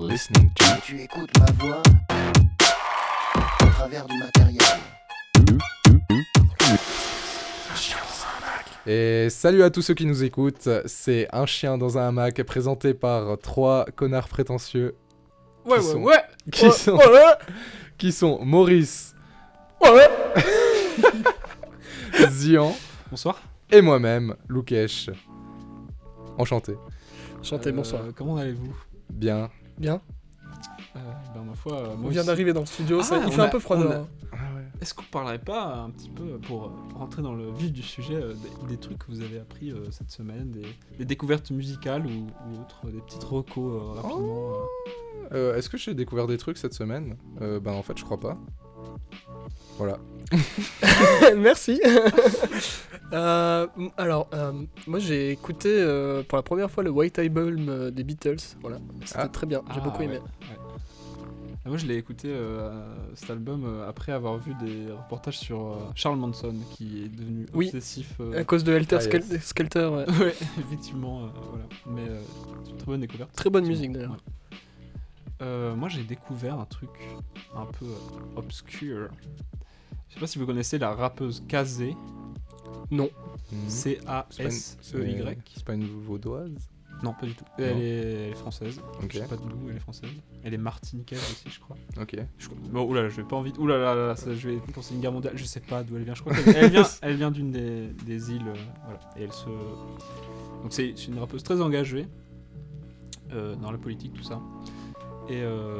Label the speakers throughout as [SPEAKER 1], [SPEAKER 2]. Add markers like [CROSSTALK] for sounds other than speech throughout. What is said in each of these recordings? [SPEAKER 1] listening to
[SPEAKER 2] Tu écoutes ma voix au travers du matériel.
[SPEAKER 3] Et salut à tous ceux qui nous écoutent, c'est Un chien dans un hamac présenté par trois connards prétentieux Qui
[SPEAKER 4] Ouais, ouais,
[SPEAKER 3] sont-
[SPEAKER 4] ouais.
[SPEAKER 3] qui,
[SPEAKER 4] ouais,
[SPEAKER 3] sont,
[SPEAKER 4] ouais,
[SPEAKER 3] qui sont Maurice,
[SPEAKER 4] ouais.
[SPEAKER 3] [LAUGHS] Zian
[SPEAKER 5] Bonsoir.
[SPEAKER 3] et moi-même, Loukesh. Enchanté.
[SPEAKER 4] Chantez,
[SPEAKER 5] Euh,
[SPEAKER 4] bonsoir.
[SPEAKER 5] Comment allez-vous
[SPEAKER 3] Bien.
[SPEAKER 4] Bien,
[SPEAKER 5] Euh, ben, ma foi, euh,
[SPEAKER 4] on
[SPEAKER 5] moi
[SPEAKER 4] vient
[SPEAKER 5] aussi.
[SPEAKER 4] d'arriver dans le studio, ça,
[SPEAKER 5] Ah,
[SPEAKER 4] il fait
[SPEAKER 5] on
[SPEAKER 4] un
[SPEAKER 5] a-
[SPEAKER 4] peu froid
[SPEAKER 5] on a-
[SPEAKER 4] dehors.
[SPEAKER 5] Est-ce qu'on parlerait pas un petit peu, pour euh, rentrer dans le vif du sujet, euh, des, des trucs que vous avez appris euh, cette semaine, des, des découvertes musicales ou, ou autres, euh, des petites recos euh, rapidement euh.
[SPEAKER 3] Euh, Est-ce que j'ai découvert des trucs cette semaine Euh, Ben en fait, je crois pas. Voilà.
[SPEAKER 4] hein. Merci. Euh, m- alors, euh, moi j'ai écouté euh, pour la première fois le White Album euh, des Beatles. Voilà, c'était
[SPEAKER 3] Ah.
[SPEAKER 4] très bien, j'ai
[SPEAKER 5] Ah,
[SPEAKER 4] beaucoup aimé.
[SPEAKER 5] ouais, ouais. Ah, Moi, je l'ai écouté euh, cet album euh, après avoir vu des reportages sur euh, Charles Manson, qui est devenu
[SPEAKER 4] Oui.
[SPEAKER 5] obsessif. euh,
[SPEAKER 4] À cause de Helter
[SPEAKER 3] Ah, yes.
[SPEAKER 4] Skel- Skelter, ouais.
[SPEAKER 5] [LAUGHS] ouais, effectivement, euh, voilà. Mais euh, c'est une très bonne découverte.
[SPEAKER 4] Très bonne musique
[SPEAKER 5] Effectivement,
[SPEAKER 4] d'ailleurs.
[SPEAKER 5] ouais. Euh, moi, j'ai découvert un truc un peu euh, obscur. Je sais pas si vous connaissez la rappeuse Kazé,
[SPEAKER 4] Non,
[SPEAKER 3] Mhm. C'est pas une-
[SPEAKER 5] C-A-S-E-Y.
[SPEAKER 3] c'est- C'est pas une vaudoise
[SPEAKER 5] E Non, pas du tout. Elle,
[SPEAKER 3] Non.
[SPEAKER 5] est, elle est française.
[SPEAKER 3] Ok.
[SPEAKER 5] Je sais pas de d'où elle est française. Elle est martiniquaise aussi, je crois.
[SPEAKER 3] Ok.
[SPEAKER 5] Je... Bon, oulala, je vais pas envie. de- Oulala, là, là, ça, je vais penser une guerre mondiale. Je sais pas d'où elle vient. Je crois qu'elle elle vient, elle vient d'une des, des îles. euh, voilà. Et elle se. Donc c'est c'est une rappeuse très engagée euh, dans la politique, tout ça. Et euh,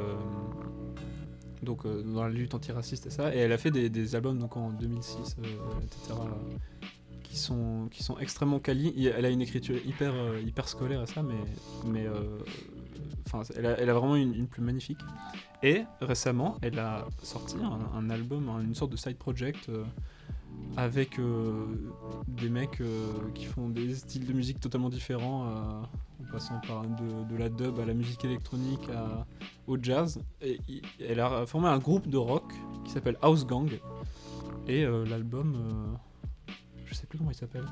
[SPEAKER 5] donc euh, dans la lutte antiraciste et ça. Et elle a fait des, des albums donc en 2006, euh, etc. euh, qui sont qui sont extrêmement quali. Et Elle a une écriture hyper euh, hyper scolaire et ça, mais mais euh, enfin elle, a, elle a vraiment une, une plume magnifique. Et récemment, elle a sorti un, un album, un- une sorte de side project euh, avec euh, des mecs euh, qui font des styles de musique totalement différents, euh, en passant par de, de la dub à la musique électronique à- au jazz. Et il- elle a formé un groupe de rock qui s'appelle House Gang. Et euh, l'album, euh, je sais plus comment il s'appelle.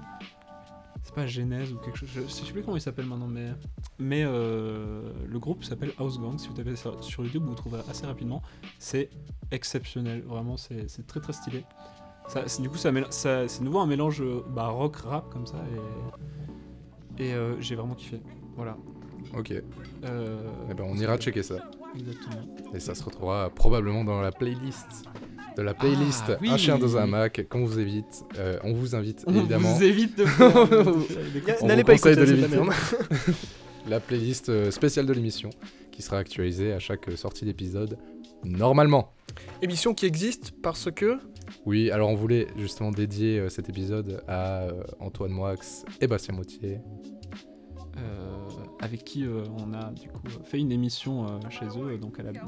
[SPEAKER 5] C'est pas Genèse ou quelque chose. Je, je sais plus comment il s'appelle maintenant, mais mais euh, le groupe s'appelle House Gang. Si vous tapez ça sur YouTube, vous trouverez assez rapidement. C'est exceptionnel, vraiment, c'est c'est très très stylé. Ça, c'est- du coup, ça méla- ça- c'est nouveau un mélange euh, bah, rock rap comme ça, et, et euh, j'ai vraiment kiffé. Voilà.
[SPEAKER 3] Ok. Eh
[SPEAKER 5] Euh,
[SPEAKER 3] ben on ira checker ça.
[SPEAKER 5] Exactement.
[SPEAKER 3] Et ça se retrouvera probablement dans la playlist. De la playlist
[SPEAKER 5] oui.
[SPEAKER 3] Un chien dans un hamac qu'on vous évite. Euh, Ah, on vous invite
[SPEAKER 5] [LAUGHS] On
[SPEAKER 3] évidemment.
[SPEAKER 5] vous évite
[SPEAKER 3] [LAUGHS]
[SPEAKER 5] de faire- de faire des
[SPEAKER 4] Y a-
[SPEAKER 5] courses.
[SPEAKER 3] On
[SPEAKER 4] N'allez
[SPEAKER 3] vous
[SPEAKER 4] pas
[SPEAKER 3] conseille
[SPEAKER 4] écouter
[SPEAKER 3] de
[SPEAKER 4] cette
[SPEAKER 3] l'éviter.
[SPEAKER 4] merde.
[SPEAKER 3] [LAUGHS] la playlist euh, spéciale de l'émission qui sera actualisée à chaque euh, sortie d'épisode normalement.
[SPEAKER 4] Émission qui existe parce que.
[SPEAKER 3] Oui, alors on voulait justement dédier euh, cet épisode à euh, Antoine Moix et Bastien Mautier.
[SPEAKER 5] Euh, avec qui euh, on a du coup fait une émission euh, chez eux, donc à la bu-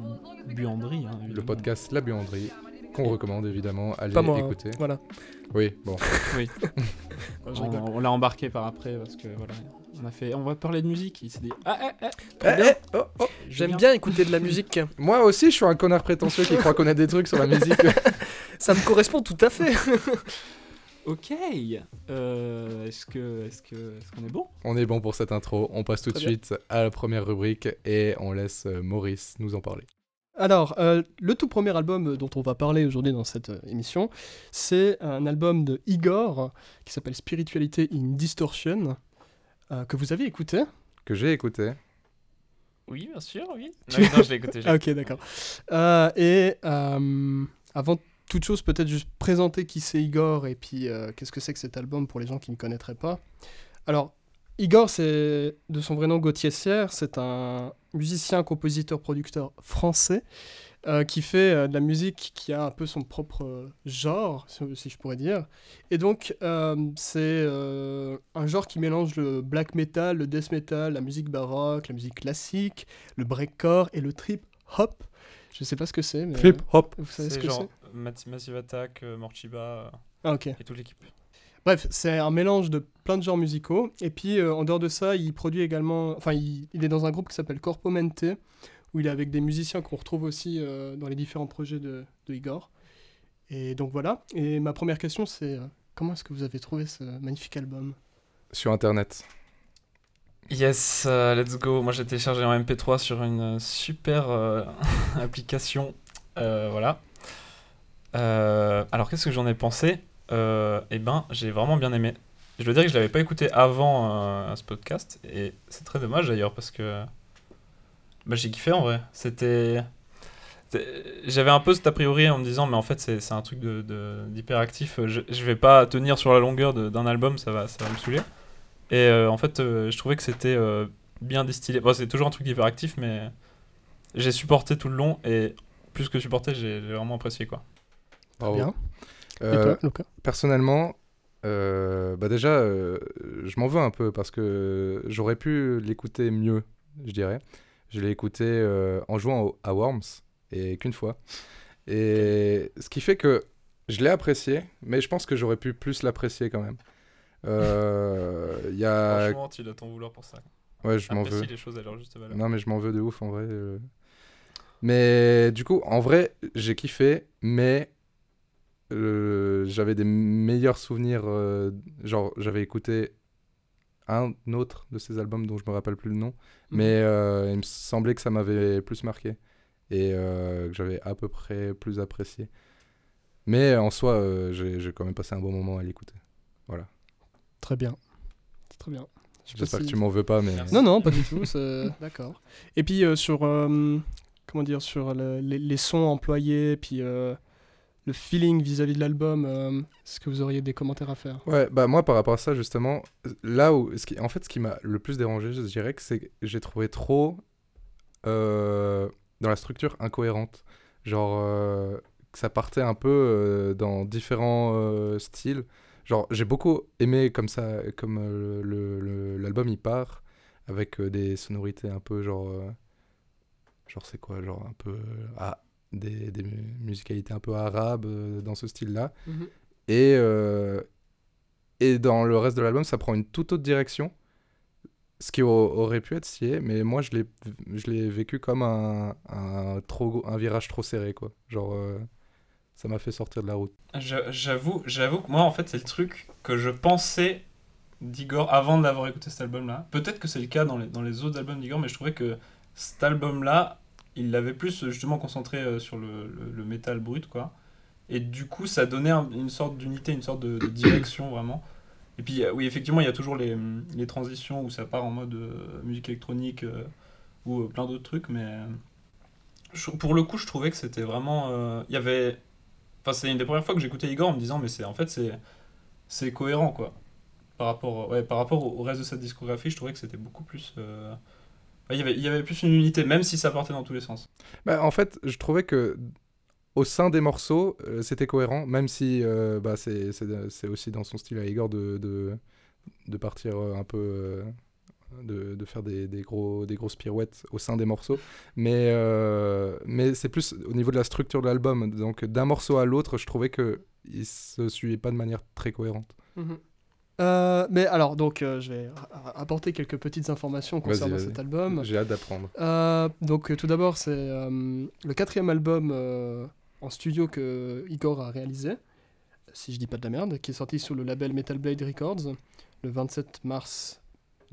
[SPEAKER 5] buanderie. hein,
[SPEAKER 3] Le
[SPEAKER 5] évidemment.
[SPEAKER 3] podcast La Buanderie qu'on recommande évidemment. Allez
[SPEAKER 4] Pas moi. hein.
[SPEAKER 3] écouter.
[SPEAKER 4] Voilà.
[SPEAKER 3] Oui, bon.
[SPEAKER 4] Non, je
[SPEAKER 5] On,
[SPEAKER 4] rigole.
[SPEAKER 5] on l'a embarqué par après parce que voilà, on a fait, on va parler de musique. Il s'est dit, ah, ah, ah,
[SPEAKER 4] Très bien. J'aime
[SPEAKER 5] Julien.
[SPEAKER 4] bien écouter de la musique.
[SPEAKER 3] [LAUGHS] Moi aussi, je suis un connard prétentieux qui croit connaître des trucs sur la musique.
[SPEAKER 4] Ça me correspond tout à fait.
[SPEAKER 5] ok. Euh, est-ce que, est-ce que, est-ce qu'on est bon
[SPEAKER 3] on est bon pour cette intro. On passe tout de
[SPEAKER 4] Très bien.
[SPEAKER 3] suite à la première rubrique et on laisse euh, Maurice nous en parler.
[SPEAKER 4] Alors, euh, le tout premier album dont on va parler aujourd'hui dans cette euh, émission, c'est un album de Igor qui s'appelle Spirituality in Distortion, euh, que vous avez écouté.
[SPEAKER 3] Que j'ai écouté.
[SPEAKER 6] Oui, bien sûr, oui. Non, mais non, je l'ai écouté. je l'ai
[SPEAKER 4] Ah, ok, d'accord. Euh, et euh, avant toute chose, peut-être juste présenter qui c'est Igor et puis euh, qu'est-ce que c'est que cet album pour les gens qui ne connaîtraient pas. Alors, Igor, c'est de son vrai nom Gauthier Sierre, c'est un musicien, compositeur, producteur français euh, qui fait euh, de la musique qui a un peu son propre euh, genre, si, si je pourrais dire. Et donc, euh, c'est euh, un genre qui mélange le black metal, le death metal, la musique baroque, la musique classique, le breakcore et le trip hop. Je sais pas ce que c'est, mais.
[SPEAKER 3] Flip hop.
[SPEAKER 4] Vous savez ce
[SPEAKER 6] C'est
[SPEAKER 4] que
[SPEAKER 6] genre
[SPEAKER 4] c'est
[SPEAKER 6] Mat- Massive Attack, euh, Morchiba euh,
[SPEAKER 4] Ah, ok.
[SPEAKER 6] et toute l'équipe.
[SPEAKER 4] Bref, c'est un mélange de plein de genres musicaux. Et puis, euh, en dehors de ça, il produit également. Enfin, il, il est dans un groupe qui s'appelle Corpomente, où il est avec des musiciens qu'on retrouve aussi euh, dans les différents projets de, de Igor. Et donc voilà. Et ma première question, c'est euh, comment est-ce que vous avez trouvé ce magnifique album
[SPEAKER 3] Sur internet.
[SPEAKER 5] Yes, euh, let's go. Moi j'ai téléchargé en MP3 sur une super euh, [LAUGHS] application. Euh, voilà. Euh, alors qu'est-ce que j'en ai pensé Euh, Eh ben, j'ai vraiment bien aimé. Je veux dire que je l'avais pas écouté avant euh, ce podcast et c'est très dommage d'ailleurs parce que bah, j'ai kiffé en vrai. C'était c'était- j'avais un peu cet a priori en me disant mais en fait c'est c'est un truc de- de- d'hyperactif. Je, je vais pas tenir sur la longueur de- d'un album, ça va ça va me saouler. Et euh, en fait, euh, je trouvais que c'était euh, bien distillé. Bon, c'est toujours un truc hyperactif, mais j'ai supporté tout le long et plus que supporté, j'ai j'ai vraiment apprécié quoi.
[SPEAKER 3] Bravo.
[SPEAKER 4] Bien.
[SPEAKER 3] Euh,
[SPEAKER 4] Et toi, Lucas
[SPEAKER 3] Personnellement, euh, bah déjà, euh, je m'en veux un peu parce que j'aurais pu l'écouter mieux, je dirais. Je l'ai écouté euh, en jouant au- à Worms et qu'une fois. Et ce qui fait que je l'ai apprécié, mais je pense que j'aurais pu plus l'apprécier quand même. Euh, Il y a...
[SPEAKER 5] Franchement, tu dois t'en vouloir pour ça.
[SPEAKER 3] Ouais, je m'en veux.
[SPEAKER 5] Apprécie les choses à leur juste valeur.
[SPEAKER 3] Non, mais je m'en veux de ouf en vrai. euh. Mais du coup, en vrai, j'ai kiffé, mais euh, j'avais des meilleurs souvenirs. euh, genre, j'avais écouté un autre de ces albums dont je me rappelle plus le nom, mais euh, il me semblait que ça m'avait plus marqué et euh, que j'avais à peu près plus apprécié. Mais en soi, euh, j'ai j'ai quand même passé un bon moment à l'écouter.
[SPEAKER 4] Très bien. C'est très bien. Je sais pas
[SPEAKER 3] J'espère
[SPEAKER 4] si-
[SPEAKER 3] que tu m'en veux pas, mais
[SPEAKER 5] Merci.
[SPEAKER 4] Non, non, pas du tout. c'est- [LAUGHS] D'accord. Et puis euh, sur euh, comment dire sur le- les, les sons employés, puis euh, le feeling vis-à-vis de l'album, euh, est-ce que vous auriez des commentaires à faire
[SPEAKER 3] Ouais, bah moi par rapport à ça justement, là où, ce qui, en fait, ce qui m'a le plus dérangé, je dirais que c'est que j'ai trouvé trop euh, dans la structure incohérente, genre euh, que ça partait un peu euh, dans différents euh, styles. Genre j'ai beaucoup aimé comme ça, comme euh, le- le- l'album il part avec euh, des sonorités un peu genre, euh, genre c'est quoi, genre un peu euh, ah, des, des mu- musicalités un peu arabes euh, dans ce style-là. Et, euh, et dans le reste de l'album, ça prend une toute autre direction. Ce qui au- aurait pu être scié, mais moi je l'ai je l'ai vécu comme un, un, trop, gros- un virage trop serré, quoi. Genre, euh, ça m'a fait sortir de la route.
[SPEAKER 5] Je- J'avoue, j'avoue que moi, en fait, c'est le truc que je pensais d'Igor avant d'avoir écouté cet album-là. Peut-être que c'est le cas dans les, dans les autres albums d'Igor, mais je trouvais que cet album-là, il l'avait plus euh, justement concentré euh, sur le, le, le métal brut, quoi. Et du coup, ça donnait un- une sorte d'unité, une sorte de, de direction, vraiment. Et puis, euh, oui, effectivement, il y a toujours les, hum, les transitions où ça part en mode euh, musique électronique euh, ou euh, plein d'autres trucs, mais euh, je- pour le coup, je trouvais que c'était vraiment... euh, Il y avait... Enfin, c'est une des premières fois que j'écoutais Igor en me disant, mais c'est en fait, c'est c'est cohérent, quoi. Par rapport, ouais, par rapport au au reste de sa discographie, je trouvais que c'était beaucoup plus. euh, ouais, Il y, avait, il y avait plus une unité, même si ça partait dans tous les sens.
[SPEAKER 3] Bah, en fait, je trouvais que au sein des morceaux, euh, c'était cohérent, même si euh, bah, c'est c'est- c'est aussi dans son style à Igor de, de, de partir euh, un peu. euh, de, de faire des, des gros, des grosses pirouettes au sein des morceaux. Mais, euh, mais c'est plus au niveau de la structure de l'album. Donc d'un morceau à l'autre, je trouvais que il se suivait pas de manière très cohérente.
[SPEAKER 4] Euh, mais alors, donc, euh, je vais ra- apporter quelques petites informations
[SPEAKER 3] Vas-y,
[SPEAKER 4] concernant
[SPEAKER 3] vas-y.
[SPEAKER 4] cet album.
[SPEAKER 3] J'ai hâte d'apprendre.
[SPEAKER 4] Euh, donc euh, tout d'abord, c'est euh, le quatrième album euh, en studio que Igor a réalisé, si je dis pas de la merde, qui est sorti sur le label Metal Blade Records le 27 mars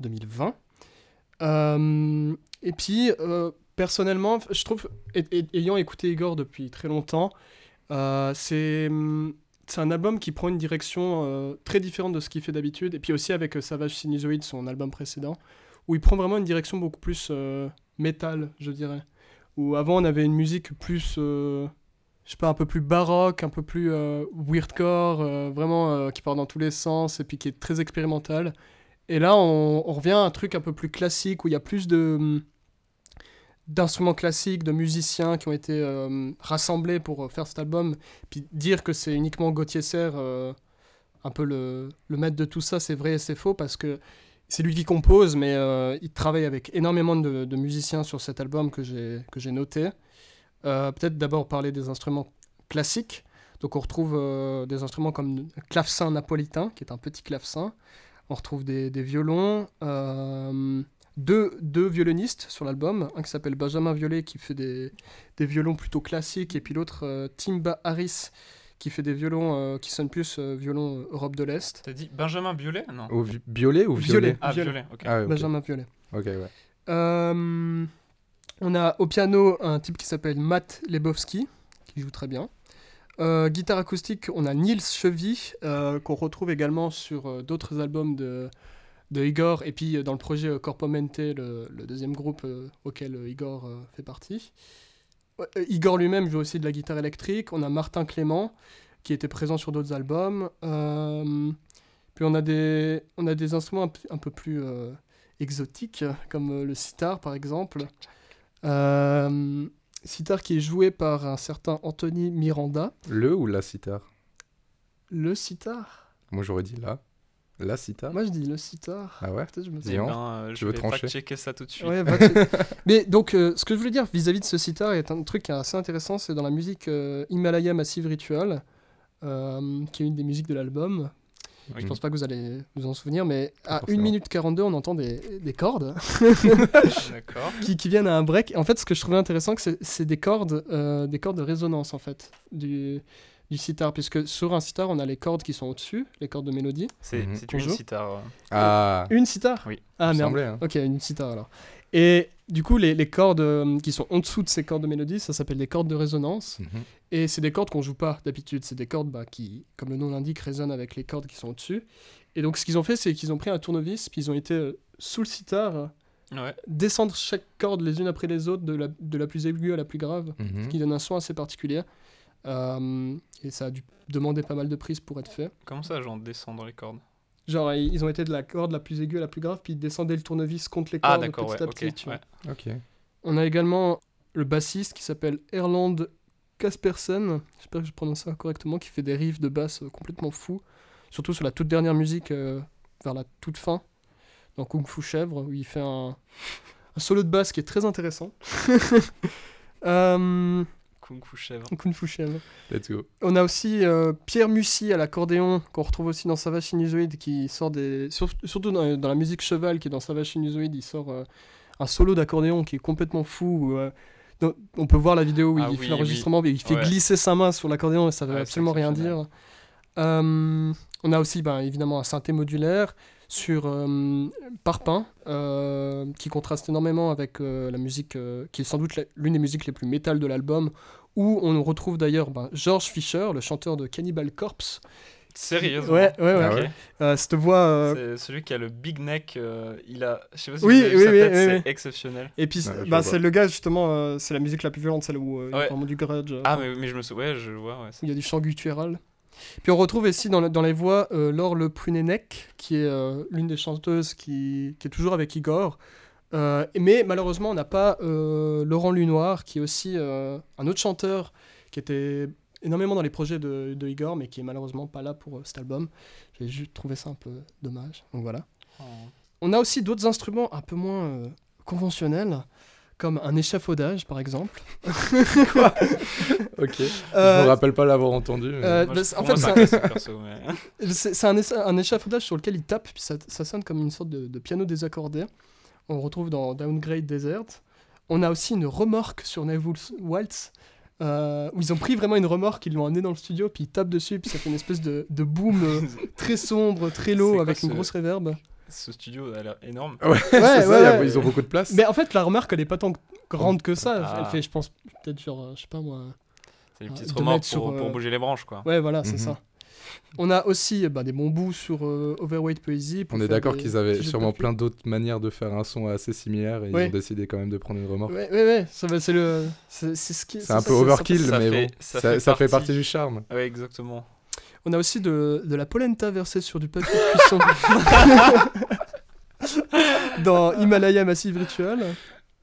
[SPEAKER 4] 2020. Euh, et puis, euh, personnellement, je trouve, et- et- ayant écouté Igor depuis très longtemps, euh, c'est hum, c'est un album qui prend une direction euh, très différente de ce qu'il fait d'habitude, et puis aussi avec euh, Savage Sinusoid, son album précédent, où il prend vraiment une direction beaucoup plus... euh, métal, je dirais. Où avant on avait une musique plus, euh, je sais pas, un peu plus baroque, un peu plus euh, weirdcore, euh, vraiment euh, qui part dans tous les sens et puis qui est très expérimentale. Et là on, on revient à un truc un peu plus classique où il y a plus de hum, d'instruments classiques, de musiciens qui ont été euh, rassemblés pour euh, faire cet album. Puis dire que c'est uniquement Gauthier Serre, euh, un peu le, le maître de tout ça, c'est vrai et c'est faux parce que c'est lui qui compose, mais euh, il travaille avec énormément de, de musiciens sur cet album que j'ai que j'ai noté. Euh, Peut-être d'abord parler des instruments classiques. Donc on retrouve euh, des instruments comme le clavecin napolitain, qui est un petit clavecin. On retrouve des, des violons, euh, deux, deux violonistes sur l'album, un qui s'appelle Benjamin Violet qui fait des, des violons plutôt classiques, et puis l'autre euh, Timba Harris qui fait des violons euh, qui sonnent plus euh, violons Europe de l'Est.
[SPEAKER 5] T'as dit Benjamin Biolay Non.
[SPEAKER 3] Au vi- violet ou violet,
[SPEAKER 4] Violet.
[SPEAKER 5] Ah, Biolay, ok.
[SPEAKER 3] Ah, ouais, ok.
[SPEAKER 4] Benjamin Violet.
[SPEAKER 3] Ok, ouais.
[SPEAKER 4] Euh, on a au piano un type qui s'appelle Matt Lebowski, qui joue très bien. Euh, guitare acoustique, on a Nils Chevy, euh, qu'on retrouve également sur euh, d'autres albums de, de Igor, et puis euh, dans le projet euh, Corpomente, le, le deuxième groupe euh, auquel euh, Igor euh, fait partie. Ouais, euh, Igor lui-même joue aussi de la guitare électrique. On a Martin Clément, qui était présent sur d'autres albums. Euh, puis on a des, on a des instruments un, p- un peu plus euh, exotiques, comme euh, le sitar par exemple. Euh, sitar qui est joué par un certain Anthony Miranda.
[SPEAKER 3] Le ou la sitar
[SPEAKER 4] Le sitar
[SPEAKER 3] Moi, j'aurais dit la. La sitar
[SPEAKER 4] Moi je dis le sitar.
[SPEAKER 3] Ah ouais
[SPEAKER 4] Peut-être je me trompe.
[SPEAKER 3] Dis donc.
[SPEAKER 6] Ben, euh, je
[SPEAKER 3] tu veux
[SPEAKER 6] vais
[SPEAKER 3] trancher
[SPEAKER 6] fact-checker ça tout de suite.
[SPEAKER 4] Ouais, bah, tu- [LAUGHS] Mais donc, euh, ce que je voulais dire vis-à-vis de ce sitar est un truc qui est assez intéressant, c'est dans la musique euh, Himalaya Massive Ritual, euh, qui est une des musiques de l'album.
[SPEAKER 6] Ok.
[SPEAKER 4] Je pense pas que vous allez vous en souvenir, mais à
[SPEAKER 3] Mm. forcément.
[SPEAKER 4] 1 minute 42, on entend des, des cordes
[SPEAKER 6] [LAUGHS] D'accord.
[SPEAKER 4] qui, qui viennent à un break. Et en fait, ce que je trouvais intéressant, que c'est- c'est des cordes, euh, des cordes de résonance, en fait, du, du sitar, puisque sur un sitar, on a les cordes qui sont au-dessus, les cordes de mélodie.
[SPEAKER 6] C'est
[SPEAKER 3] Mhm.
[SPEAKER 6] c'est une
[SPEAKER 4] Bonjour.
[SPEAKER 6] sitar.
[SPEAKER 3] Ah,
[SPEAKER 4] Une sitar
[SPEAKER 6] Oui,
[SPEAKER 4] Ah
[SPEAKER 3] il me
[SPEAKER 4] merde.
[SPEAKER 3] semblait, hein.
[SPEAKER 4] Ok, une sitar alors. Et du coup, les, les cordes euh, qui sont en dessous de ces cordes de mélodie, ça s'appelle des cordes de résonance.
[SPEAKER 3] Mhm.
[SPEAKER 4] Et c'est des cordes qu'on joue pas d'habitude. C'est des cordes bah, qui, comme le nom l'indique, résonnent avec les cordes qui sont au-dessus. Et donc, ce qu'ils ont fait, c'est qu'ils ont pris un tournevis, puis ils ont été euh, sous le sitar, euh,
[SPEAKER 6] Ouais.
[SPEAKER 4] descendre chaque corde les unes après les autres, de la, de la plus aiguë à la plus grave,
[SPEAKER 6] Mmh.
[SPEAKER 3] Mhm.
[SPEAKER 4] qui donne un son assez particulier. Euh, et ça a dû demander pas mal de prises pour être fait.
[SPEAKER 6] Comment ça, genre descendre les cordes
[SPEAKER 4] Genre, ils ils ont été de la corde la plus aiguë à la plus grave, puis ils descendaient le tournevis contre les cordes
[SPEAKER 6] Ah, d'accord,
[SPEAKER 4] petit
[SPEAKER 6] ouais.
[SPEAKER 4] à
[SPEAKER 6] Ok.
[SPEAKER 4] petit. tu vois.
[SPEAKER 6] ouais.
[SPEAKER 3] Ok.
[SPEAKER 4] On a également le bassiste qui s'appelle Erland Kaspersen, j'espère que je prononce ça correctement, qui fait des riffs de basse euh, complètement fous, surtout sur la toute dernière musique, euh, vers la toute fin, dans Kung Fu Chèvre, où il fait un, un solo de basse qui est très intéressant. [LAUGHS] Euh,
[SPEAKER 6] Kung Fu
[SPEAKER 4] [LAUGHS]
[SPEAKER 6] chèvre.
[SPEAKER 4] Kung Fu Chèvre.
[SPEAKER 3] Let's go.
[SPEAKER 4] On a aussi euh, Pierre Mussy à l'accordéon, qu'on retrouve aussi dans Savage Sinusoid, qui sort des. sur- surtout dans, dans la musique cheval, qui est dans Savage Sinusoid, il sort euh, un solo d'accordéon qui est complètement fou. où, euh, dans- on peut voir la vidéo où
[SPEAKER 6] Ah
[SPEAKER 4] il
[SPEAKER 6] oui,
[SPEAKER 4] fait l'enregistrement, mais il fait
[SPEAKER 6] Ouais.
[SPEAKER 4] glisser sa main sur l'accordéon et ça veut
[SPEAKER 6] Ouais, c'est
[SPEAKER 4] Euh, absolument rien
[SPEAKER 6] exceptionnel.
[SPEAKER 4] dire. Euh, on a aussi ben, évidemment un synthé modulaire sur euh, Parpin, euh, qui contraste énormément avec euh, la musique, euh, qui est sans doute la- l'une des musiques les plus métal de l'album, où on retrouve d'ailleurs ben, George Fisher, le chanteur de Cannibal Corpse.
[SPEAKER 6] Sérieux
[SPEAKER 4] Ouais, ouais, ouais.
[SPEAKER 3] Ah ouais.
[SPEAKER 6] Ok.
[SPEAKER 4] Euh, cette voix. euh,
[SPEAKER 6] C'est celui qui a le big neck. euh, il a. Je sais pas si
[SPEAKER 4] Oui,
[SPEAKER 6] vous avez vu
[SPEAKER 4] oui,
[SPEAKER 6] sa
[SPEAKER 4] oui,
[SPEAKER 6] tête,
[SPEAKER 4] oui,
[SPEAKER 6] c'est
[SPEAKER 4] oui.
[SPEAKER 6] exceptionnel.
[SPEAKER 4] Et puis, c'est-
[SPEAKER 3] Ouais, je
[SPEAKER 4] bah,
[SPEAKER 3] vois.
[SPEAKER 4] c'est le gars justement, euh, c'est la musique la plus violente, celle où euh, il y a
[SPEAKER 6] Ouais.
[SPEAKER 4] vraiment du grudge. euh,
[SPEAKER 6] Ah, mais, mais je me souviens. Ouais, je vois. Ouais,
[SPEAKER 4] où il y a du chant guttural. Puis on retrouve ici dans, la- dans les voix euh, Laure Le Prunenec, qui est euh, l'une des chanteuses qui, qui est toujours avec Igor. Euh, mais malheureusement, on n'a pas euh, Laurent Lunoir, qui est aussi euh, un autre chanteur qui était énormément dans les projets de, de Igor, mais qui est malheureusement pas là pour euh, cet album. J'ai juste trouvé ça un peu dommage. Donc voilà. On a aussi d'autres instruments un peu moins euh, conventionnels, comme un échafaudage par exemple.
[SPEAKER 3] Ok. Je
[SPEAKER 4] Euh,
[SPEAKER 3] me rappelle pas l'avoir entendu. mais-
[SPEAKER 4] euh,
[SPEAKER 6] Moi,
[SPEAKER 4] bah,
[SPEAKER 6] je-
[SPEAKER 4] c'est- en
[SPEAKER 6] moi,
[SPEAKER 4] fait,
[SPEAKER 6] ça
[SPEAKER 4] c'est un-
[SPEAKER 6] m'intéresse, ce perso,
[SPEAKER 5] [LAUGHS]
[SPEAKER 6] mais-
[SPEAKER 4] C'est c'est un, essa- un échafaudage sur lequel il tape, puis ça, ça sonne comme une sorte de, de piano désaccordé. On le retrouve dans Downgrade Desert. On a aussi une remorque sur Neville's Waltz, euh, où ils ont pris vraiment une remorque, ils l'ont amenée dans le studio, puis ils tapent dessus, puis ça fait une espèce de, de boom
[SPEAKER 3] [LAUGHS]
[SPEAKER 4] euh, très sombre, très
[SPEAKER 6] C'est
[SPEAKER 4] low,
[SPEAKER 6] quoi
[SPEAKER 4] avec une
[SPEAKER 6] ce-
[SPEAKER 4] grosse réverb.
[SPEAKER 6] Ce studio a l'air énorme.
[SPEAKER 3] [LAUGHS] Ouais, c'est ça,
[SPEAKER 4] ouais,
[SPEAKER 3] il y a-
[SPEAKER 4] ouais.
[SPEAKER 3] ils ont beaucoup de place.
[SPEAKER 4] Mais en fait, la remorque, elle est pas tant grande que ça.
[SPEAKER 6] Ah.
[SPEAKER 4] Elle fait, je pense, peut-être genre, euh, je sais pas moi,
[SPEAKER 6] C'est une
[SPEAKER 4] Ah,
[SPEAKER 6] petite
[SPEAKER 4] de
[SPEAKER 6] remorque
[SPEAKER 4] mettre sur,
[SPEAKER 6] pour, pour
[SPEAKER 4] euh,
[SPEAKER 6] bouger les branches, quoi.
[SPEAKER 4] Ouais, voilà, c'est
[SPEAKER 3] Mhm.
[SPEAKER 4] ça. On a aussi euh, bah, des bons bouts sur euh, Overweight Poesy. pour
[SPEAKER 3] On est
[SPEAKER 4] faire
[SPEAKER 3] d'accord
[SPEAKER 4] des
[SPEAKER 3] qu'ils
[SPEAKER 4] petits
[SPEAKER 3] avaient
[SPEAKER 4] jeux de
[SPEAKER 3] sûrement
[SPEAKER 4] percus.
[SPEAKER 3] plein d'autres manières de faire un son assez similaire et
[SPEAKER 4] Ouais.
[SPEAKER 3] ils ont décidé quand même de prendre une remorque.
[SPEAKER 4] Ouais, ouais, ouais, ça va, c'est le. C'est c'est ce qui.
[SPEAKER 3] C'est
[SPEAKER 4] c'est
[SPEAKER 3] un
[SPEAKER 4] ça,
[SPEAKER 3] peu
[SPEAKER 4] c'est-
[SPEAKER 3] overkill,
[SPEAKER 6] ça
[SPEAKER 3] mais
[SPEAKER 6] fait-
[SPEAKER 3] bon,
[SPEAKER 6] ça
[SPEAKER 3] ça,
[SPEAKER 6] fait
[SPEAKER 3] ça fait
[SPEAKER 6] partie
[SPEAKER 3] partie du charme.
[SPEAKER 6] Ouais, exactement.
[SPEAKER 4] On a aussi de, de la polenta versée sur du
[SPEAKER 3] [LAUGHS]
[SPEAKER 4] papier cuisson. [LAUGHS] Dans Himalaya Massive Ritual.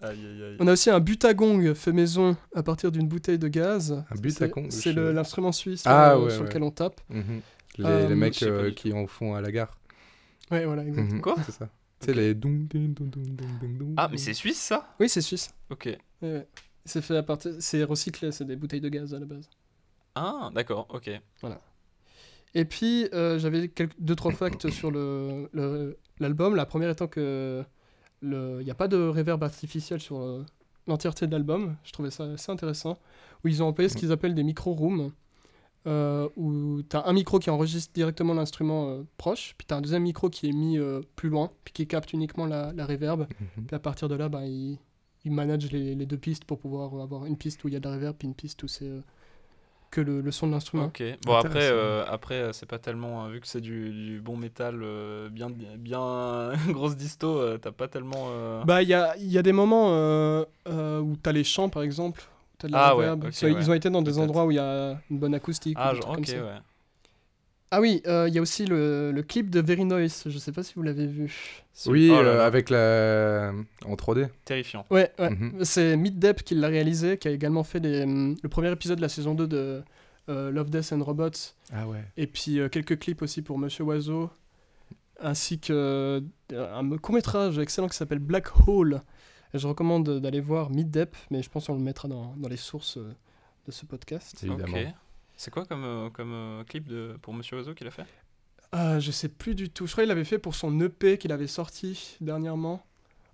[SPEAKER 6] Aïe, aïe, aïe.
[SPEAKER 4] On a aussi un butagong fait maison à partir d'une bouteille de gaz.
[SPEAKER 3] Un
[SPEAKER 4] C'est-
[SPEAKER 3] butagong,
[SPEAKER 4] C'est
[SPEAKER 3] je-
[SPEAKER 4] le- l'instrument suisse
[SPEAKER 3] Ah,
[SPEAKER 4] euh,
[SPEAKER 3] ouais,
[SPEAKER 4] sur
[SPEAKER 3] ouais.
[SPEAKER 4] lequel on tape.
[SPEAKER 3] Mhm. Les,
[SPEAKER 4] Euh,
[SPEAKER 3] les
[SPEAKER 6] je
[SPEAKER 3] mecs
[SPEAKER 6] sais pas
[SPEAKER 3] euh,
[SPEAKER 6] du
[SPEAKER 3] qui en font à la gare.
[SPEAKER 4] Ouais, voilà, exact.
[SPEAKER 3] Mhm,
[SPEAKER 6] Quoi
[SPEAKER 3] C'est ça. Tu sais,
[SPEAKER 6] Ok.
[SPEAKER 3] les dong, ding, dong, dong, dong, dong, dong.
[SPEAKER 6] Ah, mais c'est suisse, ça
[SPEAKER 4] Oui, c'est suisse.
[SPEAKER 6] Ok.
[SPEAKER 4] Ouais, ouais. C'est fait à partir. C'est recyclé, c'est des bouteilles de gaz à la base.
[SPEAKER 6] Ah, d'accord, ok.
[SPEAKER 4] Et puis, euh, j'avais quelques- deux, trois facts sur l'album. Le, l'album. la première étant que il n'y a pas de réverb artificiel sur euh, l'entièreté de l'album. Je trouvais ça assez intéressant. Où ils ont employé ce qu'ils appellent des micro-rooms. euh, où tu as un micro qui enregistre directement l'instrument euh, proche, puis tu as un deuxième micro qui est mis euh, plus loin, puis qui capte uniquement la, la reverb.
[SPEAKER 3] Mhm.
[SPEAKER 4] Puis à partir de là, ben, il, il manage les, les deux pistes pour pouvoir avoir une piste où il y a de la reverb, puis une piste où c'est euh, que le, le son de l'instrument.
[SPEAKER 5] Ok. Bon après,
[SPEAKER 3] Intéressant.
[SPEAKER 5] euh, après euh, c'est pas tellement euh, vu que c'est du, du bon métal, euh, bien bien [LAUGHS] grosse disto, euh, t'as pas tellement. euh,
[SPEAKER 4] Bah, il y a, il y a des moments euh, euh, où tu as les chants, par exemple. où t'as de la
[SPEAKER 5] Ah
[SPEAKER 4] reverb.
[SPEAKER 5] ouais, ok,
[SPEAKER 4] Ils ont- Ils
[SPEAKER 5] ouais.
[SPEAKER 4] ont été dans des
[SPEAKER 5] Peut-être.
[SPEAKER 4] endroits où il y a une bonne acoustique. ou
[SPEAKER 5] Ah
[SPEAKER 4] des
[SPEAKER 5] genre,
[SPEAKER 4] trucs
[SPEAKER 5] ok
[SPEAKER 4] comme ça.
[SPEAKER 5] ouais.
[SPEAKER 4] Ah oui, euh, il y a aussi le, le clip de Very Noise, je sais pas si vous l'avez vu.
[SPEAKER 5] Si-
[SPEAKER 3] Oui,
[SPEAKER 5] oh là
[SPEAKER 3] euh,
[SPEAKER 5] là,
[SPEAKER 3] avec la. en 3D.
[SPEAKER 5] Terrifiant.
[SPEAKER 4] Ouais, ouais.
[SPEAKER 3] Mhm.
[SPEAKER 4] c'est Meet Depp qui l'a réalisé, qui a également fait les, hum, le premier épisode de la saison 2 de euh, Love, Death and Robots,
[SPEAKER 3] Ah ouais.
[SPEAKER 4] et puis euh, quelques clips aussi pour Monsieur Oiseau, ainsi que euh, un court-métrage excellent qui s'appelle Black Hole. Et je recommande euh, d'aller voir Meet Depp, mais je pense qu'on le mettra dans, dans les sources euh, de ce podcast.
[SPEAKER 3] Évidemment.
[SPEAKER 5] Ok. C'est quoi comme euh, comme euh, clip de pour Monsieur Oiseau qu'il a fait
[SPEAKER 4] Ah, je sais plus du tout. Je crois qu'il l'avait fait pour son EP qu'il avait sorti dernièrement.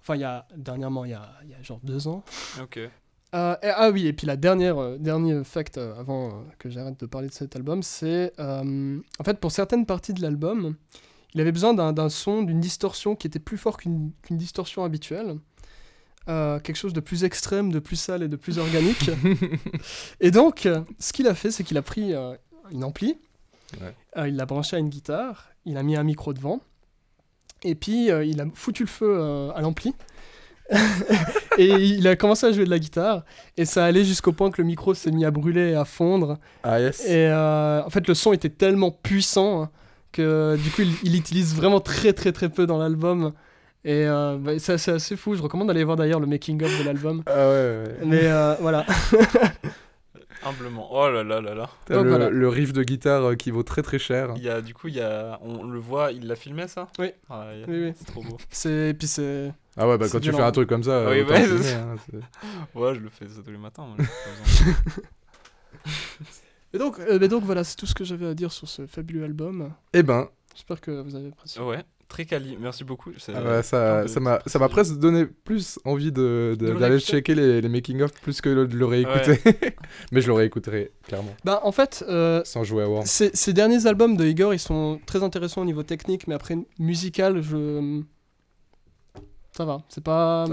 [SPEAKER 4] Enfin, il y a, dernièrement, il y a, il y a genre deux ans.
[SPEAKER 5] Ok.
[SPEAKER 4] Euh, et- ah oui, et puis la dernière, euh, dernier fact euh, avant euh, que j'arrête de parler de cet album, c'est euh, en fait pour certaines parties de l'album, il avait besoin d'un d'un son, d'une distorsion qui était plus fort qu'une qu'une distorsion habituelle, Euh, quelque chose de plus extrême, de plus sale et de plus organique. et donc, euh, ce qu'il a fait, c'est qu'il a pris euh, une ampli,
[SPEAKER 3] Ouais.
[SPEAKER 4] euh, il l'a branché à une guitare, il a mis un micro devant, et puis euh, il a foutu le feu euh, à l'ampli. [LAUGHS] et il a commencé à jouer de la guitare et ça allait jusqu'au point que le micro s'est mis à brûler et à fondre
[SPEAKER 3] Ah yes.
[SPEAKER 4] et euh, en fait le son était tellement puissant hein, que du coup il, il utilise vraiment très très très peu dans l'album et euh, bah, c'est assez, assez fou je recommande d'aller voir d'ailleurs le making of de l'album
[SPEAKER 3] Ah ouais, ouais.
[SPEAKER 4] mais euh, voilà [LAUGHS]
[SPEAKER 5] Humblement. Oh là là là là.
[SPEAKER 3] T'as
[SPEAKER 4] Donc
[SPEAKER 3] le,
[SPEAKER 4] voilà.
[SPEAKER 3] le riff de guitare euh, qui vaut très très cher.
[SPEAKER 5] Il y a du coup il y a on le voit, il l'a filmé ça
[SPEAKER 4] Oui.
[SPEAKER 5] Ah, il y a-
[SPEAKER 4] oui, oui.
[SPEAKER 5] C'est trop beau.
[SPEAKER 3] [LAUGHS]
[SPEAKER 4] c'est et puis c'est
[SPEAKER 3] Ah ouais, bah
[SPEAKER 4] C'est
[SPEAKER 3] quand tu
[SPEAKER 4] violent.
[SPEAKER 3] fais un truc comme ça,
[SPEAKER 5] Oui,
[SPEAKER 3] euh, autant
[SPEAKER 5] ouais,
[SPEAKER 3] filmer,
[SPEAKER 5] c'est
[SPEAKER 3] hein, c'est-
[SPEAKER 5] Ouais, je le fais ça tous les matins. moi, j'ai pas besoin.
[SPEAKER 4] et donc euh, mais donc voilà c'est tout ce que j'avais à dire sur ce fabuleux album
[SPEAKER 3] Eh ben,
[SPEAKER 4] j'espère que vous avez apprécié
[SPEAKER 5] ouais. [LAUGHS] Très quali. Merci beaucoup. C'est-
[SPEAKER 3] ah bah,
[SPEAKER 5] plein
[SPEAKER 3] ça
[SPEAKER 5] de
[SPEAKER 3] ça m'a
[SPEAKER 5] petites
[SPEAKER 3] ça m'a
[SPEAKER 5] précisions.
[SPEAKER 3] presque donné plus envie de
[SPEAKER 4] De
[SPEAKER 3] de-
[SPEAKER 4] le
[SPEAKER 3] d'aller
[SPEAKER 4] réécouter.
[SPEAKER 3] checker les, les making of plus que de le réécouter. [LAUGHS] Mais je le réécouterai clairement,
[SPEAKER 4] bah en fait euh,
[SPEAKER 3] sans jouer à War.
[SPEAKER 4] Ces, ces derniers albums de Igor, ils sont très intéressants au niveau technique, mais après musical, je ça va, c'est pas,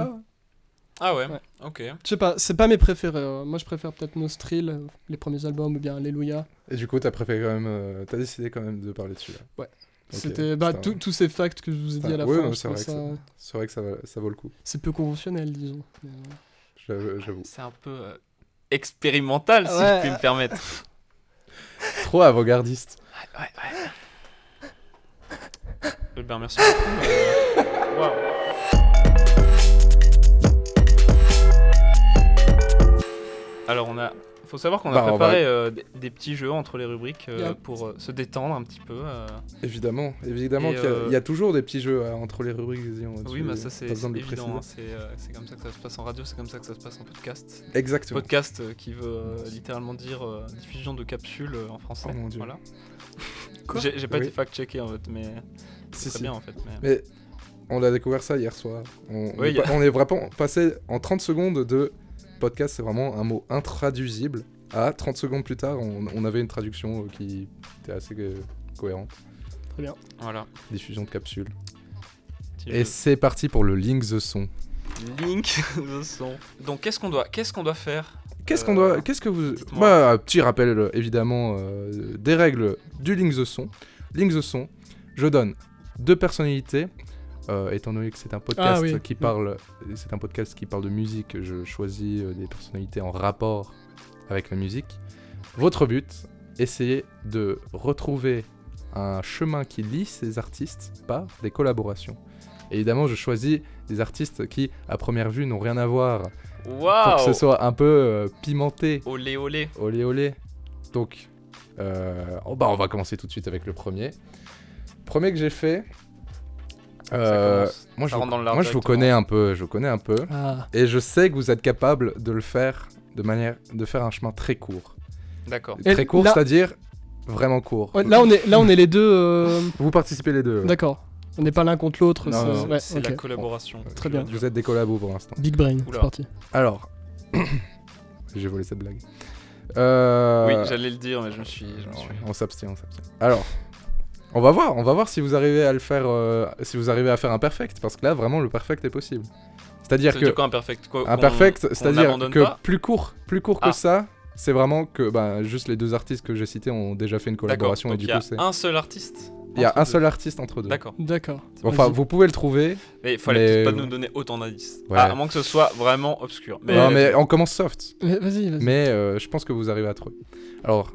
[SPEAKER 5] Ah ouais.
[SPEAKER 4] Ouais.
[SPEAKER 5] Ok.
[SPEAKER 4] je sais pas, c'est pas mes préférés. euh, Moi, je préfère peut-être Nostril, euh, les premiers albums, ou bien Alléluia.
[SPEAKER 3] Et du coup, t'as préféré quand même, euh, t'as décidé quand même de parler dessus. là.
[SPEAKER 4] Ouais.
[SPEAKER 3] Ok,
[SPEAKER 4] C'était bah
[SPEAKER 3] putain.
[SPEAKER 4] tout- tous ces facts que je vous ai dit
[SPEAKER 3] Putain,
[SPEAKER 4] à la
[SPEAKER 3] ouais,
[SPEAKER 4] fin.
[SPEAKER 3] non,
[SPEAKER 4] je
[SPEAKER 3] c'est
[SPEAKER 4] trouve
[SPEAKER 3] vrai que
[SPEAKER 4] ça-
[SPEAKER 3] c'est- C'est vrai que ça, va- ça vaut le coup.
[SPEAKER 4] C'est peu conventionnel, disons. mais, euh,
[SPEAKER 3] J'avoue. j'avoue.
[SPEAKER 5] C'est un peu euh, expérimental, si
[SPEAKER 4] Ouais.
[SPEAKER 5] je puis me permettre.
[SPEAKER 3] Trop avant-gardiste.
[SPEAKER 5] Ouais, ouais. Albert, Eh ben, merci beaucoup. euh, Waouh. Alors, on a. Faut savoir qu'on a
[SPEAKER 3] Bah, on va-
[SPEAKER 5] préparé euh, des, des petits jeux entre les rubriques euh,
[SPEAKER 4] Y'a-
[SPEAKER 5] pour euh, se détendre un petit peu. euh.
[SPEAKER 3] Évidemment, évidemment
[SPEAKER 5] Et,
[SPEAKER 3] qu'il y, a-
[SPEAKER 5] euh,
[SPEAKER 3] il y a toujours des petits jeux euh, entre les rubriques. disons,
[SPEAKER 5] Oui,
[SPEAKER 3] tu-
[SPEAKER 5] mais ça c'est
[SPEAKER 3] pas besoin de les
[SPEAKER 5] évident.
[SPEAKER 3] préciser.
[SPEAKER 5] hein, C'est euh, c'est comme ça que ça se passe en radio, c'est comme ça que ça se passe en podcast.
[SPEAKER 3] Exactement.
[SPEAKER 5] Podcast euh, qui veut euh, littéralement dire euh, diffusion de capsules euh, en français.
[SPEAKER 3] Oh mon Dieu.
[SPEAKER 5] Voilà.
[SPEAKER 4] Quoi
[SPEAKER 5] J'ai j'ai pas
[SPEAKER 3] Oui.
[SPEAKER 5] été fact-checké en fait, mais
[SPEAKER 3] Si,
[SPEAKER 5] c'est très
[SPEAKER 3] si.
[SPEAKER 5] bien en fait. mais-
[SPEAKER 3] Mais on a découvert ça hier soir. On, on
[SPEAKER 5] Oui,
[SPEAKER 3] est,
[SPEAKER 5] y a-
[SPEAKER 3] pas- on est vraiment passé en 30 secondes de podcast, c'est vraiment un mot intraduisible. À 30 secondes plus tard, on, on avait une traduction euh, qui était assez euh, cohérente.
[SPEAKER 5] Voilà.
[SPEAKER 3] Diffusion de capsules.
[SPEAKER 5] Petit
[SPEAKER 3] Et c'est parti pour le Link the Son.
[SPEAKER 5] jeu. Link [LAUGHS] de son. Donc qu'est-ce qu'on doit, qu'est-ce qu'on doit faire
[SPEAKER 3] Qu'est-ce
[SPEAKER 5] Euh,
[SPEAKER 3] qu'on doit. Qu'est-ce que vous.
[SPEAKER 5] dites-moi.
[SPEAKER 3] Bah, un petit rappel euh, évidemment euh, des règles du Link the Son. Link the Son, je donne deux personnalités. euh, étant donné que c'est un podcast
[SPEAKER 4] Ah oui,
[SPEAKER 3] qui
[SPEAKER 4] oui.
[SPEAKER 3] parle, c'est un podcast qui parle de musique, je choisis euh, des personnalités en rapport avec la musique. Votre but, essayez de retrouver un chemin qui lie ces artistes par des collaborations. Et évidemment, je choisis des artistes qui, à première vue, n'ont rien à voir pour que
[SPEAKER 5] Waouh
[SPEAKER 3] ce soit un peu euh, pimenté.
[SPEAKER 5] Olé olé.
[SPEAKER 3] Olé olé. Donc, euh, oh bah on va commencer tout de suite avec le premier. Premier que j'ai fait. euh,
[SPEAKER 5] Ça commence.
[SPEAKER 3] moi,
[SPEAKER 5] Ça
[SPEAKER 3] je vous,
[SPEAKER 5] rentre dans l'art
[SPEAKER 3] moi je vous
[SPEAKER 5] directement.
[SPEAKER 3] connais un peu, je vous connais un peu,
[SPEAKER 4] Ah,
[SPEAKER 3] et je sais que vous êtes capable de le faire de manière, de faire un chemin très court,
[SPEAKER 5] D'accord.
[SPEAKER 4] Et
[SPEAKER 3] très court,
[SPEAKER 4] là-
[SPEAKER 3] c'est-à-dire vraiment court.
[SPEAKER 4] ouais, là on est là on est les deux. euh,
[SPEAKER 3] Vous participez les deux.
[SPEAKER 4] D'accord, on n'est pas l'un contre l'autre.
[SPEAKER 3] Non,
[SPEAKER 4] c'est-
[SPEAKER 3] non,
[SPEAKER 4] ouais,
[SPEAKER 5] C'est
[SPEAKER 4] ok.
[SPEAKER 5] la collaboration.
[SPEAKER 4] Très bien.
[SPEAKER 3] Vous êtes des collabos pour l'instant.
[SPEAKER 4] Big Brain,
[SPEAKER 3] [COUGHS]
[SPEAKER 5] Oula.
[SPEAKER 4] c'est parti.
[SPEAKER 3] Alors, j'ai volé cette blague. Euh,
[SPEAKER 5] Oui, j'allais le dire, mais je me suis. Je me
[SPEAKER 3] alors,
[SPEAKER 5] suis...
[SPEAKER 3] on s'abstient, on s'abstient. Alors, on va voir, on va voir si vous arrivez à le faire, euh, si vous arrivez à faire un perfect, parce que là vraiment le perfect est possible.
[SPEAKER 5] Ça
[SPEAKER 3] C'est-à-dire
[SPEAKER 5] veut
[SPEAKER 3] que
[SPEAKER 5] dire quoi, un perfect quoi,
[SPEAKER 3] un
[SPEAKER 5] qu'on-
[SPEAKER 3] perfect,
[SPEAKER 5] qu'on
[SPEAKER 3] c'est-à-dire
[SPEAKER 5] n'abandonne
[SPEAKER 3] que
[SPEAKER 5] pas
[SPEAKER 3] plus court, plus court
[SPEAKER 5] Ah.
[SPEAKER 3] que ça, c'est vraiment que bah, juste les deux artistes que j'ai cités ont déjà fait une
[SPEAKER 5] D'accord.
[SPEAKER 3] collaboration et
[SPEAKER 5] Donc
[SPEAKER 3] du
[SPEAKER 5] il y
[SPEAKER 3] coup
[SPEAKER 5] a
[SPEAKER 3] c'est
[SPEAKER 5] un seul artiste.
[SPEAKER 3] il y a
[SPEAKER 5] entre
[SPEAKER 3] un
[SPEAKER 5] deux.
[SPEAKER 3] seul artiste entre deux.
[SPEAKER 5] D'accord.
[SPEAKER 4] D'accord.
[SPEAKER 3] Enfin,
[SPEAKER 4] Vas-y.
[SPEAKER 3] vous pouvez le trouver.
[SPEAKER 5] Mais il fallait peut-être
[SPEAKER 3] Mais- euh,
[SPEAKER 5] pas nous donner autant d'indices.
[SPEAKER 3] Ouais.
[SPEAKER 5] Ah, à moins que ce soit vraiment obscur. Mais,
[SPEAKER 3] non hein, mais on commence soft.
[SPEAKER 4] Mais Vas-y, vas-y.
[SPEAKER 3] Mais euh, je pense que vous arrivez à trouver. Alors,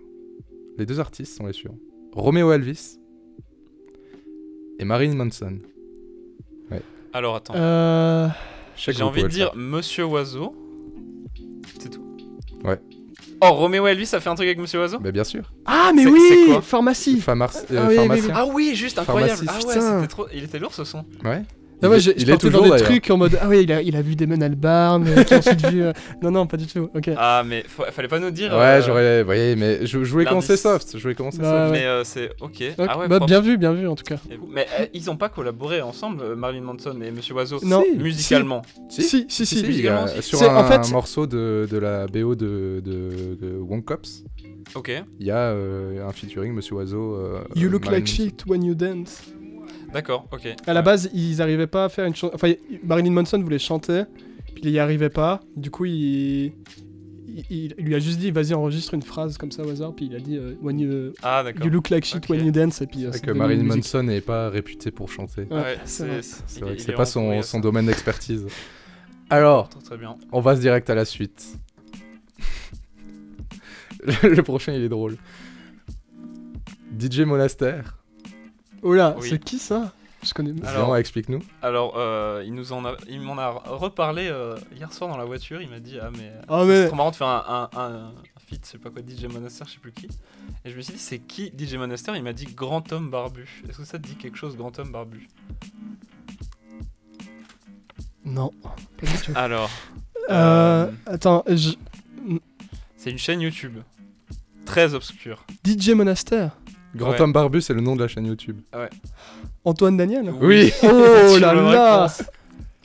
[SPEAKER 3] les deux artistes sont les suivants. Romeo Elvis et Marilyn Manson.
[SPEAKER 5] Alors attends.
[SPEAKER 4] Euh,
[SPEAKER 3] Chaque
[SPEAKER 5] J'ai
[SPEAKER 3] vous
[SPEAKER 5] envie de
[SPEAKER 3] pouvez le
[SPEAKER 5] dire Monsieur Oiseau. C'est tout.
[SPEAKER 3] Ouais.
[SPEAKER 5] Oh, Roméo Elvis a fait un truc avec Monsieur Oiseau
[SPEAKER 3] faire. Bah bien sûr.
[SPEAKER 4] Ah, mais
[SPEAKER 5] C'est- c'est
[SPEAKER 4] oui
[SPEAKER 5] quoi
[SPEAKER 4] Pharmacie
[SPEAKER 3] Famar- euh,
[SPEAKER 4] oui, oui,
[SPEAKER 3] pharmacien.
[SPEAKER 4] oui.
[SPEAKER 5] Ah oui, juste incroyable.
[SPEAKER 3] Pharmaciste,
[SPEAKER 5] Ah ouais,
[SPEAKER 4] putain.
[SPEAKER 5] c'était trop. Il était lourd ce son.
[SPEAKER 3] Ouais.
[SPEAKER 4] Ah ouais, j'ai- je partais dans des
[SPEAKER 3] d'ailleurs.
[SPEAKER 4] trucs en mode Ah ouais, il a, il a vu des men Albarn, euh, qui a ensuite vu. euh, Non, non, pas du tout. Ok.
[SPEAKER 5] Ah mais fa- fallait pas nous dire.
[SPEAKER 3] Ouais,
[SPEAKER 5] euh,
[SPEAKER 3] j'aurais. Vous voyez, mais je, je voulais commencer
[SPEAKER 5] l'indice.
[SPEAKER 3] soft. Je voulais commencer
[SPEAKER 4] Bah,
[SPEAKER 3] soft.
[SPEAKER 5] Mais euh, c'est ok.
[SPEAKER 4] Ok,
[SPEAKER 5] Ah ouais.
[SPEAKER 4] bah,
[SPEAKER 5] propre.
[SPEAKER 4] bien vu, bien vu en tout cas.
[SPEAKER 5] Et vous- Mais euh, ils ont pas collaboré ensemble, euh, Marilyn Manson et Monsieur Oiseau.
[SPEAKER 4] Non. Si.
[SPEAKER 5] Musicalement.
[SPEAKER 4] Si, si, si.
[SPEAKER 3] Si, il y a-
[SPEAKER 5] musicalement, si.
[SPEAKER 3] sur
[SPEAKER 4] C'est-
[SPEAKER 3] un,
[SPEAKER 4] en fait, c'est-
[SPEAKER 3] morceau de, de la BO de, de, de Wong Cops,
[SPEAKER 5] Ok.
[SPEAKER 3] il y a euh, un featuring Monsieur Oiseau. euh,
[SPEAKER 4] You look
[SPEAKER 3] Marilyn
[SPEAKER 4] like shit when you dance.
[SPEAKER 5] D'accord. Ok.
[SPEAKER 4] À la base, ils arrivaient pas à faire une chanson. Enfin, y- Marilyn Manson voulait chanter, puis il y arrivait pas. Du coup, il. Il, il- il lui a juste dit vas-y enregistre une phrase comme ça au hasard puis il a dit euh, when you,
[SPEAKER 5] Ah d'accord.
[SPEAKER 4] you look like shit
[SPEAKER 5] Ok.
[SPEAKER 4] when you dance et puis euh,
[SPEAKER 3] C'est vrai
[SPEAKER 4] c'est
[SPEAKER 3] que
[SPEAKER 4] devenu
[SPEAKER 3] Marilyn
[SPEAKER 4] une musique.
[SPEAKER 3] Manson n'est pas réputée pour chanter.
[SPEAKER 4] Ouais,
[SPEAKER 5] Ouais,
[SPEAKER 4] c'est vrai.
[SPEAKER 3] C'est
[SPEAKER 5] il-
[SPEAKER 3] vrai que
[SPEAKER 5] il
[SPEAKER 3] c'est
[SPEAKER 5] est
[SPEAKER 3] pas son,
[SPEAKER 5] rencontré à
[SPEAKER 3] son
[SPEAKER 5] ça.
[SPEAKER 3] domaine d'expertise. Alors,
[SPEAKER 5] Très, Très bien.
[SPEAKER 3] on va se direct à la suite. [LAUGHS] le le prochain, il est drôle. DJ Monastère,
[SPEAKER 4] Oh là
[SPEAKER 5] Oui.
[SPEAKER 4] c'est qui ça Je connais
[SPEAKER 5] Alors-
[SPEAKER 3] Alors, explique-nous.
[SPEAKER 5] Alors, euh, il nous en a, il m'en a reparlé euh, hier soir dans la voiture. Il m'a dit ah mais,
[SPEAKER 4] Ah,
[SPEAKER 5] c'est
[SPEAKER 4] mais-
[SPEAKER 5] trop marrant de faire un, un, un, un feat, je sais pas quoi, DJ Monaster, je sais plus qui. Et je me suis dit c'est qui DJ Monaster Il m'a dit Grand Homme Barbu. Est-ce que ça te dit quelque chose Grand Homme Barbu
[SPEAKER 4] Non. Pas du tout.
[SPEAKER 5] [LAUGHS] Alors,
[SPEAKER 4] Euh,
[SPEAKER 5] Euh,
[SPEAKER 4] attends, je-
[SPEAKER 5] c'est une chaîne YouTube très obscure.
[SPEAKER 4] DJ Monastère
[SPEAKER 3] Grand
[SPEAKER 5] Ouais.
[SPEAKER 3] Homme Barbu, c'est le nom de la chaîne YouTube.
[SPEAKER 4] Antoine Daniel
[SPEAKER 3] Oui.
[SPEAKER 5] [LAUGHS]
[SPEAKER 4] Oh
[SPEAKER 5] Tu
[SPEAKER 4] là
[SPEAKER 5] me
[SPEAKER 4] là
[SPEAKER 5] réponds.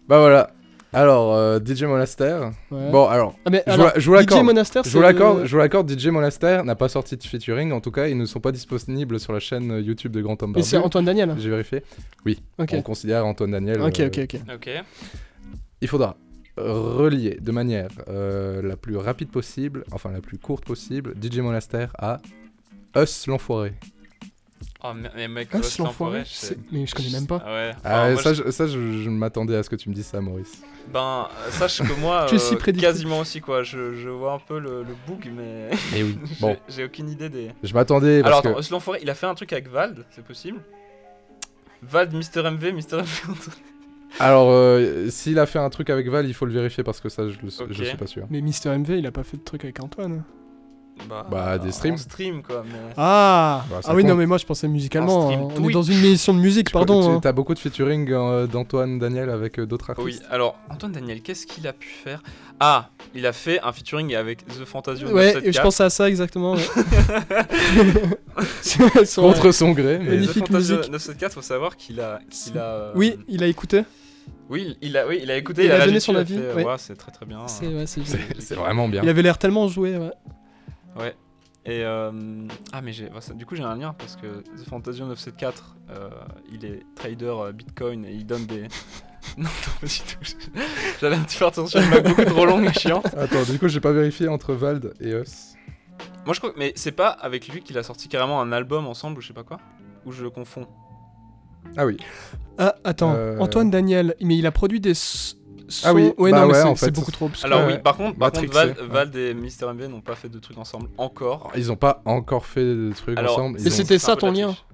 [SPEAKER 3] Bah voilà. Alors, euh, DJ Monastère.
[SPEAKER 4] Ouais.
[SPEAKER 3] Bon, alors,
[SPEAKER 4] Ah, mais
[SPEAKER 3] je
[SPEAKER 4] alors,
[SPEAKER 3] vous- je vous l'accorde.
[SPEAKER 4] DJ Monastère
[SPEAKER 3] je
[SPEAKER 4] c'est
[SPEAKER 3] vous l'accorde,
[SPEAKER 4] le-
[SPEAKER 3] je vous l'accorde, DJ Monastère n'a pas sorti de featuring. En tout cas, ils ne sont pas disponibles sur la chaîne euh, YouTube de Grand Homme
[SPEAKER 4] Mais c'est
[SPEAKER 3] Barbu.
[SPEAKER 4] Antoine Daniel
[SPEAKER 3] J'ai vérifié.
[SPEAKER 4] Ok.
[SPEAKER 3] On considère Antoine Daniel.
[SPEAKER 4] Ok,
[SPEAKER 3] euh,
[SPEAKER 4] ok, ok.
[SPEAKER 5] Ok.
[SPEAKER 3] Il faudra relier de manière euh, la plus rapide possible, enfin la plus courte possible, DJ Monastère à Us l'enfoiré.
[SPEAKER 5] Oh mais, mais mec,
[SPEAKER 4] Ah,
[SPEAKER 5] Lost
[SPEAKER 4] c'est l'enfoiré.
[SPEAKER 5] l'enfoiré, je sais-
[SPEAKER 4] c'est- Mais je connais même pas.
[SPEAKER 5] Ah ouais.
[SPEAKER 3] Ah,
[SPEAKER 5] Enfin, moi,
[SPEAKER 3] ça,
[SPEAKER 5] je-
[SPEAKER 3] je, ça, je- je m'attendais à ce que tu me dises ça, Maurice.
[SPEAKER 5] Ben, euh, sache que moi, [LAUGHS]
[SPEAKER 4] Tu es si
[SPEAKER 5] euh,
[SPEAKER 4] prédictif.
[SPEAKER 5] quasiment aussi quoi. Je, je vois un peu le, le bug, mais
[SPEAKER 3] Et oui.
[SPEAKER 5] j'ai-
[SPEAKER 3] Bon,
[SPEAKER 5] [LAUGHS] j'ai aucune idée des.
[SPEAKER 3] je m'attendais parce
[SPEAKER 5] Eh Alors
[SPEAKER 3] que
[SPEAKER 5] attends, Oslan Forêt, il a fait un truc avec Vald, c'est possible Vald, Mister MV, Mister [LAUGHS] MV. Antoine-
[SPEAKER 3] Alors, euh, s'il a fait un truc avec Val, il faut le vérifier parce que ça, je, le-
[SPEAKER 5] Ok.
[SPEAKER 3] je suis pas sûr.
[SPEAKER 4] Mais Mister MV, il a pas fait de truc avec Antoine.
[SPEAKER 3] Bah, des
[SPEAKER 5] en
[SPEAKER 3] streams.
[SPEAKER 5] stream quoi, mais.
[SPEAKER 4] Ah
[SPEAKER 3] Bah, ça
[SPEAKER 4] Ah oui, non,
[SPEAKER 3] compte.
[SPEAKER 4] mais moi je pensais musicalement.
[SPEAKER 5] Un stream
[SPEAKER 4] hein. On est
[SPEAKER 5] Twitch.
[SPEAKER 4] dans une émission de musique,
[SPEAKER 3] Tu-
[SPEAKER 4] pardon. hein.
[SPEAKER 3] T'as beaucoup de featuring euh, d'Antoine Daniel avec euh, d'autres artistes.
[SPEAKER 5] Ah Oui, alors Antoine Daniel, qu'est-ce qu'il a pu faire Ah, il a fait un featuring avec The Fantasio
[SPEAKER 4] Ouais,
[SPEAKER 5] 974.
[SPEAKER 4] je pensais à ça exactement. ouais. Sur- [LAUGHS] sur-
[SPEAKER 3] Contre son gré, mais
[SPEAKER 5] Et The
[SPEAKER 4] Magnifique
[SPEAKER 5] Fantasio
[SPEAKER 4] musique.
[SPEAKER 5] 974, faut savoir qu'il a, qu'il a. euh,
[SPEAKER 4] Oui, il a écouté.
[SPEAKER 5] Oui, il a, oui, il a écouté,
[SPEAKER 4] Il
[SPEAKER 5] il,
[SPEAKER 4] a donné
[SPEAKER 5] réagi,
[SPEAKER 4] son
[SPEAKER 5] il a
[SPEAKER 4] avis,
[SPEAKER 5] fait,
[SPEAKER 4] ouais.
[SPEAKER 5] Ouah, Ah. c'est très très bien.
[SPEAKER 4] C'est ouais, c'est-
[SPEAKER 3] c'est c'est vraiment bien.
[SPEAKER 4] Il avait l'air tellement joué. Ouais.
[SPEAKER 5] Ouais. Et euh, ah mais j'ai bah, ça- du coup j'ai un lien parce que The Fantasio 974 euh, il est trader euh, Bitcoin et il donne des [LAUGHS] non non pas du tout [LAUGHS] j'allais un petit peu attention une blague beaucoup trop longue et chiante
[SPEAKER 3] Attends, du coup, j'ai pas vérifié entre Vald et Us.
[SPEAKER 5] moi je crois que mais c'est pas avec lui qu'il a sorti carrément un album ensemble ou je sais pas quoi ou je le confonds
[SPEAKER 3] Ah oui.
[SPEAKER 4] Ah, attends,
[SPEAKER 3] Euh,
[SPEAKER 4] Antoine Daniel, mais il a produit des s- sons.
[SPEAKER 3] Ah oui,
[SPEAKER 4] ouais,
[SPEAKER 3] bah
[SPEAKER 4] non, mais
[SPEAKER 3] ouais,
[SPEAKER 4] c'est-
[SPEAKER 3] en
[SPEAKER 4] c'est
[SPEAKER 3] fait.
[SPEAKER 4] beaucoup trop obscur.
[SPEAKER 5] alors
[SPEAKER 3] Ouais.
[SPEAKER 5] oui par contre par contre
[SPEAKER 3] Matrixé,
[SPEAKER 5] Val,
[SPEAKER 3] ouais.
[SPEAKER 5] Vald et Mister MV n'ont pas fait de trucs ensemble encore
[SPEAKER 3] Ils ont pas encore fait de trucs
[SPEAKER 5] Alors,
[SPEAKER 3] ensemble. ils
[SPEAKER 4] Mais
[SPEAKER 3] ont-
[SPEAKER 4] c'était
[SPEAKER 5] C'est
[SPEAKER 4] ça
[SPEAKER 5] un peu
[SPEAKER 4] ton
[SPEAKER 5] la
[SPEAKER 4] lien
[SPEAKER 5] triche.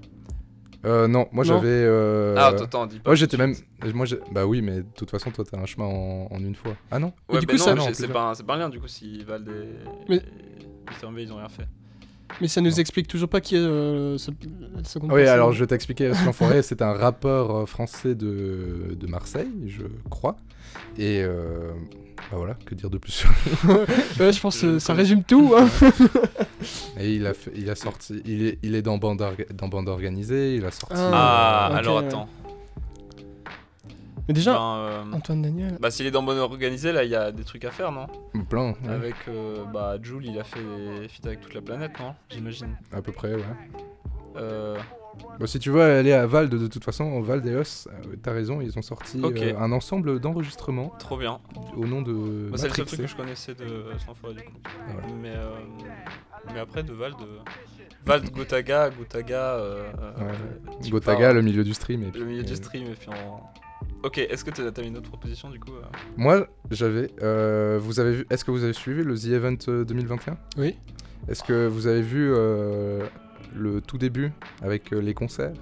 [SPEAKER 3] Euh, non, moi
[SPEAKER 4] Non.
[SPEAKER 3] j'avais. euh,
[SPEAKER 5] ah attends, attends dis pas
[SPEAKER 3] Moi j'étais même. Moi, j'ai- bah oui, mais de toute façon, toi t'as un chemin en, en une fois. Ah non
[SPEAKER 5] ouais,
[SPEAKER 4] du
[SPEAKER 5] bah
[SPEAKER 4] coup,
[SPEAKER 5] non,
[SPEAKER 4] ça-
[SPEAKER 5] mais
[SPEAKER 3] non,
[SPEAKER 5] j'ai-
[SPEAKER 3] plus
[SPEAKER 5] c'est
[SPEAKER 3] ça.
[SPEAKER 5] pas un- c'est pas un lien du coup si Val et,
[SPEAKER 4] Mais-
[SPEAKER 5] et Mister MV ils ont rien fait
[SPEAKER 4] Mais ça nous explique toujours pas qui est euh, ce- la seconde
[SPEAKER 3] Oui,
[SPEAKER 4] personne.
[SPEAKER 3] alors je vais t'expliquer. Aslan Forêt, c'est un rappeur euh, français de, de Marseille, je crois. Et euh, bah voilà, que dire de plus sur
[SPEAKER 4] Ouais, je pense que
[SPEAKER 5] Je-
[SPEAKER 4] ça résume tout.
[SPEAKER 5] [LAUGHS]
[SPEAKER 4] hein.
[SPEAKER 3] Et il a, fait- il a sorti, il est, il est dans bande, orga- dans bande organisée, il a sorti.
[SPEAKER 4] Ah.
[SPEAKER 5] ah
[SPEAKER 4] ok,
[SPEAKER 5] alors
[SPEAKER 4] ouais.
[SPEAKER 5] attends
[SPEAKER 4] Mais Mais déjà,
[SPEAKER 5] Ben, euh,
[SPEAKER 4] Antoine Daniel.
[SPEAKER 5] bah, s'il est dans Bonne Organisée, là, il y a des trucs à faire, non
[SPEAKER 3] Plein, ouais,
[SPEAKER 5] Avec euh, bah, Jules, il a fait des feats avec toute la planète, non J'imagine.
[SPEAKER 3] à peu près, ouais.
[SPEAKER 5] Euh,
[SPEAKER 3] Bon, si tu veux aller à Valde, de toute façon, Valde et Os, euh, t'as raison, ils ont sorti
[SPEAKER 5] Ok.
[SPEAKER 3] euh, un ensemble d'enregistrements
[SPEAKER 5] trop bien.
[SPEAKER 3] au nom de.
[SPEAKER 5] Moi, c'est le seul
[SPEAKER 3] Matrixé. Ah
[SPEAKER 5] truc que je connaissais de Sans Forêt, du coup.
[SPEAKER 3] Voilà.
[SPEAKER 5] Mais, euh, mais après, de Vald. euh, Vald, Gotaga, Gotaga. euh,
[SPEAKER 3] Ouais.
[SPEAKER 5] euh, tu
[SPEAKER 3] Gotaga,
[SPEAKER 5] parles-
[SPEAKER 3] le milieu du stream. Et puis,
[SPEAKER 5] le milieu
[SPEAKER 3] euh,
[SPEAKER 5] du stream, et puis on. Ok, est-ce que t'as t'as une autre proposition du coup euh
[SPEAKER 3] Moi, j'avais. euh, vous avez vu Est-ce que vous avez suivi le The Event euh, 2021
[SPEAKER 4] Oui.
[SPEAKER 3] Est-ce que vous avez vu euh, le tout début avec euh, les concerts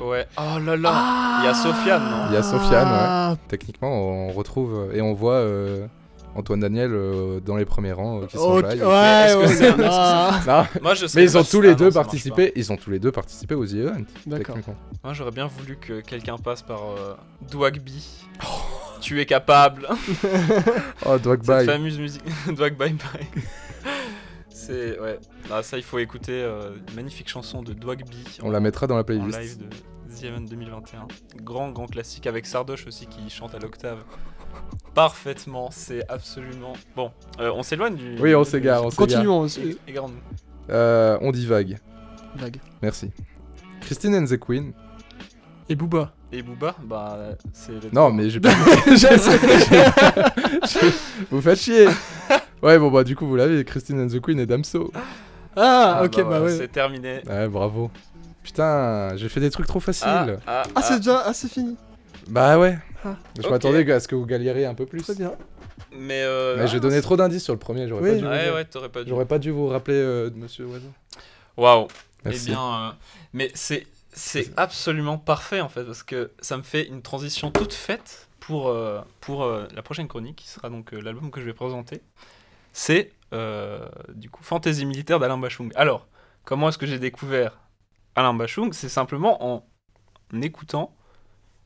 [SPEAKER 5] Ouais. Oh là là Il y
[SPEAKER 4] Ah
[SPEAKER 5] a Sofiane, non
[SPEAKER 3] Il y a Sofiane, ouais. Techniquement, on retrouve euh, et on voit euh, Antoine Daniel euh, dans les premiers rangs euh, qui sont
[SPEAKER 4] Ok,
[SPEAKER 3] là.
[SPEAKER 4] Ouais,
[SPEAKER 3] il-
[SPEAKER 5] est-ce que
[SPEAKER 4] ouais,
[SPEAKER 5] c'est un-
[SPEAKER 4] ouais.
[SPEAKER 3] Non,
[SPEAKER 5] Moi, je sais
[SPEAKER 3] Mais ils
[SPEAKER 5] pas
[SPEAKER 3] ont
[SPEAKER 5] si-
[SPEAKER 3] tous
[SPEAKER 5] ah
[SPEAKER 3] les
[SPEAKER 5] non,
[SPEAKER 3] deux
[SPEAKER 5] ça marche
[SPEAKER 3] participé. Ils ont tous les deux participé au The Event.
[SPEAKER 4] Ah, D'accord.
[SPEAKER 3] techniquement.
[SPEAKER 5] pas. Moi, j'aurais bien voulu que quelqu'un passe par euh, Dwagby. [LAUGHS] Tu es capable. [LAUGHS]
[SPEAKER 3] Oh, Dwag
[SPEAKER 5] Cette
[SPEAKER 3] Bye.
[SPEAKER 5] fameuse musique. [LAUGHS] Dwag Bye Bye. C'est. Ouais. Ah, ça, il faut écouter. euh, une magnifique chanson de Dwagby.
[SPEAKER 3] On la mettra dans la
[SPEAKER 5] en
[SPEAKER 3] playlist.
[SPEAKER 5] live de The Event 2021. Grand, grand classique avec Sardoche aussi qui chante à l'octave. Parfaitement, c'est absolument. Bon, euh, on s'éloigne du.
[SPEAKER 3] Oui, on s'égare, on s'égare.
[SPEAKER 4] Continuons.
[SPEAKER 5] Et-
[SPEAKER 4] euh,
[SPEAKER 5] Égarons-nous.
[SPEAKER 3] Euh, on divague.
[SPEAKER 4] Vague.
[SPEAKER 3] Merci. Christine and the Queen.
[SPEAKER 4] Et
[SPEAKER 5] [LAUGHS]
[SPEAKER 4] Booba.
[SPEAKER 5] Et Booba, bah, c'est. le-
[SPEAKER 3] Non, mais j'ai pas. J'ai- j'ai- Vous faites chier. Ouais, bon, bah, du coup, vous l'avez, Christine and the Queen et Damso.
[SPEAKER 4] Ah,
[SPEAKER 5] Ah,
[SPEAKER 4] ok, bah,
[SPEAKER 5] voilà,
[SPEAKER 4] ouais.
[SPEAKER 5] C'est terminé.
[SPEAKER 3] Ouais, bravo. Putain, j'ai fait des trucs trop faciles.
[SPEAKER 5] Ah, ah,
[SPEAKER 4] Ah, c'est
[SPEAKER 5] ah.
[SPEAKER 4] déjà. Ah, c'est fini.
[SPEAKER 3] Bah ouais.
[SPEAKER 4] Ah.
[SPEAKER 3] Je
[SPEAKER 5] Ok.
[SPEAKER 3] m'attendais à ce que vous galériez un peu plus.
[SPEAKER 4] Très bien.
[SPEAKER 5] Mais. euh,
[SPEAKER 3] Mais j'ai
[SPEAKER 5] ah,
[SPEAKER 3] donné trop d'indices sur le premier, j'aurais
[SPEAKER 4] Oui.
[SPEAKER 3] pas dû. vous
[SPEAKER 5] Ouais,
[SPEAKER 3] dire.
[SPEAKER 5] ouais, t'aurais pas dû.
[SPEAKER 3] J'aurais pas dû vous rappeler euh, de Monsieur Oiseau.
[SPEAKER 5] Waouh. Eh
[SPEAKER 3] Merci.
[SPEAKER 5] bien, euh, mais c'est c'est absolument parfait en fait parce que ça me fait une transition toute faite pour euh, pour euh, la prochaine chronique qui sera donc euh, l'album que je vais présenter. C'est euh, du coup Fantaisie militaire d'Alain Bachung. Alors, comment est-ce que j'ai découvert Alain Bachung C'est simplement en, en écoutant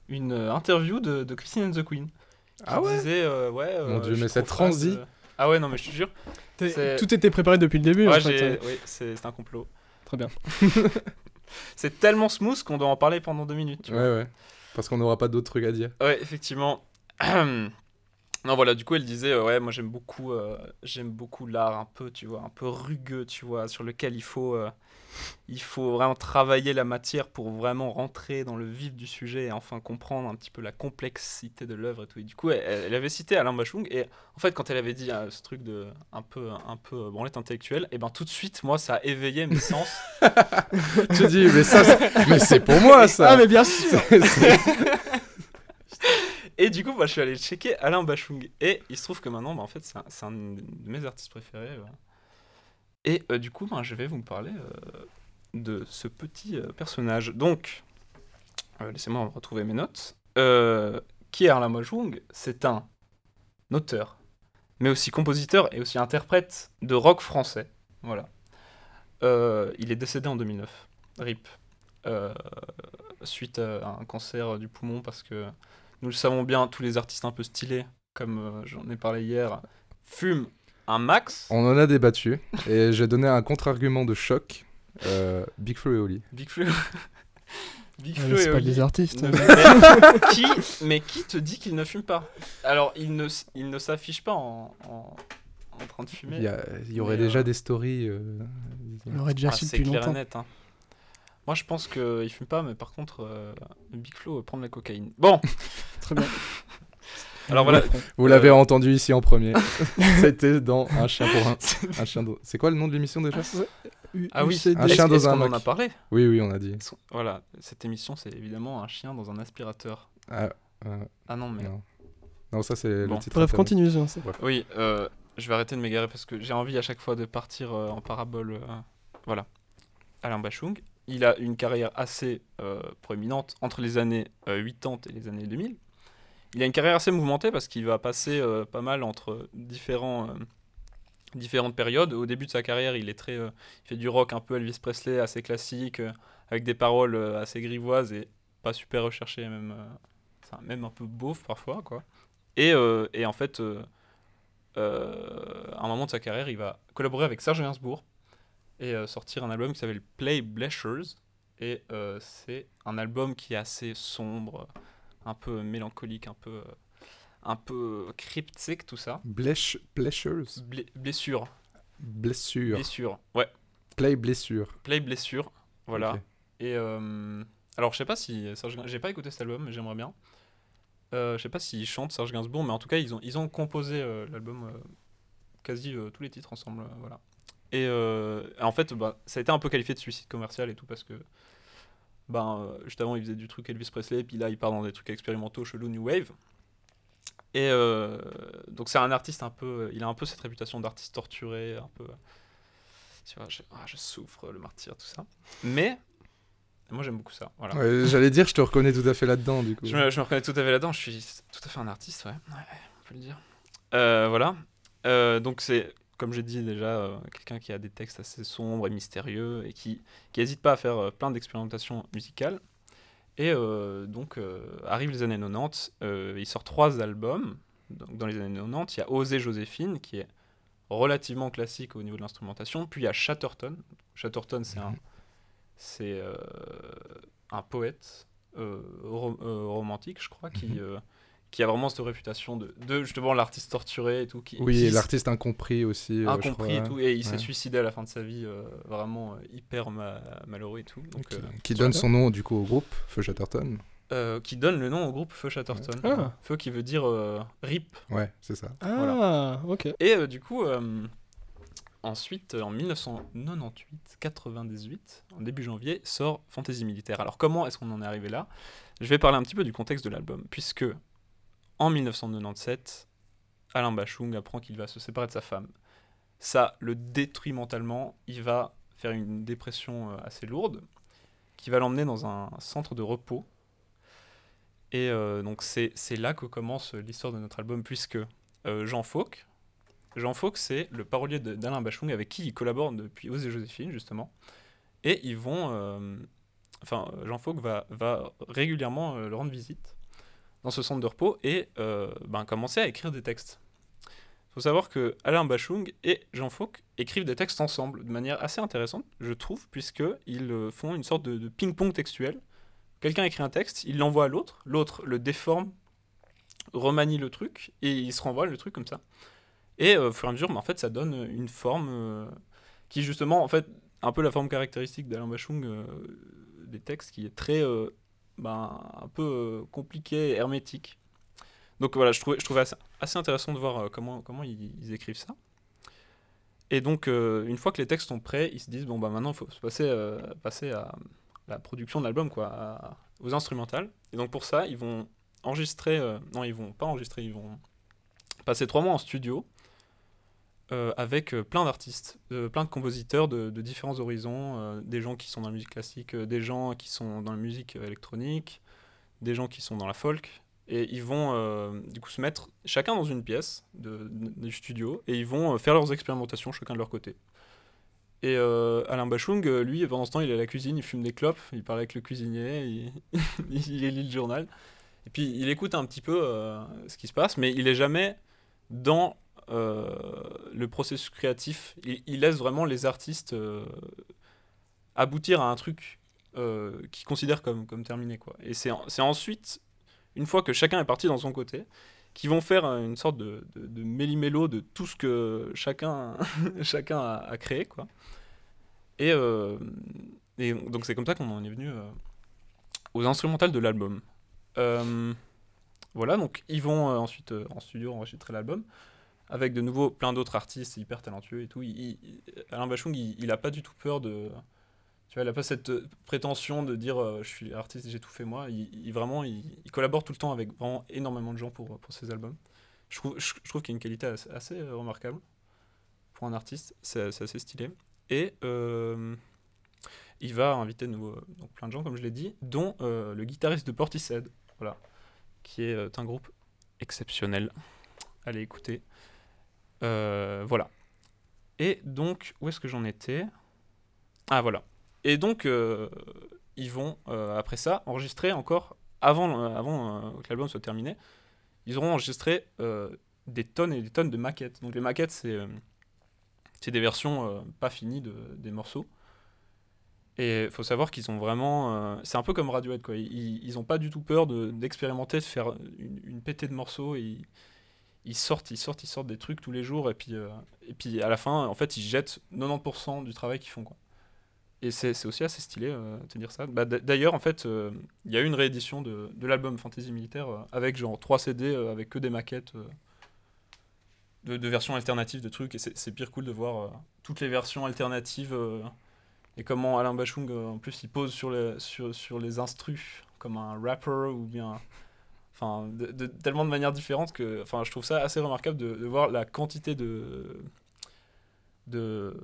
[SPEAKER 5] une euh, interview de, de Christine and the Queen. qui
[SPEAKER 3] Ah ouais
[SPEAKER 5] disait, euh, ouais euh,
[SPEAKER 3] Mon Dieu,
[SPEAKER 5] je suis
[SPEAKER 3] mais cette
[SPEAKER 5] trop fan
[SPEAKER 3] transi.
[SPEAKER 5] de- Ah ouais, non, mais je te jure.
[SPEAKER 4] T'es-
[SPEAKER 5] C'est-
[SPEAKER 4] Tout était préparé depuis le début.
[SPEAKER 5] Ouais,
[SPEAKER 4] en fait.
[SPEAKER 5] j'ai-
[SPEAKER 4] euh,
[SPEAKER 5] oui, c'est c'est un complot.
[SPEAKER 4] Très bien.
[SPEAKER 5] C'est tellement smooth qu'on doit en parler pendant deux minutes. tu
[SPEAKER 3] Ouais, ouais. Parce qu'on n'aura pas d'autres trucs à dire.
[SPEAKER 5] Ouais, effectivement. [CLEARS THROAT] non, voilà, du coup, elle disait, euh, ouais, moi j'aime beaucoup, euh, j'aime beaucoup l'art un peu, tu vois, un peu rugueux, tu vois, sur lequel il faut, euh, il faut vraiment travailler la matière pour vraiment rentrer dans le vif du sujet et enfin comprendre un petit peu la complexité de l'œuvre et tout. Et du coup, elle, elle avait cité Alain Bachung et en fait, quand elle avait dit euh, ce truc de un peu, un peu euh, branlette intellectuelle, et ben tout de suite, moi, ça a éveillé mes [LAUGHS] sens.
[SPEAKER 3] Tu dis, mais ça, c'est- [LAUGHS] mais c'est pour moi, ça. [LAUGHS]
[SPEAKER 4] Ah, mais bien sûr.
[SPEAKER 5] Et du coup, bah, je suis allé checker Alain Bachung. Et il se trouve que maintenant, bah, en fait, c'est un, c'est un de mes artistes préférés. voilà. Et euh, du coup, bah, je vais vous parler euh, de ce petit euh, personnage. Donc, euh, laissez-moi retrouver mes notes. Euh, qui est Alain Bachung C'est un auteur, mais aussi compositeur et aussi interprète de rock français. Voilà. Euh, il est décédé en 2009. RIP. Euh, suite à un cancer du poumon parce que nous le savons bien, tous les artistes un peu stylés, comme euh, j'en ai parlé hier, fument un max.
[SPEAKER 3] On en a débattu et j'ai donné un contre-argument de choc. Euh, Big Flo et Oli.
[SPEAKER 5] Big Flo. [LAUGHS] Big
[SPEAKER 4] Ah,
[SPEAKER 5] Flo
[SPEAKER 4] mais
[SPEAKER 5] et Ah,
[SPEAKER 4] C'est pas
[SPEAKER 5] Oli
[SPEAKER 4] des artistes.
[SPEAKER 3] hein.
[SPEAKER 5] ne- [LAUGHS] mais, qui, mais qui te dit qu'il ne fume pas Alors, il ne, s- il ne s'affiche pas en, en, en train de fumer.
[SPEAKER 3] Il y, a- il y aurait
[SPEAKER 5] mais,
[SPEAKER 3] déjà
[SPEAKER 5] euh,
[SPEAKER 3] des stories. euh,
[SPEAKER 4] On l'aurait déjà
[SPEAKER 5] Ah,
[SPEAKER 4] su
[SPEAKER 5] c'est
[SPEAKER 4] depuis
[SPEAKER 5] clair et
[SPEAKER 4] longtemps.
[SPEAKER 5] net. hein. Moi, je pense qu'il fume pas, mais par contre, euh, Big Flo euh, prend de la cocaïne. Bon,
[SPEAKER 4] [LAUGHS] Très bien.
[SPEAKER 5] [LAUGHS] alors voilà,
[SPEAKER 3] Vous l'avez entendu ici en
[SPEAKER 5] [LAUGHS]
[SPEAKER 3] premier. [LAUGHS] C'était dans Un chien pour un. un chien dans- C'est quoi le nom de l'émission déjà
[SPEAKER 5] ah oui,
[SPEAKER 4] UCD.
[SPEAKER 3] Un chien
[SPEAKER 5] est-ce-
[SPEAKER 3] dans
[SPEAKER 5] est-ce
[SPEAKER 3] un
[SPEAKER 5] qu'on en
[SPEAKER 3] hamac.
[SPEAKER 5] a parlé.
[SPEAKER 3] Oui, oui, on a dit.
[SPEAKER 5] Est-ce- Voilà, cette émission, c'est évidemment un chien dans un aspirateur.
[SPEAKER 3] Ah, euh,
[SPEAKER 5] Ah non, mais.
[SPEAKER 3] non. Non, ça c'est
[SPEAKER 5] Bon.
[SPEAKER 3] le titre.
[SPEAKER 4] Bref,
[SPEAKER 3] interne.
[SPEAKER 4] continue. ça, c'est-
[SPEAKER 5] Oui, euh, je vais arrêter de m'égarer parce que j'ai envie à chaque fois de partir euh, en parabole. euh, voilà. Alain Bachung, il a une carrière assez euh, proéminente entre les années euh, 80 et les années 2000. Il a une carrière assez mouvementée parce qu'il va passer euh, pas mal entre différents, euh, différentes périodes. Au début de sa carrière, il est très, euh, il fait du rock un peu Elvis Presley, assez classique, euh, avec des paroles euh, assez grivoises et pas super recherchées, même, euh, enfin, même un peu beauf parfois. Quoi. Et, euh, et en fait, euh, euh, à un moment de sa carrière, il va collaborer avec Serge Gainsbourg et euh, sortir un album qui s'appelle Play Blessures. Et euh, c'est un album qui est assez sombre, un peu mélancolique, un peu, euh, un peu cryptique, tout ça.
[SPEAKER 3] Blech, blessures.
[SPEAKER 5] Blé- blessure,
[SPEAKER 3] Blessure.
[SPEAKER 5] blessure, ouais,
[SPEAKER 3] Play blessure.
[SPEAKER 5] play blessure, voilà.
[SPEAKER 3] Ok.
[SPEAKER 5] Et euh, alors, je sais pas si Serge Gainsbourg, j'ai pas écouté cet album, mais j'aimerais bien. Euh, je sais pas s'il chante Serge Gainsbourg, mais en tout cas, ils ont, ils ont composé euh, l'album euh, quasi euh, tous les titres ensemble, euh, voilà. Et euh, en fait, bah, ça a été un peu qualifié de suicide commercial et tout parce que, ben, euh, juste avant, il faisait du truc Elvis Presley, et puis là, il part dans des trucs expérimentaux, chelou, new wave. Et euh, donc, c'est un artiste un peu, il a un peu cette réputation d'artiste torturé, un peu, tu vois, je, ah, je souffre, le martyr, tout ça. Mais moi, j'aime beaucoup ça, voilà.
[SPEAKER 3] Ouais, J'allais dire, je te reconnais tout à fait là-dedans, du coup.
[SPEAKER 5] Je me, je me reconnais tout à fait là-dedans, je suis tout à fait un artiste, ouais, Ouais, on peut le dire. Euh, voilà. Euh, donc c'est, comme j'ai dit déjà, euh, quelqu'un qui a des textes assez sombres et mystérieux et qui qui n'hésite pas à faire euh, plein d'expérimentations musicales. Et euh, donc euh, arrivent les années 90, euh, il sort trois albums. Donc, dans les années 90, il y a Oser Joséphine, qui est relativement classique au niveau de l'instrumentation. Puis il y a Chatterton. Chatterton, c'est un, c'est, euh, un poète euh, ro- euh, romantique, je crois,
[SPEAKER 3] Mhm.
[SPEAKER 5] qui, euh, qui a vraiment cette réputation de, de justement l'artiste torturé et tout. Qui,
[SPEAKER 3] Oui,
[SPEAKER 5] qui
[SPEAKER 3] et
[SPEAKER 5] s-
[SPEAKER 3] l'artiste incompris aussi. euh, je
[SPEAKER 5] incompris et
[SPEAKER 3] crois.
[SPEAKER 5] tout. Et il s'est
[SPEAKER 3] Ouais.
[SPEAKER 5] suicidé à la fin de sa vie, euh, vraiment euh, hyper ma- malheureux et tout. Donc,
[SPEAKER 3] Qui,
[SPEAKER 5] euh,
[SPEAKER 3] qui donne son nom, du coup, au groupe, Feu Chatterton.
[SPEAKER 5] euh, qui donne le nom au groupe Feu Chatterton.
[SPEAKER 4] Ah.
[SPEAKER 5] Feu qui veut dire euh, RIP.
[SPEAKER 3] Ouais, c'est ça.
[SPEAKER 4] Ah, ok.
[SPEAKER 5] Et euh, du coup, euh, ensuite, euh, en 1998-98, en début janvier, sort Fantaisie militaire. Alors comment est-ce qu'on en est arrivé là Je vais parler un petit peu du contexte de l'album, puisque en 1997, Alain Bachung apprend qu'il va se séparer de sa femme. Ça le détruit mentalement, il va faire une dépression euh, assez lourde, qui va l'emmener dans un centre de repos. Et euh, donc c'est c'est là que commence euh, l'histoire de notre album, puisque euh, Jean Fauque, Jean Fauque, c'est le parolier de- d'Alain Bachung avec qui il collabore depuis Ose et Joséphine, justement. Et ils vont. euh, Enfin, euh, Jean Fauque va, va régulièrement euh, leur rendre visite dans ce centre de repos et euh, ben, commencer à écrire des textes. Il faut savoir que Alain Bachung et Jean Fauque écrivent des textes ensemble de manière assez intéressante, je trouve, puisqu'ils euh, font une sorte de, de ping-pong textuel. Quelqu'un écrit un texte, il l'envoie à l'autre, l'autre le déforme, remanie le truc et il se renvoie le truc comme ça. Et euh, au fur et à mesure, bah, en fait, ça donne une forme euh, qui, justement, en fait, un peu la forme caractéristique d'Alain Bachung euh, des textes, qui est très, euh, ben, un peu euh, compliqué, hermétique. Donc voilà, je trouvais, je trouvais assez, assez intéressant de voir euh, comment, comment ils, ils écrivent ça. Et donc, euh, une fois que les textes sont prêts, ils se disent, bon, bah maintenant, il faut se passer, euh, passer à la production de l'album, quoi, à- aux instrumentales. Et donc, pour ça, ils vont enregistrer, euh, non, ils vont pas enregistrer, ils vont passer trois mois en studio euh, avec euh, plein d'artistes, euh, plein de compositeurs de, de différents horizons, euh, des gens qui sont dans la musique classique, euh, des gens qui sont dans la musique euh, électronique, des gens qui sont dans la folk. Et ils vont euh, du coup se mettre chacun dans une pièce de- de- du studio et ils vont euh, faire leurs expérimentations chacun de leur côté. Et euh, Alain Bachung, euh, lui, pendant ce temps, il est à la cuisine, il fume des clopes, il parle avec le cuisinier, il, [LAUGHS] il lit le journal. Et puis il écoute un petit peu euh, ce qui se passe, mais il est jamais dans euh, le processus créatif. Il, il laisse vraiment les artistes euh, aboutir à un truc euh, qu'ils considèrent comme, comme terminé. Quoi. Et c'est en- c'est ensuite, une fois que chacun est parti dans son côté, qu'ils vont faire euh, une sorte de, de, de méli-mélo de tout ce que chacun, [LAUGHS] chacun a, a créé. Quoi. Et, euh, et donc c'est comme ça qu'on en est venu euh, aux instrumentales de l'album. Euh, voilà, donc ils vont euh, ensuite euh, en studio enregistrer l'album avec de nouveau plein d'autres artistes hyper talentueux et tout. Il- il- il- Alain Bachung, il, il a pas du tout peur de. Tu vois, il a pas cette euh, prétention de dire euh, je suis artiste, j'ai tout fait moi. Il, il- vraiment, il, il collabore tout le temps avec vraiment énormément de gens pour, euh, pour ses albums. Je trouve, je, je trouve qu'il y a une qualité assez, assez, euh, remarquable pour un artiste. C'est c'est assez stylé. Et euh, il va inviter de nouveau euh, donc plein de gens, comme je l'ai dit, dont euh, le guitariste de Portishead, voilà, qui est euh, un groupe exceptionnel. Allez écouter. Euh, voilà. Et donc, où est-ce que j'en étais Ah, voilà. Et donc, euh, ils vont, euh, après ça, enregistrer encore, avant, euh, avant euh, que l'album soit terminé, ils auront enregistré euh, des tonnes et des tonnes de maquettes. Donc, les maquettes, c'est euh, c'est des versions euh, pas finies de, des morceaux. Et faut savoir qu'ils ont vraiment. euh, c'est un peu comme Radiohead, quoi. Ils, ils ont pas du tout peur de- d'expérimenter, de, faire une, une pétée de morceaux. Et ils, ils sortent, ils sortent, ils sortent des trucs tous les jours. Et puis, euh, et puis à la fin, en fait, ils jettent 90% du travail qu'ils font, quoi. Et c'est c'est aussi assez stylé euh, te dire ça. Bah, d- D'ailleurs, en fait, euh, il y a eu une réédition de, de l'album Fantasy Militaire euh, avec genre 3 CD, euh, avec que des maquettes. euh, de, de versions alternatives de trucs et c'est c'est pire cool de voir euh, toutes les versions alternatives euh, et comment Alain Bachung euh, en plus il pose sur les, sur, sur les instrus comme un rapper ou bien enfin de, de- tellement de manières différentes que enfin je trouve ça assez remarquable de, de voir la quantité de de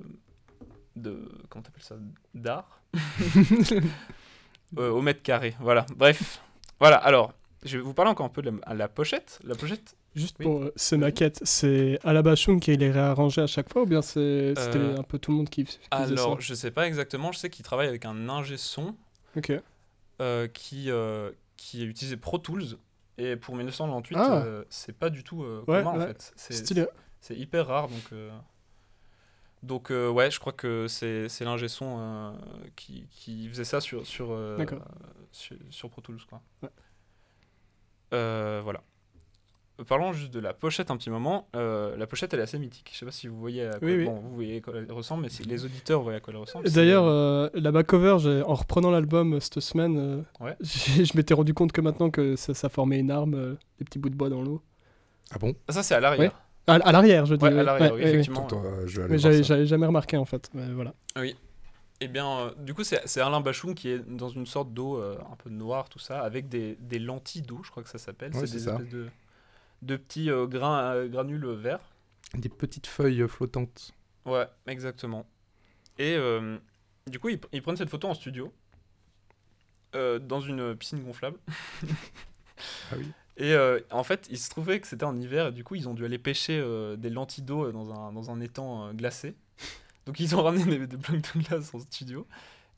[SPEAKER 5] de comment t'appelles ça
[SPEAKER 4] [LAUGHS]
[SPEAKER 5] d'art Euh, au mètre carré voilà bref voilà alors je vais vous parler encore un peu de la- la pochette la pochette
[SPEAKER 4] Juste
[SPEAKER 5] Oui.
[SPEAKER 4] pour euh, ces maquettes, c'est Alabashung qui les réarrangeait à chaque fois ou bien c'est- c'était
[SPEAKER 5] Euh,
[SPEAKER 4] un peu tout le monde qui f- qui faisait
[SPEAKER 5] Alors, je sais pas exactement. Je sais qu'il travaille avec un ingé son
[SPEAKER 4] ça Ok.
[SPEAKER 5] euh, qui, euh, qui a utilisé Pro Tools. Et pour 1998,
[SPEAKER 4] Ah.
[SPEAKER 5] euh, c'est pas du tout euh,
[SPEAKER 4] Ouais,
[SPEAKER 5] commun en
[SPEAKER 4] ouais.
[SPEAKER 5] fait. C'est-
[SPEAKER 4] Stylé.
[SPEAKER 5] C'est hyper rare. Donc, euh, donc euh, ouais, je crois que c'est c'est l'ingé son euh, qui, qui faisait ça sur, sur, euh,
[SPEAKER 4] D'accord.
[SPEAKER 5] sur, sur Pro Tools. Quoi.
[SPEAKER 4] Ouais.
[SPEAKER 5] Euh, voilà. Parlons juste de la pochette un petit moment. Euh, la pochette, elle est assez mythique. Je sais pas si vous voyez à quoi,
[SPEAKER 4] Oui, oui.
[SPEAKER 5] bon, vous voyez à quoi elle ressemble, mais si les auditeurs voient à quoi elle ressemble.
[SPEAKER 4] Et
[SPEAKER 5] c'est-
[SPEAKER 4] D'ailleurs, euh, la back cover, j'ai- en reprenant l'album euh, cette semaine, euh,
[SPEAKER 5] Ouais.
[SPEAKER 4] [LAUGHS] j'ai- je m'étais rendu compte que maintenant que ça, ça formait une arme, euh, les petits bouts de bois dans l'eau.
[SPEAKER 3] Ah bon
[SPEAKER 5] Ah, ça, c'est à l'arrière.
[SPEAKER 4] À, à l'arrière, je dis.
[SPEAKER 5] Ouais,
[SPEAKER 4] oui.
[SPEAKER 5] à l'arrière,
[SPEAKER 4] Ouais,
[SPEAKER 5] oui,
[SPEAKER 4] ouais, ouais.
[SPEAKER 5] effectivement.
[SPEAKER 3] Attends, euh, je vais aller
[SPEAKER 4] Mais
[SPEAKER 3] voir ça.
[SPEAKER 4] j'avais j'avais jamais remarqué en fait. Mais voilà.
[SPEAKER 5] Eh bien, euh, du coup, c'est c'est Alain Bachung qui est dans une sorte d'eau euh, un peu noire, tout ça, avec des, des lentilles d'eau, je crois que ça s'appelle.
[SPEAKER 3] Ouais,
[SPEAKER 5] c'est
[SPEAKER 3] c'est
[SPEAKER 5] des
[SPEAKER 3] ça.
[SPEAKER 5] espèces de, de petits euh, grains, euh, granules verts.
[SPEAKER 3] Des petites feuilles flottantes. [LAUGHS]
[SPEAKER 5] Ouais, exactement. Et euh, du coup, ils, pr- ils prennent cette photo en studio, euh, dans une piscine gonflable.
[SPEAKER 3] [LAUGHS] Ah oui.
[SPEAKER 5] Et euh, en fait, il se trouvait que c'était en hiver, et du coup, ils ont dû aller pêcher euh, des lentilles d'eau euh, dans un, dans un étang euh, glacé. Donc, ils ont ramené des, des blocs de glace en studio.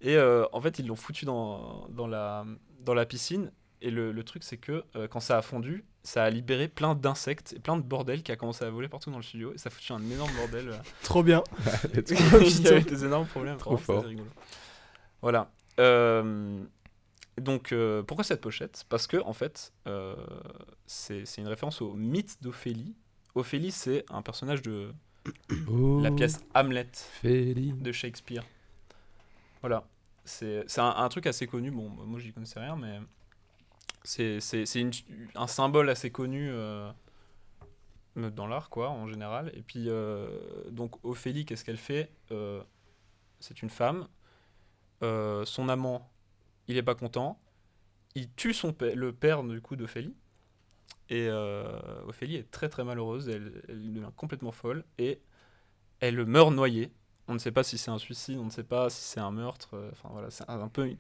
[SPEAKER 5] Et euh, en fait, ils l'ont foutu dans, dans, la, dans la piscine. Et le, le truc, c'est que euh, quand ça a fondu, ça a libéré plein d'insectes et plein de bordel qui a commencé à voler partout dans le studio. Et ça a foutu un énorme bordel. euh,
[SPEAKER 4] Trop bien.
[SPEAKER 3] Let's
[SPEAKER 5] [LAUGHS]
[SPEAKER 3] go. [LAUGHS]
[SPEAKER 5] il y avait des énormes problèmes.
[SPEAKER 3] Trop
[SPEAKER 5] vraiment, ça, c'est
[SPEAKER 3] fort.
[SPEAKER 5] rigolo. Voilà. Euh, donc, euh, pourquoi cette pochette Parce que, en fait, euh, c'est c'est une référence au mythe d'Ophélie. Ophélie, c'est un personnage de la
[SPEAKER 3] Oh,
[SPEAKER 5] pièce Hamlet
[SPEAKER 3] Féline.
[SPEAKER 5] de Shakespeare. Voilà. C'est c'est un, un truc assez connu. Bon, bah, moi, j'y connaissais rien, mais c'est- c'est c'est une- un symbole assez connu euh, dans l'art, quoi, en général. Et puis, euh, donc, Ophélie, qu'est-ce qu'elle fait Euh, C'est une femme. Euh, son amant, il est pas content. Il tue son pè- le père, du coup, d'Ophélie. Et euh, Ophélie est très très malheureuse, elle, elle devient complètement folle et elle meurt noyée. On ne sait pas si c'est un suicide, on ne sait pas si c'est un meurtre. euh, Enfin voilà, c'est un, un peu une,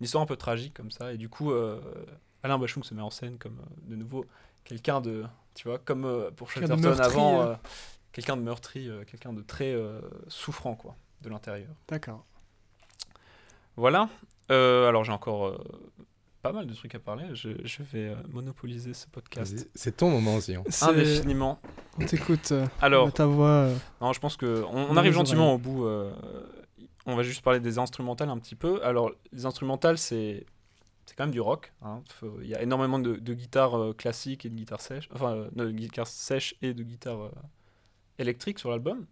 [SPEAKER 5] une histoire un peu tragique comme ça. Et du coup, euh, Alain Bachung se met en scène comme euh, de nouveau quelqu'un de, tu vois, comme euh, pour
[SPEAKER 4] Quelqu'un de
[SPEAKER 5] Chatterton
[SPEAKER 4] meurtri,
[SPEAKER 5] avant,
[SPEAKER 4] euh.
[SPEAKER 5] euh, quelqu'un de meurtri, euh, quelqu'un de très euh, souffrant quoi, de l'intérieur.
[SPEAKER 4] D'accord.
[SPEAKER 5] Voilà. Euh, alors j'ai encore euh, pas mal de trucs à parler. Je, je vais euh, monopoliser ce podcast
[SPEAKER 3] Vas-y, C'est ton moment, hein. Zion.
[SPEAKER 4] C'est- [LAUGHS]
[SPEAKER 5] indéfiniment.
[SPEAKER 4] On t'écoute. euh,
[SPEAKER 5] Alors,
[SPEAKER 4] on a ta voix. euh,
[SPEAKER 5] non, je pense que on, on
[SPEAKER 4] Dans
[SPEAKER 5] arrive
[SPEAKER 4] les
[SPEAKER 5] gentiment au bout. euh, on va juste parler des instrumentales un petit peu. Alors, les instrumentales, c'est c'est quand même du rock. hein. Faut- Il y a énormément de, de guitares euh, classiques et de guitares sèches, enfin euh, de guitares sèches et de guitares euh, électriques sur l'album.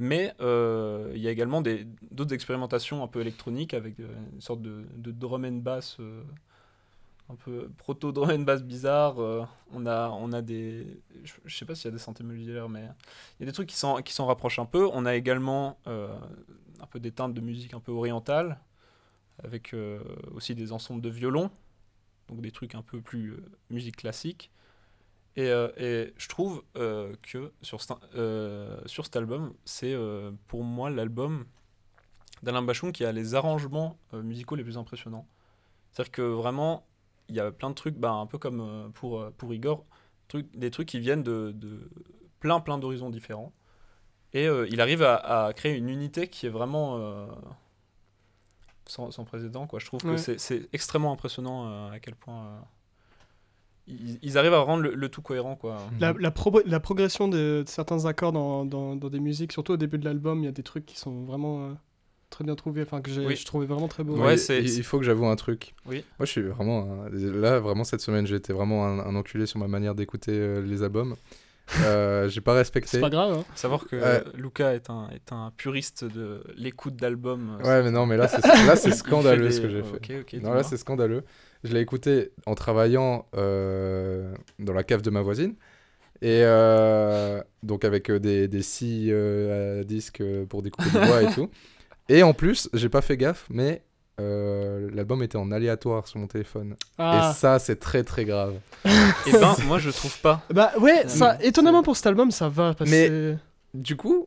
[SPEAKER 5] Mais euh, il y a également des- d'autres expérimentations un peu électroniques avec euh, une sorte de, de drum and bass, euh, un peu proto drum and bass bizarre. euh, on a on a des, je, je sais pas s'il y a des synthés modulaires, mais il y a des trucs qui s'en qui s'en rapprochent un peu. On a également euh, un peu des teintes de musique un peu orientale, avec euh, aussi des ensembles de violons, donc des trucs un peu plus euh, musique classique. Et, euh, et je trouve euh, que sur, cet- euh, sur cet album, c'est euh, pour moi l'album d'Alain Bachung qui a les arrangements euh, musicaux les plus impressionnants. C'est-à-dire que vraiment, il y a plein de trucs, bah, un peu comme euh, pour, euh, pour Igor, truc- des trucs qui viennent de- de, plein plein d'horizons différents. Et euh, il arrive à, à créer une unité qui est vraiment euh, sans, sans précédent. Quoi. Je trouve que
[SPEAKER 4] Ouais.
[SPEAKER 5] c'est- c'est extrêmement impressionnant euh, à quel point euh, ils, ils arrivent à rendre le, le tout cohérent. Quoi.
[SPEAKER 4] La, la pro- la progression de, de certains accords dans, dans- dans des musiques, surtout au début de l'album, il y a des trucs qui sont vraiment euh, très bien trouvé, enfin que j'ai
[SPEAKER 5] Oui.
[SPEAKER 4] je trouvais vraiment très beau.
[SPEAKER 5] Ouais,
[SPEAKER 3] Moi, il-
[SPEAKER 5] c'est-
[SPEAKER 3] il,
[SPEAKER 5] c'est-
[SPEAKER 3] il faut que j'avoue un truc.
[SPEAKER 5] Oui.
[SPEAKER 3] Moi, je suis vraiment. un- Là, vraiment, cette semaine, j'ai été vraiment un, un enculé sur ma manière d'écouter euh, les albums. Euh,
[SPEAKER 4] [LAUGHS]
[SPEAKER 3] j'ai pas respecté.
[SPEAKER 4] C'est pas grave. hein.
[SPEAKER 5] Savoir que
[SPEAKER 3] Ouais.
[SPEAKER 5] Luca est un, est un puriste de l'écoute d'albums.
[SPEAKER 3] Ouais, mais non, mais là, c'est là, c'est scandaleux
[SPEAKER 5] [LAUGHS] Il fait
[SPEAKER 3] ce que
[SPEAKER 5] des- euh,
[SPEAKER 3] j'ai fait.
[SPEAKER 5] Ok, ok.
[SPEAKER 3] Non, là, c'est scandaleux. Je l'ai écouté en travaillant euh, dans la cave de ma voisine. Et euh, donc, avec euh, des, des scies euh, à disque euh, pour découper le bois et tout. Et en plus, j'ai pas fait gaffe, mais euh, l'album était en aléatoire sur mon téléphone.
[SPEAKER 4] Ah.
[SPEAKER 3] Et ça, c'est très très grave.
[SPEAKER 5] Et
[SPEAKER 3] [LAUGHS]
[SPEAKER 5] ben, moi, je trouve pas.
[SPEAKER 4] Bah ouais,
[SPEAKER 5] Mm.
[SPEAKER 4] ça, étonnamment pour cet album, ça va. Parce
[SPEAKER 3] Mais-
[SPEAKER 4] que
[SPEAKER 3] Du coup,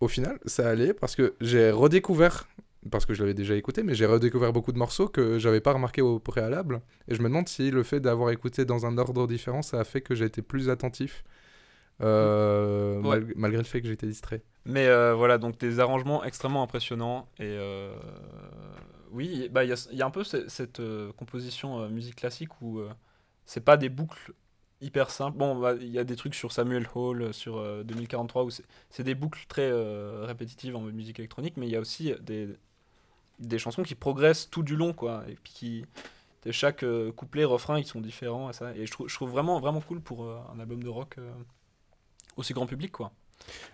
[SPEAKER 3] au final, ça allait parce que j'ai redécouvert, parce que je l'avais déjà écouté, mais j'ai redécouvert beaucoup de morceaux que j'avais pas remarqué au préalable. Et je me demande si le fait d'avoir écouté dans un ordre différent, ça a fait que j'ai été plus attentif. euh,
[SPEAKER 5] Ouais.
[SPEAKER 3] mal- malgré le fait que j'étais distrait.
[SPEAKER 5] Mais euh, voilà, donc des arrangements extrêmement impressionnants. Et euh, oui, bah, il y, a- il y a un peu ce- cette euh, composition euh, musique classique où euh, c'est pas des boucles hyper simples. Bon, bah, il y a des trucs sur Samuel Hall, euh, sur euh, 2043, où c'est c'est des boucles très euh, répétitives en musique électronique, mais il y a aussi des, des chansons qui progressent tout du long, quoi. Et puis qui. de Chaque euh, couplet, refrain, ils sont différents. Et, ça. et je, trouve, je trouve vraiment, vraiment cool pour euh, un album de rock euh, aussi grand public, quoi.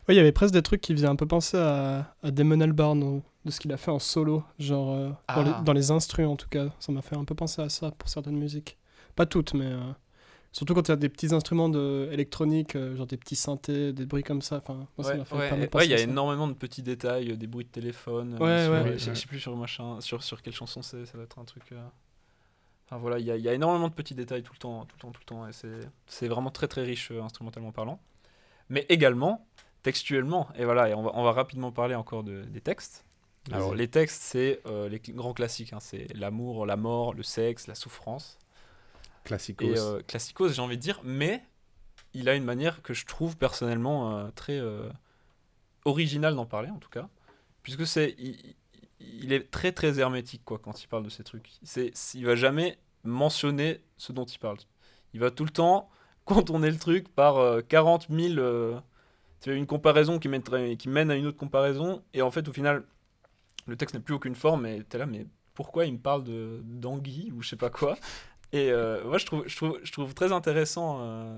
[SPEAKER 4] Ouais, il y avait presque des trucs qui faisaient un peu penser à, à Damon Albarn, euh, de ce qu'il a fait en solo, genre euh, dans,
[SPEAKER 5] Ah.
[SPEAKER 4] les, dans les instrus en tout cas. Ça m'a fait un peu penser à ça pour certaines musiques. Pas toutes, mais euh, surtout quand il y a des petits instruments de, électroniques, euh, genre des petits synthés, des bruits comme ça. Enfin, moi, ça
[SPEAKER 5] Ouais,
[SPEAKER 4] m'a fait
[SPEAKER 5] ouais,
[SPEAKER 4] pas mal
[SPEAKER 5] et-
[SPEAKER 4] penser
[SPEAKER 5] ouais, il y a
[SPEAKER 4] à ça.
[SPEAKER 5] énormément de petits détails, euh, des bruits de téléphone. euh,
[SPEAKER 4] Ouais,
[SPEAKER 5] sur-
[SPEAKER 4] ouais.
[SPEAKER 5] euh, Je sais- je sais plus sur machin, sur, sur quelle chanson c'est, ça doit être un truc. euh, Enfin voilà, il y, a- il y a énormément de petits détails tout le temps, tout le temps, tout le temps. Et c'est- c'est vraiment très très riche euh, instrumentalement parlant, mais également textuellement. Et voilà, et on va, on va rapidement parler encore de- des textes. Alors les textes, c'est euh, les cl- grands classiques, hein, c'est l'amour, la mort, le sexe, la souffrance
[SPEAKER 3] classicos.
[SPEAKER 5] et euh, classicos, j'ai envie de dire, mais il a une manière que je trouve personnellement euh, très euh, originale d'en parler, en tout cas, puisque c'est il, il- il est très très hermétique quoi quand il parle de ces trucs. C'est il va jamais mentionner ce dont il parle. Il va tout le temps contourner le truc par euh, 40 000 euh, tu vois, une comparaison qui, mènerait- qui mène à une autre comparaison et en fait au final le texte n'a plus aucune forme et t'es là mais pourquoi il me parle de d'anguille ou je sais pas quoi et euh, moi, je trouve, je, trouve, je trouve très intéressant euh,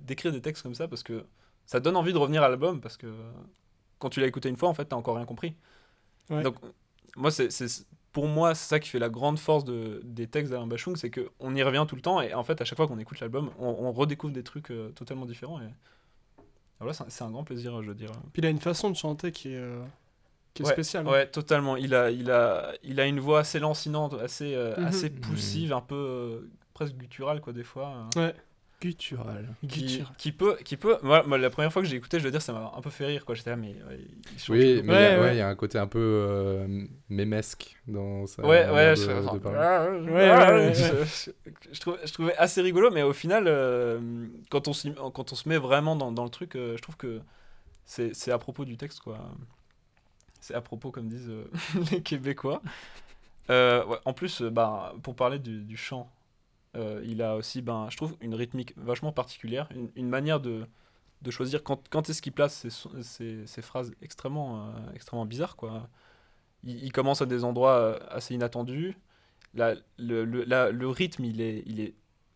[SPEAKER 5] d'écrire des textes comme ça parce que ça donne envie de revenir à l'album parce que quand tu l'as écouté une fois, en fait, t'as encore rien compris.
[SPEAKER 4] Ouais.
[SPEAKER 5] Donc, moi, c'est, c'est- pour moi, c'est ça qui fait la grande force de, des textes d'Alain Bachung, c'est qu'on y revient tout le temps et en fait, à chaque fois qu'on écoute l'album, on, on redécouvre des trucs euh, totalement différents. Et... ah, Voilà, c'est, un- c'est un grand plaisir, je veux dire.
[SPEAKER 4] Puis il a une façon de chanter qui est, euh, qui est spéciale.
[SPEAKER 5] Ouais, totalement. Il a, il a, il a une voix assez lancinante, assez, euh,
[SPEAKER 4] Mhm.
[SPEAKER 5] assez poussive, un peu euh, presque gutturale, quoi, des fois. euh
[SPEAKER 7] Cultural.
[SPEAKER 5] qui,
[SPEAKER 4] Guitar.
[SPEAKER 5] qui peut qui peut moi, moi, la première fois que j'ai écouté je veux dire ça m'a un peu fait rire quoi j'étais là mais ouais, il change
[SPEAKER 3] Oui,
[SPEAKER 5] tout.
[SPEAKER 3] mais il y a-
[SPEAKER 4] Ouais,
[SPEAKER 3] ouais, il
[SPEAKER 4] ouais.
[SPEAKER 3] y a un côté un peu euh, mémesque dans ça.
[SPEAKER 5] ouais ouais je,
[SPEAKER 3] de, de parler.
[SPEAKER 5] ouais,
[SPEAKER 4] ouais, ouais.
[SPEAKER 5] [LAUGHS] Je, je- je trouvais, je trouvais assez rigolo mais au final euh, quand on s'y- quand on se met vraiment dans, dans le truc euh, je trouve que c'est c'est à propos du texte quoi c'est à propos comme disent euh, [LAUGHS] les québécois Euh, ouais, en plus euh, bah, pour parler du, du chant euh, il a aussi ben je trouve une rythmique vachement particulière une, une manière de de choisir quand, quand est-ce qu'il place ces, so- ces- ces phrases extrêmement, euh, extrêmement bizarres. Quoi. Il, il commence à des endroits euh, assez inattendus. La- le, le- la- le rythme, il est, il est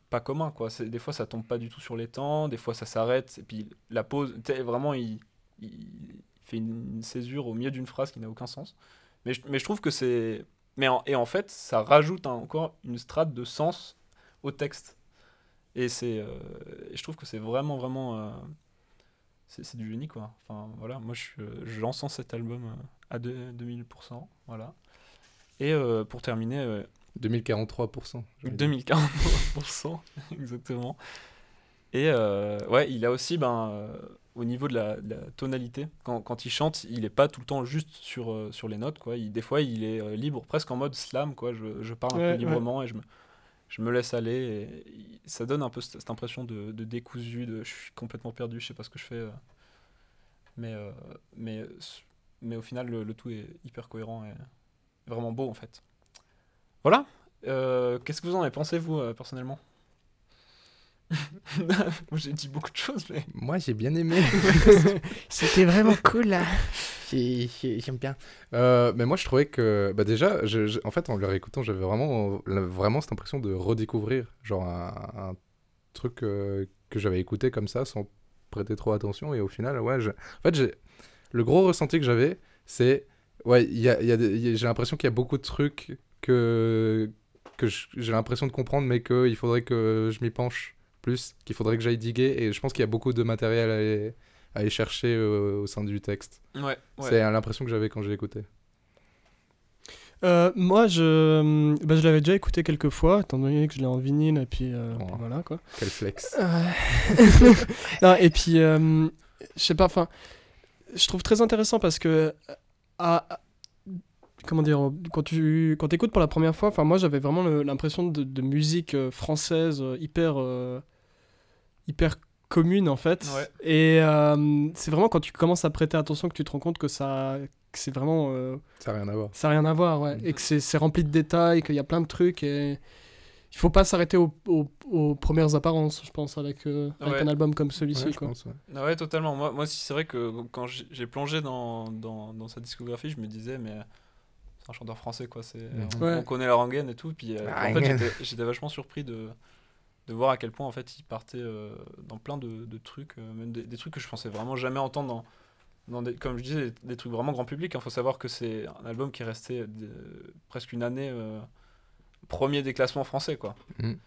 [SPEAKER 5] pas commun. Quoi. C'est- Des fois, ça tombe pas du tout sur les temps, des fois, ça s'arrête. Et puis, la pause, tu sais, vraiment, il, il fait une, une césure au milieu d'une phrase qui n'a aucun sens. Mais je, mais je trouve que c'est. Mais en- et en fait, ça rajoute un- encore une strate de sens au texte. Et c'est, euh, et je trouve que c'est vraiment, vraiment euh, c'est, c'est du génie quoi. Enfin voilà, moi je, suis, euh, je l'encense cet album euh, à deux- 2000%. Voilà. Et euh, pour terminer, euh,
[SPEAKER 3] 2043%. j'allais dire.
[SPEAKER 5] 2040% [LAUGHS] exactement. Et euh, ouais, il a aussi ben, euh, au niveau de la, de la tonalité, quand, quand il chante, il est pas tout le temps juste sur, euh, sur les notes. Quoi. Il, des fois, il est euh, libre, presque en mode slam. Quoi. Je, je parle un
[SPEAKER 4] Ouais, ouais.
[SPEAKER 5] peu librement et je me, je me laisse aller. et il- ça donne un peu cette, cette impression de, de décousu, de je suis complètement perdu, je sais pas ce que je fais. euh. Mais, euh, mais, euh, s- mais au final, le, le tout est hyper cohérent et vraiment beau en fait. Voilà. Euh, Qu'est-ce que vous en avez pensé, vous, euh, personnellement [LAUGHS] Moi, J'ai dit beaucoup de choses, mais. [LAUGHS]
[SPEAKER 3] Moi, j'ai bien aimé. [LAUGHS]
[SPEAKER 4] C'était vraiment cool là.
[SPEAKER 3] Hi, hi, J'aime bien. Euh, mais moi, je trouvais que, bah déjà, je- je- en fait, en le réécoutant, j'avais vraiment, la- vraiment cette impression de redécouvrir, genre un, un truc euh, que j'avais écouté comme ça, sans prêter trop attention. Et au final, ouais, je- en fait, j'ai- le gros ressenti que j'avais, c'est, ouais, il y a- il y a des- il y a- j'ai l'impression qu'il y a beaucoup de trucs que que je- j'ai l'impression de comprendre, mais qu'il faudrait que je m'y penche plus, qu'il faudrait que j'aille diguer. Et je pense qu'il y a beaucoup de matériel à aller, à aller chercher euh, au sein du texte.
[SPEAKER 2] Ouais, ouais.
[SPEAKER 3] C'est euh, l'impression que j'avais quand j'ai écouté.
[SPEAKER 4] Euh, moi, je, bah, je l'avais déjà écouté quelques fois, étant donné que je l'ai en vinyle, et puis, euh,
[SPEAKER 3] Oh.
[SPEAKER 4] puis voilà quoi.
[SPEAKER 3] Quel
[SPEAKER 4] [LAUGHS]
[SPEAKER 3] flex.
[SPEAKER 4] Euh, [LAUGHS] non, et puis, euh, je sais pas, enfin, je trouve très intéressant parce que, euh, à, à- comment dire, quand tu quand écoutes pour la première fois, enfin, moi j'avais vraiment le- l'impression de, de musique euh, française euh, hyper, euh, hyper commune en fait.
[SPEAKER 2] Ouais.
[SPEAKER 4] Et euh, c'est vraiment quand tu commences à prêter attention que tu te rends compte que ça, que c'est vraiment. euh,
[SPEAKER 3] Ça n'a rien à voir.
[SPEAKER 4] ça n'a rien à voir, ouais. Et que c'est c'est rempli de détails, qu'il y a plein de trucs. Et... Il faut pas s'arrêter aux, aux- aux premières apparences, je pense, avec, euh, avec
[SPEAKER 2] Ouais.
[SPEAKER 4] un album comme
[SPEAKER 3] Ouais,
[SPEAKER 4] celui-ci.
[SPEAKER 3] je
[SPEAKER 4] quoi.
[SPEAKER 3] pense, ouais.
[SPEAKER 2] Ah ouais, totalement. Moi, moi c'est vrai que quand j'ai j'ai plongé dans, dans, dans sa discographie, je me disais, mais euh, c'est un chanteur français, quoi. c'est
[SPEAKER 3] Mhm.
[SPEAKER 2] on-
[SPEAKER 4] Ouais.
[SPEAKER 2] On connaît la rengaine et tout. Puis, euh,
[SPEAKER 3] La
[SPEAKER 2] en fait,
[SPEAKER 3] rengaine.
[SPEAKER 2] j'étais- j'étais vachement surpris de, de voir à quel point, en fait, il partait euh, dans plein de, de trucs, euh, même des, des trucs que je pensais vraiment jamais entendre dans. dans des, comme je disais, des, des trucs vraiment grand public. Il faut savoir que c'est un album qui est resté euh, presque une année euh, premier des classements français, quoi.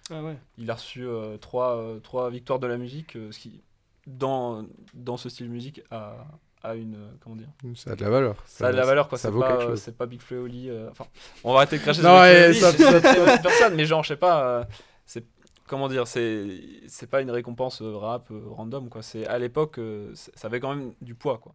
[SPEAKER 4] Ah ouais.
[SPEAKER 2] Il a reçu euh, trois, euh, trois victoires de la musique, euh, ce qui, dans, dans ce style de musique, a, a une. euh, comment dire
[SPEAKER 3] Ça a de la valeur.
[SPEAKER 2] Ça a de la valeur, quoi.
[SPEAKER 3] Ça
[SPEAKER 2] C'est
[SPEAKER 3] vaut
[SPEAKER 2] pas,
[SPEAKER 3] quelque
[SPEAKER 2] euh,
[SPEAKER 3] chose.
[SPEAKER 2] C'est pas Big Flo et Oli, euh, Enfin, on va arrêter de [LAUGHS] cracher
[SPEAKER 3] Non,
[SPEAKER 2] sur Big Flo et
[SPEAKER 3] ouais,
[SPEAKER 2] Oli,
[SPEAKER 3] ça-
[SPEAKER 2] c'est-
[SPEAKER 3] ça-
[SPEAKER 2] c'est pas une personne, mais genre, je sais pas. euh, c'est Comment dire C'est c'est pas une récompense euh, rap euh, random, quoi. C'est à l'époque, euh, c'est- ça avait quand même du poids, quoi.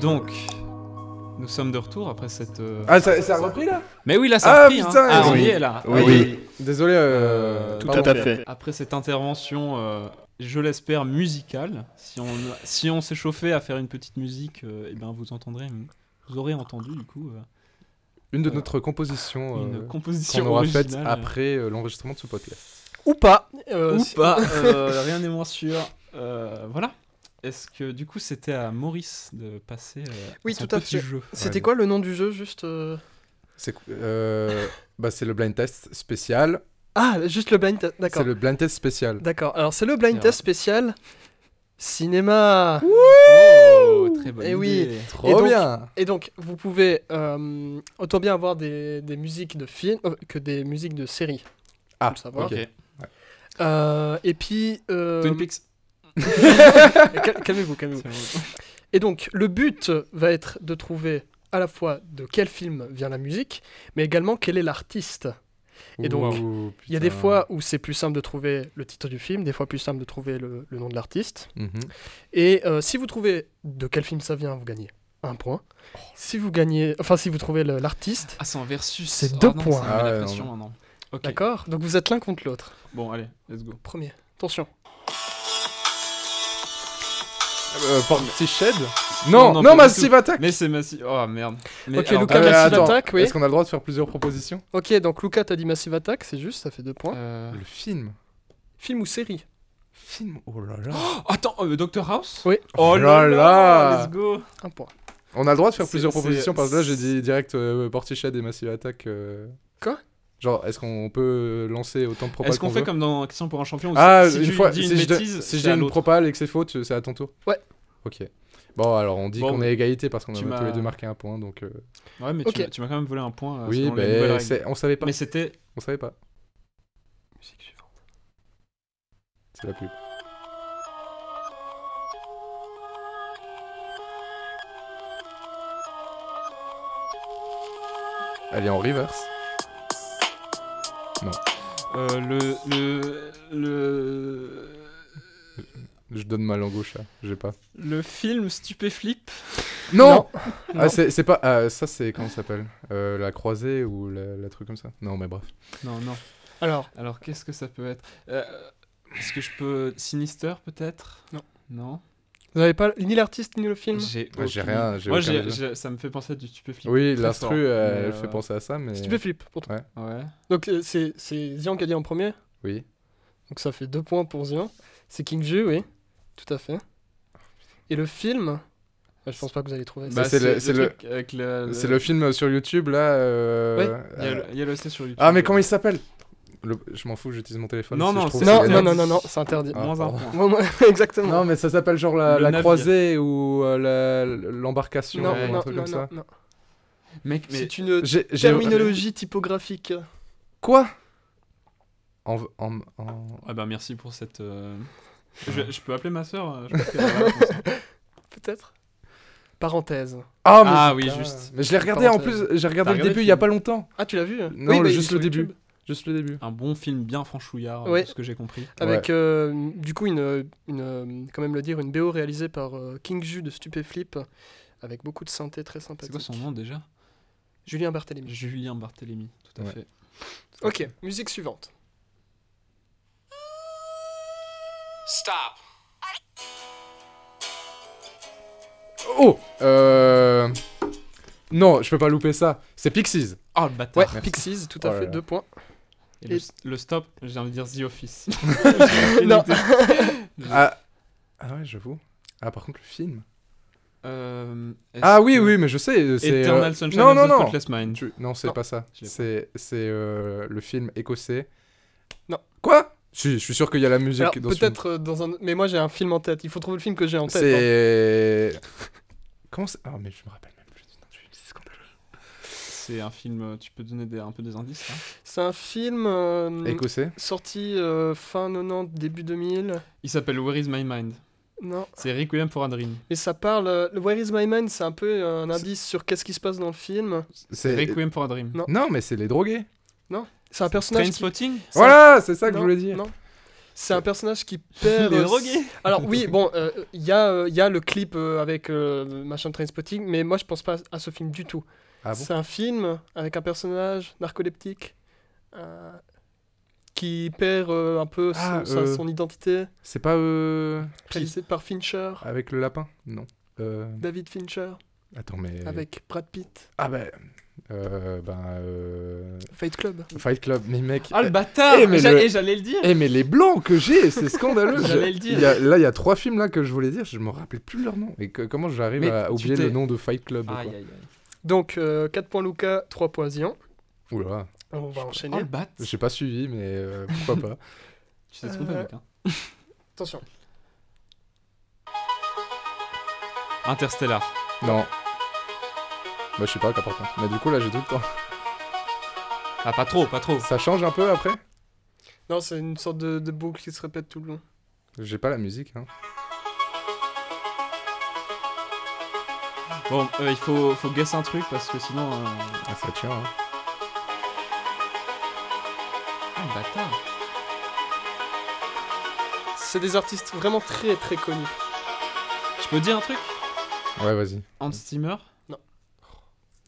[SPEAKER 5] Donc, nous sommes de retour après cette. euh,
[SPEAKER 3] Ah, ça, ça a repris là
[SPEAKER 5] Mais oui, là, ça
[SPEAKER 3] Ah,
[SPEAKER 5] a repris, hein.
[SPEAKER 3] putain,
[SPEAKER 5] Ah, on
[SPEAKER 1] oui.
[SPEAKER 5] y est là.
[SPEAKER 1] Oui.
[SPEAKER 5] Ah,
[SPEAKER 3] Désolé.
[SPEAKER 5] Euh,
[SPEAKER 3] Euh,
[SPEAKER 5] tout
[SPEAKER 3] pardon.
[SPEAKER 1] Tout à fait.
[SPEAKER 5] Après cette intervention, euh, je l'espère musicale, si on, si on s'est chauffé à faire une petite musique, et ben vous entendrez, vous aurez entendu du coup euh,
[SPEAKER 3] Une de
[SPEAKER 5] Voilà.
[SPEAKER 3] notre composition
[SPEAKER 5] une
[SPEAKER 3] euh,
[SPEAKER 5] composition
[SPEAKER 3] qu'on aura faite
[SPEAKER 5] originale.
[SPEAKER 3] après euh, l'enregistrement de ce podcast.
[SPEAKER 4] Ou pas. euh,
[SPEAKER 5] Ou
[SPEAKER 4] si-
[SPEAKER 5] pas, euh, rien n'est moins sûr. Euh, voilà. Est-ce que du coup c'était à Maurice de passer euh,
[SPEAKER 4] Oui,
[SPEAKER 5] à son
[SPEAKER 4] tout à
[SPEAKER 5] petit
[SPEAKER 4] fait.
[SPEAKER 5] jeu
[SPEAKER 4] C'était quoi le nom du jeu juste euh,
[SPEAKER 3] C'est cou- euh, bah, c'est le blind test spécial.
[SPEAKER 4] Ah, juste le blind test.
[SPEAKER 3] C'est
[SPEAKER 4] D'accord.
[SPEAKER 3] le blind test spécial.
[SPEAKER 4] D'accord. Alors c'est le blind
[SPEAKER 5] C'est
[SPEAKER 4] test spécial cinéma.
[SPEAKER 5] Oh, très bonne
[SPEAKER 4] Eh
[SPEAKER 5] idée.
[SPEAKER 4] oui.
[SPEAKER 3] Trop
[SPEAKER 4] donc-
[SPEAKER 3] bien.
[SPEAKER 4] Et donc vous pouvez euh, autant bien avoir des, des musiques de films euh, que des musiques de séries.
[SPEAKER 3] Ah,
[SPEAKER 4] Faut le savoir.
[SPEAKER 3] ok.
[SPEAKER 4] Euh, et puis. euh,
[SPEAKER 5] Twin Peaks.
[SPEAKER 4] [LAUGHS] Cal- Calmez-vous, calmez-vous.
[SPEAKER 5] C'est bon.
[SPEAKER 4] Et donc, le but va être de trouver à la fois de quel film vient la musique, mais également quel est l'artiste. Et donc,
[SPEAKER 3] Ouh,
[SPEAKER 4] Il y a des
[SPEAKER 3] putain.
[SPEAKER 4] fois où c'est plus simple de trouver le titre du film, des fois plus simple de trouver le, le nom de l'artiste.
[SPEAKER 3] Mhm.
[SPEAKER 4] Et euh, si vous trouvez de quel film ça vient, vous gagnez un point. Si vous gagnez, enfin si vous trouvez le- l'artiste,
[SPEAKER 5] Oh. Ah, c'est en versus.
[SPEAKER 4] C'est
[SPEAKER 5] Oh
[SPEAKER 4] deux
[SPEAKER 5] non,
[SPEAKER 4] points.
[SPEAKER 5] Ça me met
[SPEAKER 3] Ah ouais,
[SPEAKER 5] la pression
[SPEAKER 3] non.
[SPEAKER 5] maintenant. Ok.
[SPEAKER 4] D'accord Donc vous êtes l'un contre l'autre.
[SPEAKER 5] Bon, allez, let's go.
[SPEAKER 4] Premier. Attention.
[SPEAKER 3] Euh, Party Shed Non,
[SPEAKER 5] Non,
[SPEAKER 3] non,
[SPEAKER 5] non, pas du
[SPEAKER 3] Massive Attack
[SPEAKER 5] Mais c'est massif. Oh merde. Mais
[SPEAKER 4] ok,
[SPEAKER 5] alors,
[SPEAKER 4] Lucas,
[SPEAKER 3] Ah, mais
[SPEAKER 4] Massive
[SPEAKER 3] attends,
[SPEAKER 4] Attack, oui.
[SPEAKER 3] Est-ce qu'on a le droit de faire plusieurs propositions
[SPEAKER 4] Ok, donc Lucas, t'as dit Massive Attack, c'est juste, ça fait deux points.
[SPEAKER 5] euh,
[SPEAKER 3] Le film.
[SPEAKER 4] Film ou série
[SPEAKER 3] Film Oh là là
[SPEAKER 5] Attends, euh, Doctor House
[SPEAKER 4] Oui.
[SPEAKER 5] Oh là là Let's go
[SPEAKER 4] Un point.
[SPEAKER 3] On a le droit de faire
[SPEAKER 5] C'est-
[SPEAKER 3] plusieurs
[SPEAKER 5] c'est-
[SPEAKER 3] propositions parce que là j'ai dit direct euh, Portichet et Massive Attack. euh.
[SPEAKER 4] Quoi
[SPEAKER 3] Genre, est-ce qu'on peut lancer autant de propales
[SPEAKER 5] Est-ce qu'on fait
[SPEAKER 3] veut
[SPEAKER 5] comme dans Question pour un champion où
[SPEAKER 3] Ah,
[SPEAKER 5] si, si
[SPEAKER 3] une
[SPEAKER 5] tu
[SPEAKER 3] fois,
[SPEAKER 5] dis
[SPEAKER 3] si,
[SPEAKER 5] une
[SPEAKER 3] je donne-
[SPEAKER 5] bêtise,
[SPEAKER 3] si je
[SPEAKER 5] c'est à
[SPEAKER 3] dis une
[SPEAKER 5] l'autre.
[SPEAKER 3] propale et que c'est faux, tu- c'est à ton tour
[SPEAKER 4] Ouais.
[SPEAKER 3] Ok. Bon, alors on dit
[SPEAKER 5] Bon,
[SPEAKER 3] qu'on
[SPEAKER 5] mais-
[SPEAKER 3] est égalité parce qu'on
[SPEAKER 5] tu
[SPEAKER 3] a tous
[SPEAKER 5] m'as-
[SPEAKER 3] les deux marqué un point donc. euh,
[SPEAKER 5] Ouais, mais
[SPEAKER 4] Ok.
[SPEAKER 5] tu m'as- tu m'as quand même volé un point. euh,
[SPEAKER 3] Oui,
[SPEAKER 5] selon les nouvelles
[SPEAKER 3] ben,
[SPEAKER 5] règles.
[SPEAKER 3] c'est- on savait pas.
[SPEAKER 5] Mais c'était.
[SPEAKER 3] On savait pas. Musique suivante. C'est la pub. Elle est en reverse.
[SPEAKER 5] euh, le. Le. Le.
[SPEAKER 3] Je donne ma langue au chat, j'ai pas.
[SPEAKER 5] Le film Stupéflip.
[SPEAKER 3] Non,
[SPEAKER 4] Non.
[SPEAKER 3] Ah, c'est c'est pas. ah, ça, c'est. Comment ça s'appelle Euh, La croisée ou la, la truc comme ça Non, mais bref.
[SPEAKER 5] Non, non.
[SPEAKER 4] Alors,
[SPEAKER 5] Alors qu'est-ce que ça peut être Euh, Est-ce que je peux. Sinister peut-être
[SPEAKER 4] Non.
[SPEAKER 5] Non.
[SPEAKER 4] vous n'avez pas ni l'artiste ni le film
[SPEAKER 5] J'ai.
[SPEAKER 3] Ouais, j'ai
[SPEAKER 5] aucune
[SPEAKER 3] rien,
[SPEAKER 5] idée.
[SPEAKER 3] j'ai
[SPEAKER 5] Moi,
[SPEAKER 3] aucun
[SPEAKER 5] j'ai-
[SPEAKER 3] des deux.
[SPEAKER 5] j'ai- ça me fait penser à du Stupéflip.
[SPEAKER 3] Oui,
[SPEAKER 5] très fort,
[SPEAKER 3] l'instru, elle,
[SPEAKER 5] mais,
[SPEAKER 3] elle
[SPEAKER 5] euh,
[SPEAKER 3] fait penser à ça, mais.
[SPEAKER 4] Stupéflip, pour toi.
[SPEAKER 5] Ouais.
[SPEAKER 4] Donc euh, c'est c'est Zion qui a dit en premier,
[SPEAKER 3] Oui.
[SPEAKER 4] donc ça fait deux points pour Zion. C'est King Ju, oui, tout à fait. Et le film Ouais, Je pense pas que vous allez trouver.
[SPEAKER 3] Bah, c'est le- c'est le-
[SPEAKER 5] truc avec le.
[SPEAKER 3] C'est le film sur YouTube, là. euh,
[SPEAKER 4] Oui,
[SPEAKER 5] Il y a
[SPEAKER 3] euh,
[SPEAKER 5] le- il y a le C sur YouTube.
[SPEAKER 3] Ah, mais comment il s'appelle Le- Je m'en fous, j'utilise mon téléphone.
[SPEAKER 5] Non,
[SPEAKER 3] si
[SPEAKER 5] non,
[SPEAKER 3] je trouve
[SPEAKER 5] c'est-
[SPEAKER 3] ça
[SPEAKER 4] Non,
[SPEAKER 3] bien.
[SPEAKER 4] non, non, non, non, c'est interdit.
[SPEAKER 3] Ah,
[SPEAKER 5] Moins un
[SPEAKER 3] pardon.
[SPEAKER 5] point.
[SPEAKER 4] Moi, [LAUGHS] moi, exactement.
[SPEAKER 3] Non, mais ça s'appelle genre la,
[SPEAKER 5] Le
[SPEAKER 3] la
[SPEAKER 5] navire.
[SPEAKER 3] croisée ou euh, la- l'embarcation
[SPEAKER 4] non,
[SPEAKER 3] ou un
[SPEAKER 4] non,
[SPEAKER 3] truc
[SPEAKER 4] non,
[SPEAKER 3] comme
[SPEAKER 4] non,
[SPEAKER 3] ça.
[SPEAKER 4] non.
[SPEAKER 5] [LAUGHS] Mec, mais.
[SPEAKER 4] C'est une
[SPEAKER 3] J'ai- j'ai-
[SPEAKER 4] terminologie typographique.
[SPEAKER 3] Quoi en, en, en-
[SPEAKER 5] Ah bah merci pour cette. euh, Je, je peux appeler ma soeur je pense qu'elle a la réponse.
[SPEAKER 4] Peut-être Parenthèse.
[SPEAKER 3] Ah, mais,
[SPEAKER 5] Ah oui,
[SPEAKER 4] putain.
[SPEAKER 5] juste.
[SPEAKER 3] mais je l'ai regardé en
[SPEAKER 4] Parenthèse.
[SPEAKER 3] plus, j'ai regardé
[SPEAKER 5] T'as
[SPEAKER 3] le
[SPEAKER 5] regardé
[SPEAKER 3] début
[SPEAKER 5] le
[SPEAKER 3] il y a
[SPEAKER 5] film
[SPEAKER 3] pas longtemps.
[SPEAKER 4] Ah, tu l'as vu hein
[SPEAKER 3] Non,
[SPEAKER 4] Oui, bah, il est
[SPEAKER 3] juste
[SPEAKER 4] sur
[SPEAKER 3] le
[SPEAKER 4] YouTube.
[SPEAKER 3] début. Juste le début.
[SPEAKER 5] Un bon film bien franchouillard, euh,
[SPEAKER 4] Ouais.
[SPEAKER 5] de ce que j'ai compris.
[SPEAKER 4] Avec, euh, du coup, une, une, euh, quand même le dire, une BO réalisée par euh, King Ju de Stupéflip, avec beaucoup de synthé très
[SPEAKER 5] C'est
[SPEAKER 4] sympathique.
[SPEAKER 5] quoi son nom déjà
[SPEAKER 4] Julien Barthélémy.
[SPEAKER 5] Julien Barthélémy, tout à
[SPEAKER 3] Ouais.
[SPEAKER 5] fait.
[SPEAKER 4] Ok, musique suivante.
[SPEAKER 3] Oh euh... Non, je peux pas louper ça. C'est Pixies.
[SPEAKER 5] Oh le bâtard
[SPEAKER 4] Ouais,
[SPEAKER 3] Merci.
[SPEAKER 4] Pixies, tout à
[SPEAKER 3] Oh là
[SPEAKER 4] fait,
[SPEAKER 3] là.
[SPEAKER 4] deux points.
[SPEAKER 5] Et le,
[SPEAKER 4] Et-
[SPEAKER 5] le stop, j'ai envie de dire The
[SPEAKER 4] [LAUGHS]
[SPEAKER 5] Office.
[SPEAKER 4] Non.
[SPEAKER 3] Ah, ah ouais, j'avoue. Ah, par contre, le film.
[SPEAKER 5] Euh, est-ce
[SPEAKER 3] Ah oui,
[SPEAKER 5] que-
[SPEAKER 3] oui, mais je sais. c'est, euh,
[SPEAKER 5] Eternal Sunshine
[SPEAKER 3] non,
[SPEAKER 5] of
[SPEAKER 3] non,
[SPEAKER 5] the
[SPEAKER 3] non.
[SPEAKER 5] Spotless Mind.
[SPEAKER 3] Tu- Non, c'est
[SPEAKER 4] Non.
[SPEAKER 3] pas ça.
[SPEAKER 5] Je l'ai
[SPEAKER 3] C'est c'est, euh, le film écossais.
[SPEAKER 4] Non.
[SPEAKER 3] Quoi Si, je suis sûr qu'il y a la musique
[SPEAKER 4] Alors,
[SPEAKER 3] dans ce film.
[SPEAKER 4] peut-être euh, dans un. Mais moi, j'ai un film en tête. Il faut trouver le film que j'ai en tête. hein.
[SPEAKER 3] C'est. [LAUGHS] Comment c'est. Ah, mais je me rappelle même plus. Putain, je suis- c'est scandaleux.
[SPEAKER 5] C'est un film, euh, tu peux donner des- un peu des indices là
[SPEAKER 4] C'est un film euh,
[SPEAKER 3] Écossais
[SPEAKER 4] sorti euh, fin 90, début 2000.
[SPEAKER 5] Il s'appelle Where is My Mind.
[SPEAKER 4] Non.
[SPEAKER 5] C'est Requiem for a Dream.
[SPEAKER 4] Mais ça parle. euh, le Where is My Mind, c'est un peu euh, un indice sur qu'est-ce qui se passe dans le film.
[SPEAKER 3] C'est.
[SPEAKER 5] Requiem for a Dream.
[SPEAKER 4] Non.
[SPEAKER 3] Non, mais c'est les drogués.
[SPEAKER 4] C'est un personnage. Qui...
[SPEAKER 5] Trainspotting
[SPEAKER 4] c'est un-
[SPEAKER 3] Voilà, c'est ça que
[SPEAKER 4] Non,
[SPEAKER 3] je voulais dire.
[SPEAKER 4] Non. C'est un personnage qui
[SPEAKER 5] [LAUGHS]
[SPEAKER 4] perd.
[SPEAKER 5] Les
[SPEAKER 4] euh,
[SPEAKER 5] drogués
[SPEAKER 4] Alors oui, bon, euh, il y, a, euh, il y a le clip euh, avec euh, machin Trainspotting, mais moi je pense pas à ce film du tout.
[SPEAKER 3] Ah bon
[SPEAKER 4] c'est un film avec un personnage narcoleptique euh, qui perd euh, un peu son,
[SPEAKER 3] Ah,
[SPEAKER 4] sa-
[SPEAKER 3] euh,
[SPEAKER 4] son identité,
[SPEAKER 3] C'est pas. euh,
[SPEAKER 4] réalisé par Fincher,
[SPEAKER 3] Avec le lapin Non. Euh,
[SPEAKER 4] David Fincher,
[SPEAKER 5] Eh
[SPEAKER 3] Attends, mais.
[SPEAKER 4] avec Brad Pitt,
[SPEAKER 3] Ah, ben. Euh, ben. euh,
[SPEAKER 4] Fight Club. Euh,
[SPEAKER 3] Fight Club, mais mec.
[SPEAKER 5] Ah le bâtard
[SPEAKER 3] Eh, mais
[SPEAKER 5] J'a-
[SPEAKER 3] le-
[SPEAKER 5] eh, J'allais le dire
[SPEAKER 3] Eh mais les blancs que j'ai, c'est scandaleux.
[SPEAKER 5] [LAUGHS] J'allais
[SPEAKER 3] Je-
[SPEAKER 5] le dire.
[SPEAKER 3] il y a- là, il y a trois films là que je voulais dire, je me rappelle plus leur nom. Et que- comment j'arrive
[SPEAKER 5] Mais
[SPEAKER 3] à
[SPEAKER 5] tu
[SPEAKER 3] oublier
[SPEAKER 5] t'es- Ah,
[SPEAKER 3] le nom de Fight Club quoi.
[SPEAKER 5] Aïe aïe aïe.
[SPEAKER 4] Donc 4 points Luca, 3 points Zion.
[SPEAKER 3] Oula,
[SPEAKER 4] On va
[SPEAKER 5] Oh
[SPEAKER 4] enchaîner.
[SPEAKER 5] le bat
[SPEAKER 3] j'ai pas suivi, mais euh, pourquoi pas. [LAUGHS]
[SPEAKER 5] Tu t'es trompé
[SPEAKER 4] Euh,
[SPEAKER 5] mec hein.
[SPEAKER 4] Attention.
[SPEAKER 5] Interstellar.
[SPEAKER 3] Non. Bah je sais pas, quoi, par contre. Mais du coup là, j'ai tout le temps. [LAUGHS]
[SPEAKER 5] Ah pas trop, pas trop.
[SPEAKER 3] Ça change un peu après
[SPEAKER 4] Non, c'est une sorte de, de boucle qui se répète tout le long.
[SPEAKER 3] J'ai pas la musique. Hein.
[SPEAKER 5] Bon, euh, il faut, faut guess un truc parce que sinon. euh,
[SPEAKER 3] Ah, ça tient. Hein.
[SPEAKER 5] Ah, le bâtard.
[SPEAKER 4] C'est des artistes vraiment très très connus.
[SPEAKER 5] Je peux dire un truc Euh.
[SPEAKER 3] Ouais, vas-y.
[SPEAKER 5] Hans Zimmer
[SPEAKER 4] Non.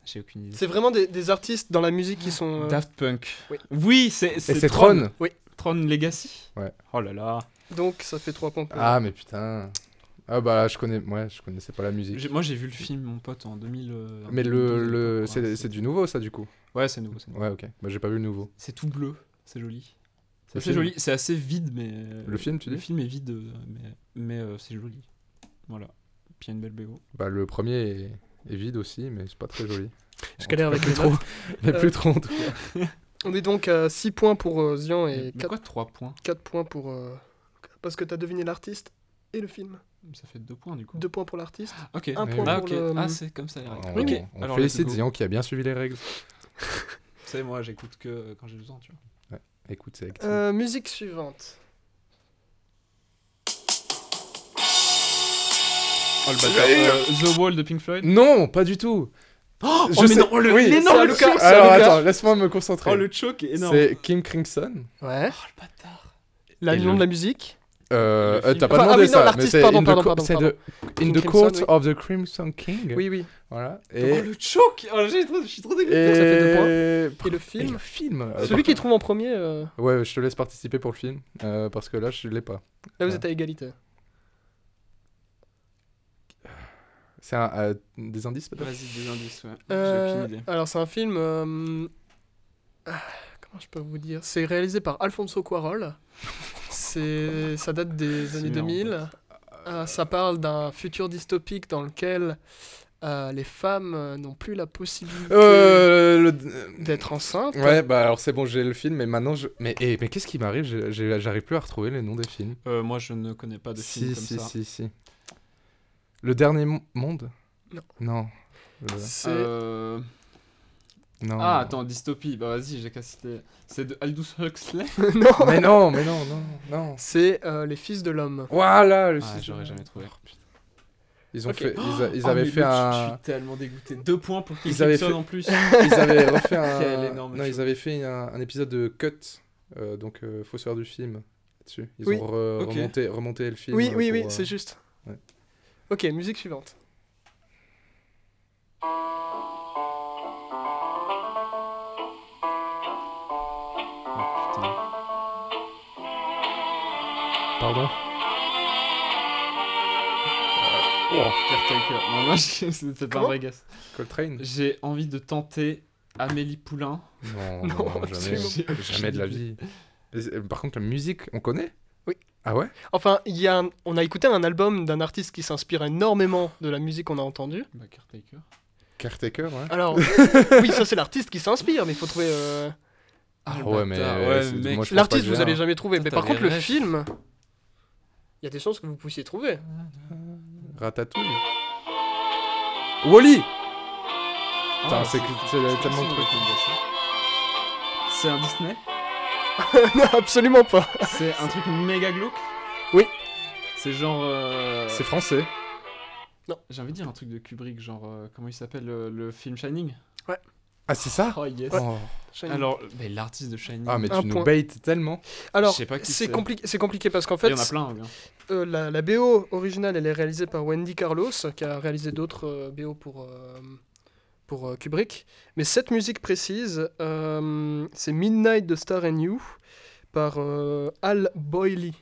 [SPEAKER 5] J'ai aucune idée.
[SPEAKER 4] C'est vraiment des, des artistes dans la musique qui sont. euh,
[SPEAKER 5] Daft Punk.
[SPEAKER 4] oui.
[SPEAKER 5] Oui, c'est
[SPEAKER 3] Et c'est Tron
[SPEAKER 5] Tron Legacy
[SPEAKER 3] Ouais.
[SPEAKER 5] Oh là là.
[SPEAKER 4] Donc ça fait 3 points. pour-
[SPEAKER 3] Ah, mais putain. Ah, bah, je connais. Ouais, je connaissais pas la musique.
[SPEAKER 5] J'ai- Moi j'ai vu le film, mon pote, en 2000. euh,
[SPEAKER 3] Mais
[SPEAKER 5] 2012,
[SPEAKER 3] le.
[SPEAKER 5] je
[SPEAKER 3] le...
[SPEAKER 5] crois,
[SPEAKER 3] C'est c'est du nouveau, ça, du coup
[SPEAKER 5] Ouais, c'est nouveau. c'est nouveau.
[SPEAKER 3] Ouais, ok. Bah, j'ai pas vu le nouveau.
[SPEAKER 5] C'est tout bleu. C'est joli.
[SPEAKER 3] Le
[SPEAKER 5] C'est
[SPEAKER 3] film.
[SPEAKER 5] joli. C'est assez vide, mais. euh,
[SPEAKER 3] Le film, tu
[SPEAKER 5] Le
[SPEAKER 3] dis
[SPEAKER 5] film est vide, euh, mais, mais euh, c'est joli. Voilà. Puis il y a une belle BO.
[SPEAKER 3] Bah, le premier est, est vide aussi, mais c'est pas très joli.
[SPEAKER 4] [LAUGHS] Je galère
[SPEAKER 3] En tout
[SPEAKER 4] avec
[SPEAKER 3] cas,
[SPEAKER 4] les
[SPEAKER 3] plus trop.
[SPEAKER 4] notes.
[SPEAKER 3] [LAUGHS] Mais
[SPEAKER 4] Euh,
[SPEAKER 3] plus trop, en tout cas.
[SPEAKER 4] On est donc à 6 points pour euh, Zian
[SPEAKER 5] Mais
[SPEAKER 4] et 4,
[SPEAKER 5] quoi 3 points
[SPEAKER 4] points pour. euh, Parce que t'as deviné l'artiste et le film.
[SPEAKER 5] Ça fait 2 points du coup.
[SPEAKER 4] 2 points pour l'artiste,
[SPEAKER 5] Ok.
[SPEAKER 4] un
[SPEAKER 3] Mais
[SPEAKER 4] point
[SPEAKER 5] Ah,
[SPEAKER 4] pour
[SPEAKER 5] ok.
[SPEAKER 4] le.
[SPEAKER 5] Ah, c'est comme ça les règles.
[SPEAKER 3] On,
[SPEAKER 5] Ok.
[SPEAKER 3] on
[SPEAKER 5] Alors, let's
[SPEAKER 3] félicite
[SPEAKER 5] go.
[SPEAKER 3] Zion qui a bien suivi les règles.
[SPEAKER 5] Tu sais, moi j'écoute que euh, quand j'ai besoin, tu vois.
[SPEAKER 3] Écoute, c'est actif.
[SPEAKER 4] Euh, musique suivante.
[SPEAKER 5] Oh le bâtard. The Wall de Pink Floyd.
[SPEAKER 3] Non, pas du tout
[SPEAKER 5] Oh,
[SPEAKER 3] Je sais- oui,
[SPEAKER 4] l'énorme
[SPEAKER 3] c'est à
[SPEAKER 4] choc,
[SPEAKER 3] Lucas.
[SPEAKER 4] c'est à
[SPEAKER 3] Alors
[SPEAKER 4] Lucas.
[SPEAKER 3] attends, laisse-moi me concentrer.
[SPEAKER 5] Oh le choc est énorme.
[SPEAKER 3] c'est Kim Crimson.
[SPEAKER 4] Ouais.
[SPEAKER 5] Oh le bâtard.
[SPEAKER 4] La
[SPEAKER 3] Et
[SPEAKER 4] nom
[SPEAKER 3] le-
[SPEAKER 4] de la musique.
[SPEAKER 3] Euh,
[SPEAKER 5] Le
[SPEAKER 3] euh,
[SPEAKER 5] film.
[SPEAKER 3] T'as pas
[SPEAKER 4] Enfin, ah
[SPEAKER 3] demandé
[SPEAKER 4] oui, non,
[SPEAKER 3] ça, mais
[SPEAKER 4] l'artiste,
[SPEAKER 3] c'est
[SPEAKER 4] pardon,
[SPEAKER 3] In the,
[SPEAKER 4] pardon,
[SPEAKER 3] co-
[SPEAKER 4] pardon,
[SPEAKER 3] c'est
[SPEAKER 4] pardon.
[SPEAKER 3] the- in
[SPEAKER 4] King
[SPEAKER 3] the
[SPEAKER 4] Crimson,
[SPEAKER 3] Court
[SPEAKER 4] oui.
[SPEAKER 3] of the Crimson King.
[SPEAKER 4] Oui, oui.
[SPEAKER 3] Voilà.
[SPEAKER 5] Oh
[SPEAKER 3] Et,
[SPEAKER 5] le choc. Oh j'ai trop, je suis trop dégoûté.
[SPEAKER 4] ça fait deux points.
[SPEAKER 3] Et
[SPEAKER 4] Et le
[SPEAKER 3] et
[SPEAKER 4] film.
[SPEAKER 3] le film. euh,
[SPEAKER 4] Celui qui
[SPEAKER 3] par-
[SPEAKER 4] trouve en premier, euh,
[SPEAKER 3] Ouais, je te laisse participer pour le film euh, parce que là je l'ai pas.
[SPEAKER 4] là vous
[SPEAKER 3] Ouais.
[SPEAKER 4] êtes à égalité.
[SPEAKER 3] C'est un, euh, des indices peut-être.
[SPEAKER 5] Vas-y des indices. Ouais. J'ai
[SPEAKER 4] Euh,
[SPEAKER 5] aucune idée.
[SPEAKER 4] alors c'est un film. euh, ah, Comment je peux vous dire C'est réalisé par Alfonso Cuarón. C'est ça date des
[SPEAKER 5] C'est
[SPEAKER 4] années
[SPEAKER 5] marrant,
[SPEAKER 4] 2000. Euh, ça parle d'un futur dystopique dans lequel euh, les femmes euh, n'ont plus la possibilité
[SPEAKER 3] Euh, le-
[SPEAKER 4] d'être enceintes.
[SPEAKER 3] Ouais, bah alors c'est bon, j'ai le film, mais maintenant je. Mais, eh, mais qu'est-ce qui m'arrive J'ai- j'ai- J'arrive plus à retrouver les noms des films.
[SPEAKER 5] Euh, moi je ne connais pas de
[SPEAKER 3] si,
[SPEAKER 5] film comme
[SPEAKER 3] si,
[SPEAKER 5] ça.
[SPEAKER 3] si, si. Le dernier Mo- monde
[SPEAKER 4] Non.
[SPEAKER 3] Non. Euh,
[SPEAKER 4] C'est
[SPEAKER 5] Euh...
[SPEAKER 3] non.
[SPEAKER 5] Ah attends dystopie. Bah vas-y j'ai qu'à citer. C'est de Aldous Huxley.
[SPEAKER 4] non.
[SPEAKER 3] [LAUGHS] Mais non, mais non, non, non.
[SPEAKER 4] C'est euh, les fils de l'homme.
[SPEAKER 3] Voilà, le
[SPEAKER 5] Ah,
[SPEAKER 3] sujet.
[SPEAKER 5] j'aurais jamais trouvé.
[SPEAKER 3] Ils ont
[SPEAKER 4] Ok.
[SPEAKER 3] fait, ils, a- ils
[SPEAKER 5] Oh,
[SPEAKER 3] avaient
[SPEAKER 5] mais
[SPEAKER 3] fait
[SPEAKER 5] le- Je
[SPEAKER 3] un,
[SPEAKER 5] suis tellement dégoûté. Deux points pour Kim
[SPEAKER 3] Ils avaient
[SPEAKER 5] Crimson
[SPEAKER 3] fait-
[SPEAKER 5] en plus.
[SPEAKER 3] [LAUGHS] ils avaient refait [LAUGHS] un,
[SPEAKER 5] Quel énorme
[SPEAKER 3] non,
[SPEAKER 5] choc.
[SPEAKER 3] ils avaient fait un, un épisode de Cut, euh, donc euh, fausseur du film là-dessus. Ils
[SPEAKER 4] Oui.
[SPEAKER 3] ont re-
[SPEAKER 5] Ok.
[SPEAKER 3] remonté, remonté le film.
[SPEAKER 4] Oui,
[SPEAKER 3] euh,
[SPEAKER 4] oui,
[SPEAKER 3] pour,
[SPEAKER 4] oui,
[SPEAKER 3] euh,
[SPEAKER 4] c'est juste.
[SPEAKER 3] ouais.
[SPEAKER 4] Ok, musique suivante.
[SPEAKER 5] Oh, putain.
[SPEAKER 3] Pardon.
[SPEAKER 4] Oh.
[SPEAKER 5] Caretaker. Non, [LAUGHS] non, je- c'est c'est pas un
[SPEAKER 4] Comment
[SPEAKER 5] vrai guess.
[SPEAKER 3] oh. Coltrane.
[SPEAKER 5] J'ai envie de tenter Amélie Poulain.
[SPEAKER 3] Non,
[SPEAKER 4] Non,
[SPEAKER 3] non, jamais,
[SPEAKER 4] absolument
[SPEAKER 5] J'ai-
[SPEAKER 3] jamais de la vie. Et c'est- Par contre, la musique, on connaît
[SPEAKER 4] Oui.
[SPEAKER 3] Ah ouais
[SPEAKER 4] Enfin, il y a un- on a écouté un album d'un artiste qui s'inspire énormément de la musique qu'on a entendue.
[SPEAKER 5] Bah, Caretaker.
[SPEAKER 3] Caretaker, ouais.
[SPEAKER 5] [LAUGHS]
[SPEAKER 4] Alors, oui, ça c'est l'artiste qui s'inspire, mais il faut trouver. euh,
[SPEAKER 5] Ah, le
[SPEAKER 3] ouais, mais,
[SPEAKER 5] bâtard.
[SPEAKER 3] euh,
[SPEAKER 5] Ouais,
[SPEAKER 3] c'est-
[SPEAKER 5] mec.
[SPEAKER 3] moi, je pense pas
[SPEAKER 4] L'artiste,
[SPEAKER 3] que j'ai
[SPEAKER 4] vous
[SPEAKER 3] un.
[SPEAKER 4] allez jamais trouver.
[SPEAKER 5] Putain,
[SPEAKER 4] mais par
[SPEAKER 5] t'avais
[SPEAKER 4] contre, le
[SPEAKER 5] ref.
[SPEAKER 4] film, il y a des chances que vous puissiez trouver.
[SPEAKER 3] Ratatouille. Wally
[SPEAKER 5] Ah,
[SPEAKER 3] Putain, c'est que- c'est
[SPEAKER 5] c'est
[SPEAKER 3] tellement de
[SPEAKER 5] facile,
[SPEAKER 3] trucs.
[SPEAKER 5] comme guess. C'est un Disney
[SPEAKER 4] [LAUGHS] non, absolument pas.
[SPEAKER 5] C'est un truc méga glauque
[SPEAKER 4] Oui.
[SPEAKER 5] C'est genre. euh,
[SPEAKER 3] C'est français.
[SPEAKER 5] J'ai envie de dire un truc de Kubrick, genre. euh, comment il s'appelle euh, le film Shining
[SPEAKER 3] Ah, c'est ça
[SPEAKER 5] [LAUGHS] Oh yes.
[SPEAKER 3] Oh.
[SPEAKER 5] Alors, bah, l'artiste de Shining.
[SPEAKER 3] Ah, mais
[SPEAKER 4] Un
[SPEAKER 3] tu nous
[SPEAKER 4] point.
[SPEAKER 3] baites tellement.
[SPEAKER 4] Alors,
[SPEAKER 5] je sais pas qui
[SPEAKER 4] c'est
[SPEAKER 5] c'est.
[SPEAKER 4] compliqué, c'est compliqué parce qu'en
[SPEAKER 5] Il
[SPEAKER 4] fait,
[SPEAKER 5] y en a plein, hein, bien.
[SPEAKER 4] euh, la, la BO originale, elle est réalisée par Wendy Carlos, qui a réalisé d'autres euh, BO pour euh, pour euh, Kubrick. Mais cette musique précise, euh, c'est Midnight de Star and You par euh, Al Boily.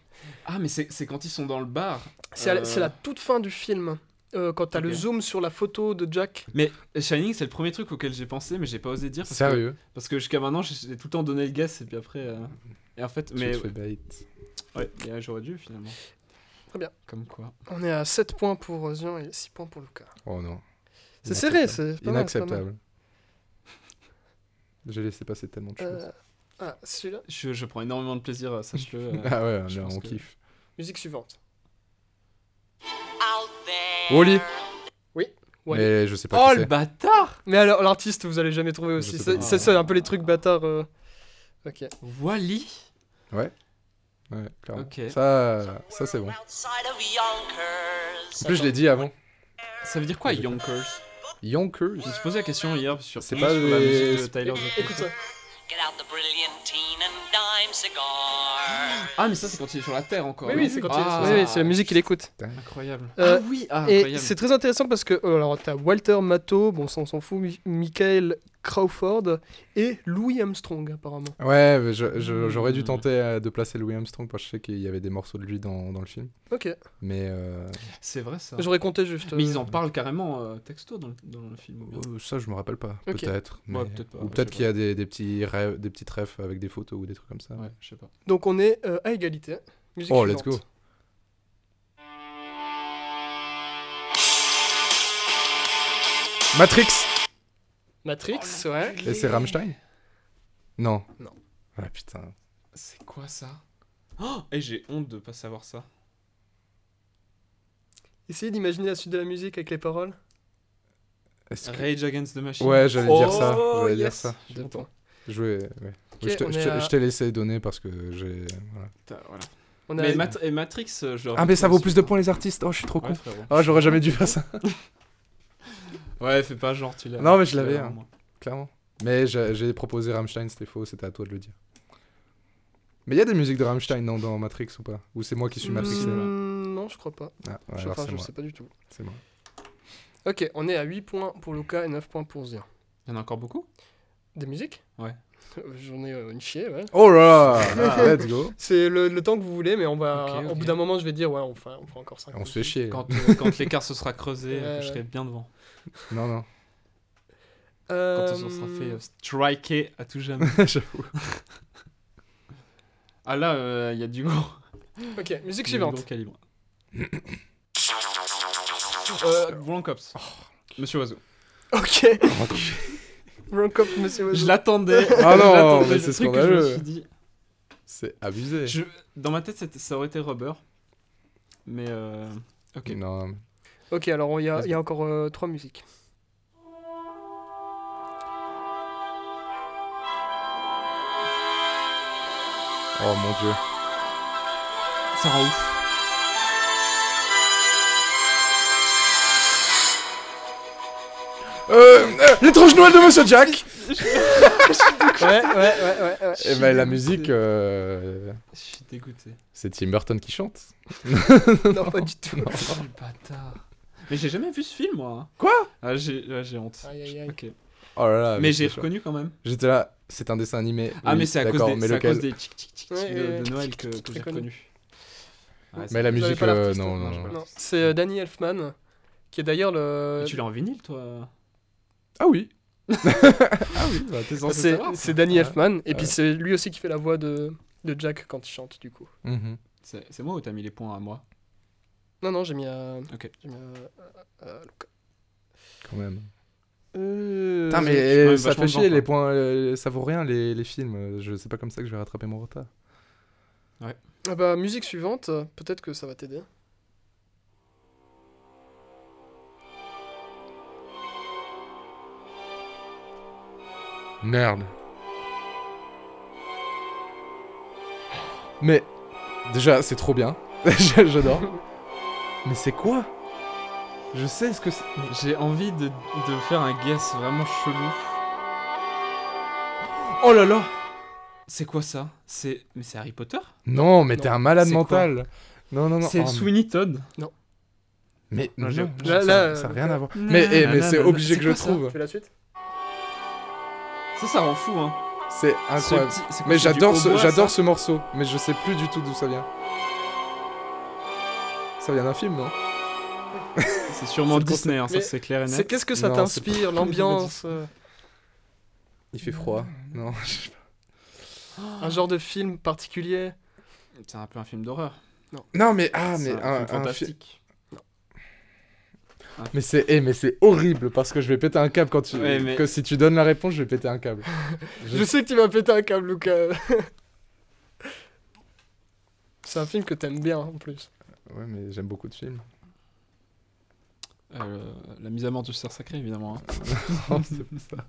[SPEAKER 5] Ah, mais c'est c'est quand ils sont dans le bar.
[SPEAKER 4] C'est à la-
[SPEAKER 5] Euh.
[SPEAKER 4] c'est la toute fin du film. Euh, quand t'as le
[SPEAKER 5] Ok.
[SPEAKER 4] zoom sur la photo de Jack.
[SPEAKER 5] Mais Shining, c'est le premier truc auquel j'ai pensé, mais j'ai pas osé dire. Parce que-
[SPEAKER 3] Sérieux
[SPEAKER 5] Parce que jusqu'à maintenant, j'ai tout le temps donné le gaz et puis après. euh, Et en fait, mais.
[SPEAKER 3] Tu te fais bait.
[SPEAKER 5] Ouais, et j'aurais dû finalement.
[SPEAKER 4] Très bien.
[SPEAKER 5] Comme quoi.
[SPEAKER 4] On est à 7 points pour Zion et 6 points pour Lucas.
[SPEAKER 3] Oh non.
[SPEAKER 4] C'est serré,
[SPEAKER 3] Inacceptable.
[SPEAKER 4] c'est pas mal, c'est pas mal.
[SPEAKER 3] Inacceptable. J'ai laissé passer tellement de choses.
[SPEAKER 4] Euh, ah, celui-là.
[SPEAKER 5] Je, je prends énormément de plaisir, euh, sache-le. euh.
[SPEAKER 3] ah ouais, on,
[SPEAKER 5] je
[SPEAKER 3] est-
[SPEAKER 5] pense
[SPEAKER 3] on
[SPEAKER 5] que-
[SPEAKER 3] kiffe.
[SPEAKER 4] Musique suivante.
[SPEAKER 3] [LAUGHS] Wally
[SPEAKER 4] Wall-E.
[SPEAKER 3] Mais je sais pas
[SPEAKER 5] Oh
[SPEAKER 3] qui
[SPEAKER 5] le
[SPEAKER 3] c'est.
[SPEAKER 5] bâtard
[SPEAKER 4] Mais alors, l'artiste, vous allez jamais trouver
[SPEAKER 3] Je
[SPEAKER 4] aussi.
[SPEAKER 3] sais
[SPEAKER 4] C'est
[SPEAKER 3] pas.
[SPEAKER 4] c'est ça, un peu les trucs bâtards. euh. Ok.
[SPEAKER 5] Wally
[SPEAKER 3] Ouais, clairement.
[SPEAKER 5] Ok.
[SPEAKER 3] Ça, ça c'est bon. En plus, je l'ai dit avant.
[SPEAKER 5] Ça veut dire quoi,
[SPEAKER 3] Je-
[SPEAKER 5] Yonkers
[SPEAKER 3] Yonkers
[SPEAKER 5] Je me suis posé la question hier sur,
[SPEAKER 3] C'est
[SPEAKER 5] sur
[SPEAKER 3] pas
[SPEAKER 5] la
[SPEAKER 3] des-
[SPEAKER 5] musique de Tyler the
[SPEAKER 4] Écoute ça.
[SPEAKER 5] Creator.
[SPEAKER 1] Get out the brilliantine and dime cigar.
[SPEAKER 5] Ah, mais ça, c'est quand il est sur la Terre encore.
[SPEAKER 4] Oui,
[SPEAKER 5] non
[SPEAKER 4] oui, c'est quand il est-
[SPEAKER 5] Ah.
[SPEAKER 4] oui, oui, c'est la musique qu'il écoute.
[SPEAKER 5] Incroyable.
[SPEAKER 4] Euh,
[SPEAKER 5] ah oui, ah,
[SPEAKER 4] Et
[SPEAKER 5] incroyable.
[SPEAKER 4] c'est très intéressant parce que oh, alors t'as Walter Matthau, bon ça on s'en fout, Mi- Michael Crawford et Louis Armstrong apparemment.
[SPEAKER 3] Ouais, mais je- je- j'aurais dû tenter euh, de placer Louis Armstrong parce que je sais qu'il y avait des morceaux de lui dans, dans le film.
[SPEAKER 4] Ok,
[SPEAKER 3] Mais euh,
[SPEAKER 5] C'est vrai ça.
[SPEAKER 4] j'aurais compté juste.
[SPEAKER 5] Mais
[SPEAKER 4] euh,
[SPEAKER 5] ils en parlent carrément euh, texto dans le, dans le film. ou bien.
[SPEAKER 3] euh, ça, je me rappelle pas.
[SPEAKER 4] Ok.
[SPEAKER 3] Peut-être. mais-
[SPEAKER 5] Ouais, peut-être pas,
[SPEAKER 3] ou
[SPEAKER 5] je
[SPEAKER 3] peut-être
[SPEAKER 5] sais
[SPEAKER 3] qu'il y a des, des petits rêves, des petits trèfles avec des photos ou des trucs comme ça.
[SPEAKER 5] Ouais, je sais pas.
[SPEAKER 4] Donc on est euh, à égalité. Musique
[SPEAKER 3] Oh, let's go.
[SPEAKER 4] suivante.
[SPEAKER 3] Matrix
[SPEAKER 4] Matrix, ouais.
[SPEAKER 3] Et c'est Rammstein Non.
[SPEAKER 4] Non.
[SPEAKER 3] Ah putain.
[SPEAKER 5] C'est quoi ça Oh Et j'ai honte de pas savoir ça.
[SPEAKER 4] Essayez d'imaginer la suite de la musique avec les paroles.
[SPEAKER 3] Est-ce que-
[SPEAKER 5] Rage Against the Machine.
[SPEAKER 3] Ouais, j'allais dire ça.
[SPEAKER 5] Oh,
[SPEAKER 3] J'allais dire
[SPEAKER 5] yes.
[SPEAKER 3] ça.
[SPEAKER 5] Je suis content.
[SPEAKER 3] Je vais- ouais.
[SPEAKER 4] Ok,
[SPEAKER 3] je te-
[SPEAKER 4] on
[SPEAKER 3] je
[SPEAKER 4] est
[SPEAKER 3] te-
[SPEAKER 4] à-
[SPEAKER 3] je t'ai laissé donner parce que j'ai. voilà.
[SPEAKER 5] Putain, voilà.
[SPEAKER 4] On est
[SPEAKER 5] Mais
[SPEAKER 4] à-
[SPEAKER 5] Mat- et Matrix, euh, je le
[SPEAKER 3] Ah, mais ça
[SPEAKER 5] répète
[SPEAKER 3] vaut
[SPEAKER 5] aussi.
[SPEAKER 3] plus de points les artistes. Oh, je suis trop con.
[SPEAKER 5] Ouais, frérot.
[SPEAKER 3] Oh, j'aurais jamais dû
[SPEAKER 4] [LAUGHS]
[SPEAKER 3] faire ça.
[SPEAKER 5] Ouais, fais pas genre, tu l'as.
[SPEAKER 3] Non, mais je
[SPEAKER 5] tu
[SPEAKER 3] l'avais,
[SPEAKER 5] l'as
[SPEAKER 3] hein.
[SPEAKER 5] en moi.
[SPEAKER 3] Clairement. Mais j'ai j'ai proposé Rammstein, c'était faux, c'était à toi de le dire. Mais il y a des musiques de Rammstein non, dans Matrix ou pas Ou c'est moi qui suis matrixé
[SPEAKER 4] Hmm,
[SPEAKER 3] là
[SPEAKER 4] Non, je crois pas.
[SPEAKER 3] Ah, ouais,
[SPEAKER 4] Je-
[SPEAKER 3] alors
[SPEAKER 4] enfin,
[SPEAKER 3] c'est
[SPEAKER 4] je
[SPEAKER 3] moi,
[SPEAKER 4] sais pas du tout.
[SPEAKER 3] c'est moi.
[SPEAKER 4] Ok, on est à 8 points pour Lucas et 9 points pour Zian.
[SPEAKER 5] Il y en a encore beaucoup
[SPEAKER 4] Des musiques
[SPEAKER 5] Ouais.
[SPEAKER 4] [LAUGHS] J'en ai euh, une chier, ouais.
[SPEAKER 3] Oh là
[SPEAKER 4] [LAUGHS]
[SPEAKER 3] là Let's go
[SPEAKER 4] C'est le, le temps que vous voulez, mais on va.
[SPEAKER 5] Ok,
[SPEAKER 4] Au
[SPEAKER 5] ok.
[SPEAKER 4] bout d'un moment, je vais dire, ouais, on fait, on fait encore 5.
[SPEAKER 3] On se fait chier.
[SPEAKER 5] Quand, euh,
[SPEAKER 3] [LAUGHS]
[SPEAKER 5] quand l'écart se sera creusé,
[SPEAKER 4] Ouais,
[SPEAKER 5] euh, que je
[SPEAKER 4] ouais.
[SPEAKER 5] serai bien devant.
[SPEAKER 3] Non, non.
[SPEAKER 5] Quand on se sera fait euh, striker à tout jamais.
[SPEAKER 3] [LAUGHS] J'avoue.
[SPEAKER 5] Ah là, euh, il y a du gros.
[SPEAKER 4] Ok, musique
[SPEAKER 5] du gros
[SPEAKER 4] suivante.
[SPEAKER 5] calibre.
[SPEAKER 3] Oh,
[SPEAKER 5] euh, Blanc Ops. Monsieur Oiseau.
[SPEAKER 4] Ok. [LAUGHS] Rank up, monsieur
[SPEAKER 5] Je
[SPEAKER 4] Oiseau.
[SPEAKER 5] l'attendais.
[SPEAKER 3] Euh, [LAUGHS] Ah
[SPEAKER 5] je
[SPEAKER 3] non,
[SPEAKER 5] l'attendais,
[SPEAKER 3] mais
[SPEAKER 5] le
[SPEAKER 3] c'est
[SPEAKER 5] truc que je me
[SPEAKER 3] scandaleux.
[SPEAKER 5] suis dit.
[SPEAKER 3] C'est abusé.
[SPEAKER 5] Je- Dans ma tête, c'était- ça aurait été Rubber. Mais euh, ok.
[SPEAKER 3] Non.
[SPEAKER 4] Ok, alors il y, a- il y a encore 3 [LAUGHS] musiques.
[SPEAKER 3] Oh mon dieu.
[SPEAKER 5] ça rend ouf.
[SPEAKER 3] Euh, euh, L'étrange Noël de Monsieur Jack
[SPEAKER 4] ouais, ouais, ouais, ouais. ouais.
[SPEAKER 3] Eh ben la musique, euh,
[SPEAKER 5] Je suis dégoûté.
[SPEAKER 3] c'est Tim Burton qui chante.
[SPEAKER 4] [LAUGHS] Non, pas du tout.
[SPEAKER 5] Oh le bâtard. Mais j'ai jamais vu ce film, moi.
[SPEAKER 3] Quoi
[SPEAKER 5] ah, J'ai ah, j'ai honte.
[SPEAKER 4] Aïe, aïe, aïe.
[SPEAKER 5] Ok.
[SPEAKER 3] Oh là là.
[SPEAKER 5] Mais
[SPEAKER 3] c'est
[SPEAKER 5] j'ai
[SPEAKER 3] chaud.
[SPEAKER 5] reconnu quand même.
[SPEAKER 3] J'étais là, c'est un dessin animé.
[SPEAKER 5] Ah,
[SPEAKER 3] oui,
[SPEAKER 5] mais c'est à, cause
[SPEAKER 3] d'accord,
[SPEAKER 5] des-
[SPEAKER 3] mais
[SPEAKER 5] c'est à cause
[SPEAKER 3] lequel
[SPEAKER 5] des tic tic tic
[SPEAKER 4] Ouais,
[SPEAKER 5] de,
[SPEAKER 3] euh,
[SPEAKER 4] ouais,
[SPEAKER 5] de Noël
[SPEAKER 4] tic,
[SPEAKER 5] que,
[SPEAKER 4] tic,
[SPEAKER 5] que
[SPEAKER 4] tic,
[SPEAKER 5] j'ai
[SPEAKER 4] très connu.
[SPEAKER 5] reconnu. Ouais, c'est-
[SPEAKER 3] Mais la
[SPEAKER 4] J'avais
[SPEAKER 3] musique,
[SPEAKER 4] pas
[SPEAKER 3] euh,
[SPEAKER 4] l'artiste.
[SPEAKER 3] non,
[SPEAKER 5] Non,
[SPEAKER 3] non,
[SPEAKER 5] j'ai pas
[SPEAKER 3] non.
[SPEAKER 5] l'artiste.
[SPEAKER 4] Non, c'est euh, Danny Elfman, qui est d'ailleurs le.
[SPEAKER 3] euh,
[SPEAKER 5] Mais Tu l'as en vinyle, toi
[SPEAKER 3] Ah oui. [LAUGHS] ah oui, bah, t'es censé
[SPEAKER 4] C'est
[SPEAKER 3] savoir,
[SPEAKER 4] c'est
[SPEAKER 3] ça.
[SPEAKER 4] Danny
[SPEAKER 3] Ouais.
[SPEAKER 4] Elfman, et puis c'est lui aussi qui fait la voix de, de Jack quand il chante, du coup.
[SPEAKER 3] Mhm.
[SPEAKER 5] C'est c'est moi ou t'as mis les points à moi
[SPEAKER 4] Non, non, j'ai mis à.
[SPEAKER 5] Ok.
[SPEAKER 4] J'ai mis euh, à. à- à Luca.
[SPEAKER 3] Quand même.
[SPEAKER 4] Euh,
[SPEAKER 3] Putain, mais
[SPEAKER 5] Bah, je suis quand
[SPEAKER 3] euh,
[SPEAKER 5] même
[SPEAKER 3] ça
[SPEAKER 5] vachement
[SPEAKER 3] fait
[SPEAKER 5] devant,
[SPEAKER 3] chier, les
[SPEAKER 5] quoi.
[SPEAKER 3] points, euh, ça vaut rien les, les films. euh, Je sais pas comme ça que je vais rattraper mon retard.
[SPEAKER 4] Ah bah, musique suivante, euh, peut-être que ça va t'aider.
[SPEAKER 3] Merde. Mais déjà, c'est trop bien. [LAUGHS] Je- J'adore. mais c'est quoi Je sais ce que c'est.
[SPEAKER 5] J'ai envie de, de faire un guess vraiment chelou. Oh là là C'est quoi ça C'est mais c'est Harry Potter
[SPEAKER 3] Non, mais
[SPEAKER 4] Non.
[SPEAKER 3] t'es un malade
[SPEAKER 5] C'est quoi
[SPEAKER 3] mental. Non, non, non.
[SPEAKER 5] C'est
[SPEAKER 3] oh,
[SPEAKER 5] Sweeney Todd.
[SPEAKER 3] Mais
[SPEAKER 5] Non,
[SPEAKER 3] non,
[SPEAKER 5] j'ai-
[SPEAKER 3] ça-
[SPEAKER 4] Là- là,
[SPEAKER 3] ça n'a
[SPEAKER 4] euh,
[SPEAKER 3] rien
[SPEAKER 4] là.
[SPEAKER 3] à voir. Mais, eh, mais
[SPEAKER 5] Nanana,
[SPEAKER 3] c'est obligé
[SPEAKER 5] c'est
[SPEAKER 3] que je
[SPEAKER 5] quoi ça
[SPEAKER 3] trouve.
[SPEAKER 4] Tu veux la suite
[SPEAKER 5] Ça ça rend fou hein.
[SPEAKER 3] C'est
[SPEAKER 5] Ce
[SPEAKER 3] incroyable.
[SPEAKER 5] petit- c'est quoi,
[SPEAKER 3] Mais
[SPEAKER 5] c'est du
[SPEAKER 3] j'adore ce,
[SPEAKER 5] hautbois,
[SPEAKER 3] j'adore
[SPEAKER 5] ça
[SPEAKER 3] ce morceau, mais je sais plus du tout d'où ça vient. Ça vient d'un film, non
[SPEAKER 5] C'est sûrement
[SPEAKER 4] C'est le
[SPEAKER 5] Disney hein, ça
[SPEAKER 4] Mais
[SPEAKER 5] c'est clair et
[SPEAKER 4] C'est
[SPEAKER 5] net.
[SPEAKER 4] qu'est-ce que ça
[SPEAKER 3] Non, c'est pas-
[SPEAKER 4] t'inspire, l'ambiance, euh,
[SPEAKER 3] Il fait froid. Non, je sais pas.
[SPEAKER 4] un genre de film particulier.
[SPEAKER 5] C'est un peu un film d'horreur.
[SPEAKER 3] Non, mais ah, mais
[SPEAKER 5] C'est
[SPEAKER 3] un,
[SPEAKER 5] un, film
[SPEAKER 3] un fi-
[SPEAKER 5] fantastique.
[SPEAKER 3] mais c'est eh, mais c'est horrible parce que je vais péter un câble quand tu
[SPEAKER 5] Ouais, mais-
[SPEAKER 3] que si tu donnes la réponse, je vais péter un câble.
[SPEAKER 4] Je sais que tu vas péter un câble, Lucas. [LAUGHS] C'est un film que t'aimes bien en plus.
[SPEAKER 3] Ouais, mais j'aime beaucoup de films. [LAUGHS]
[SPEAKER 5] Euh, la mise à mort du cerf sacré évidemment. [LAUGHS] hein.
[SPEAKER 3] Non, c'est pas ça.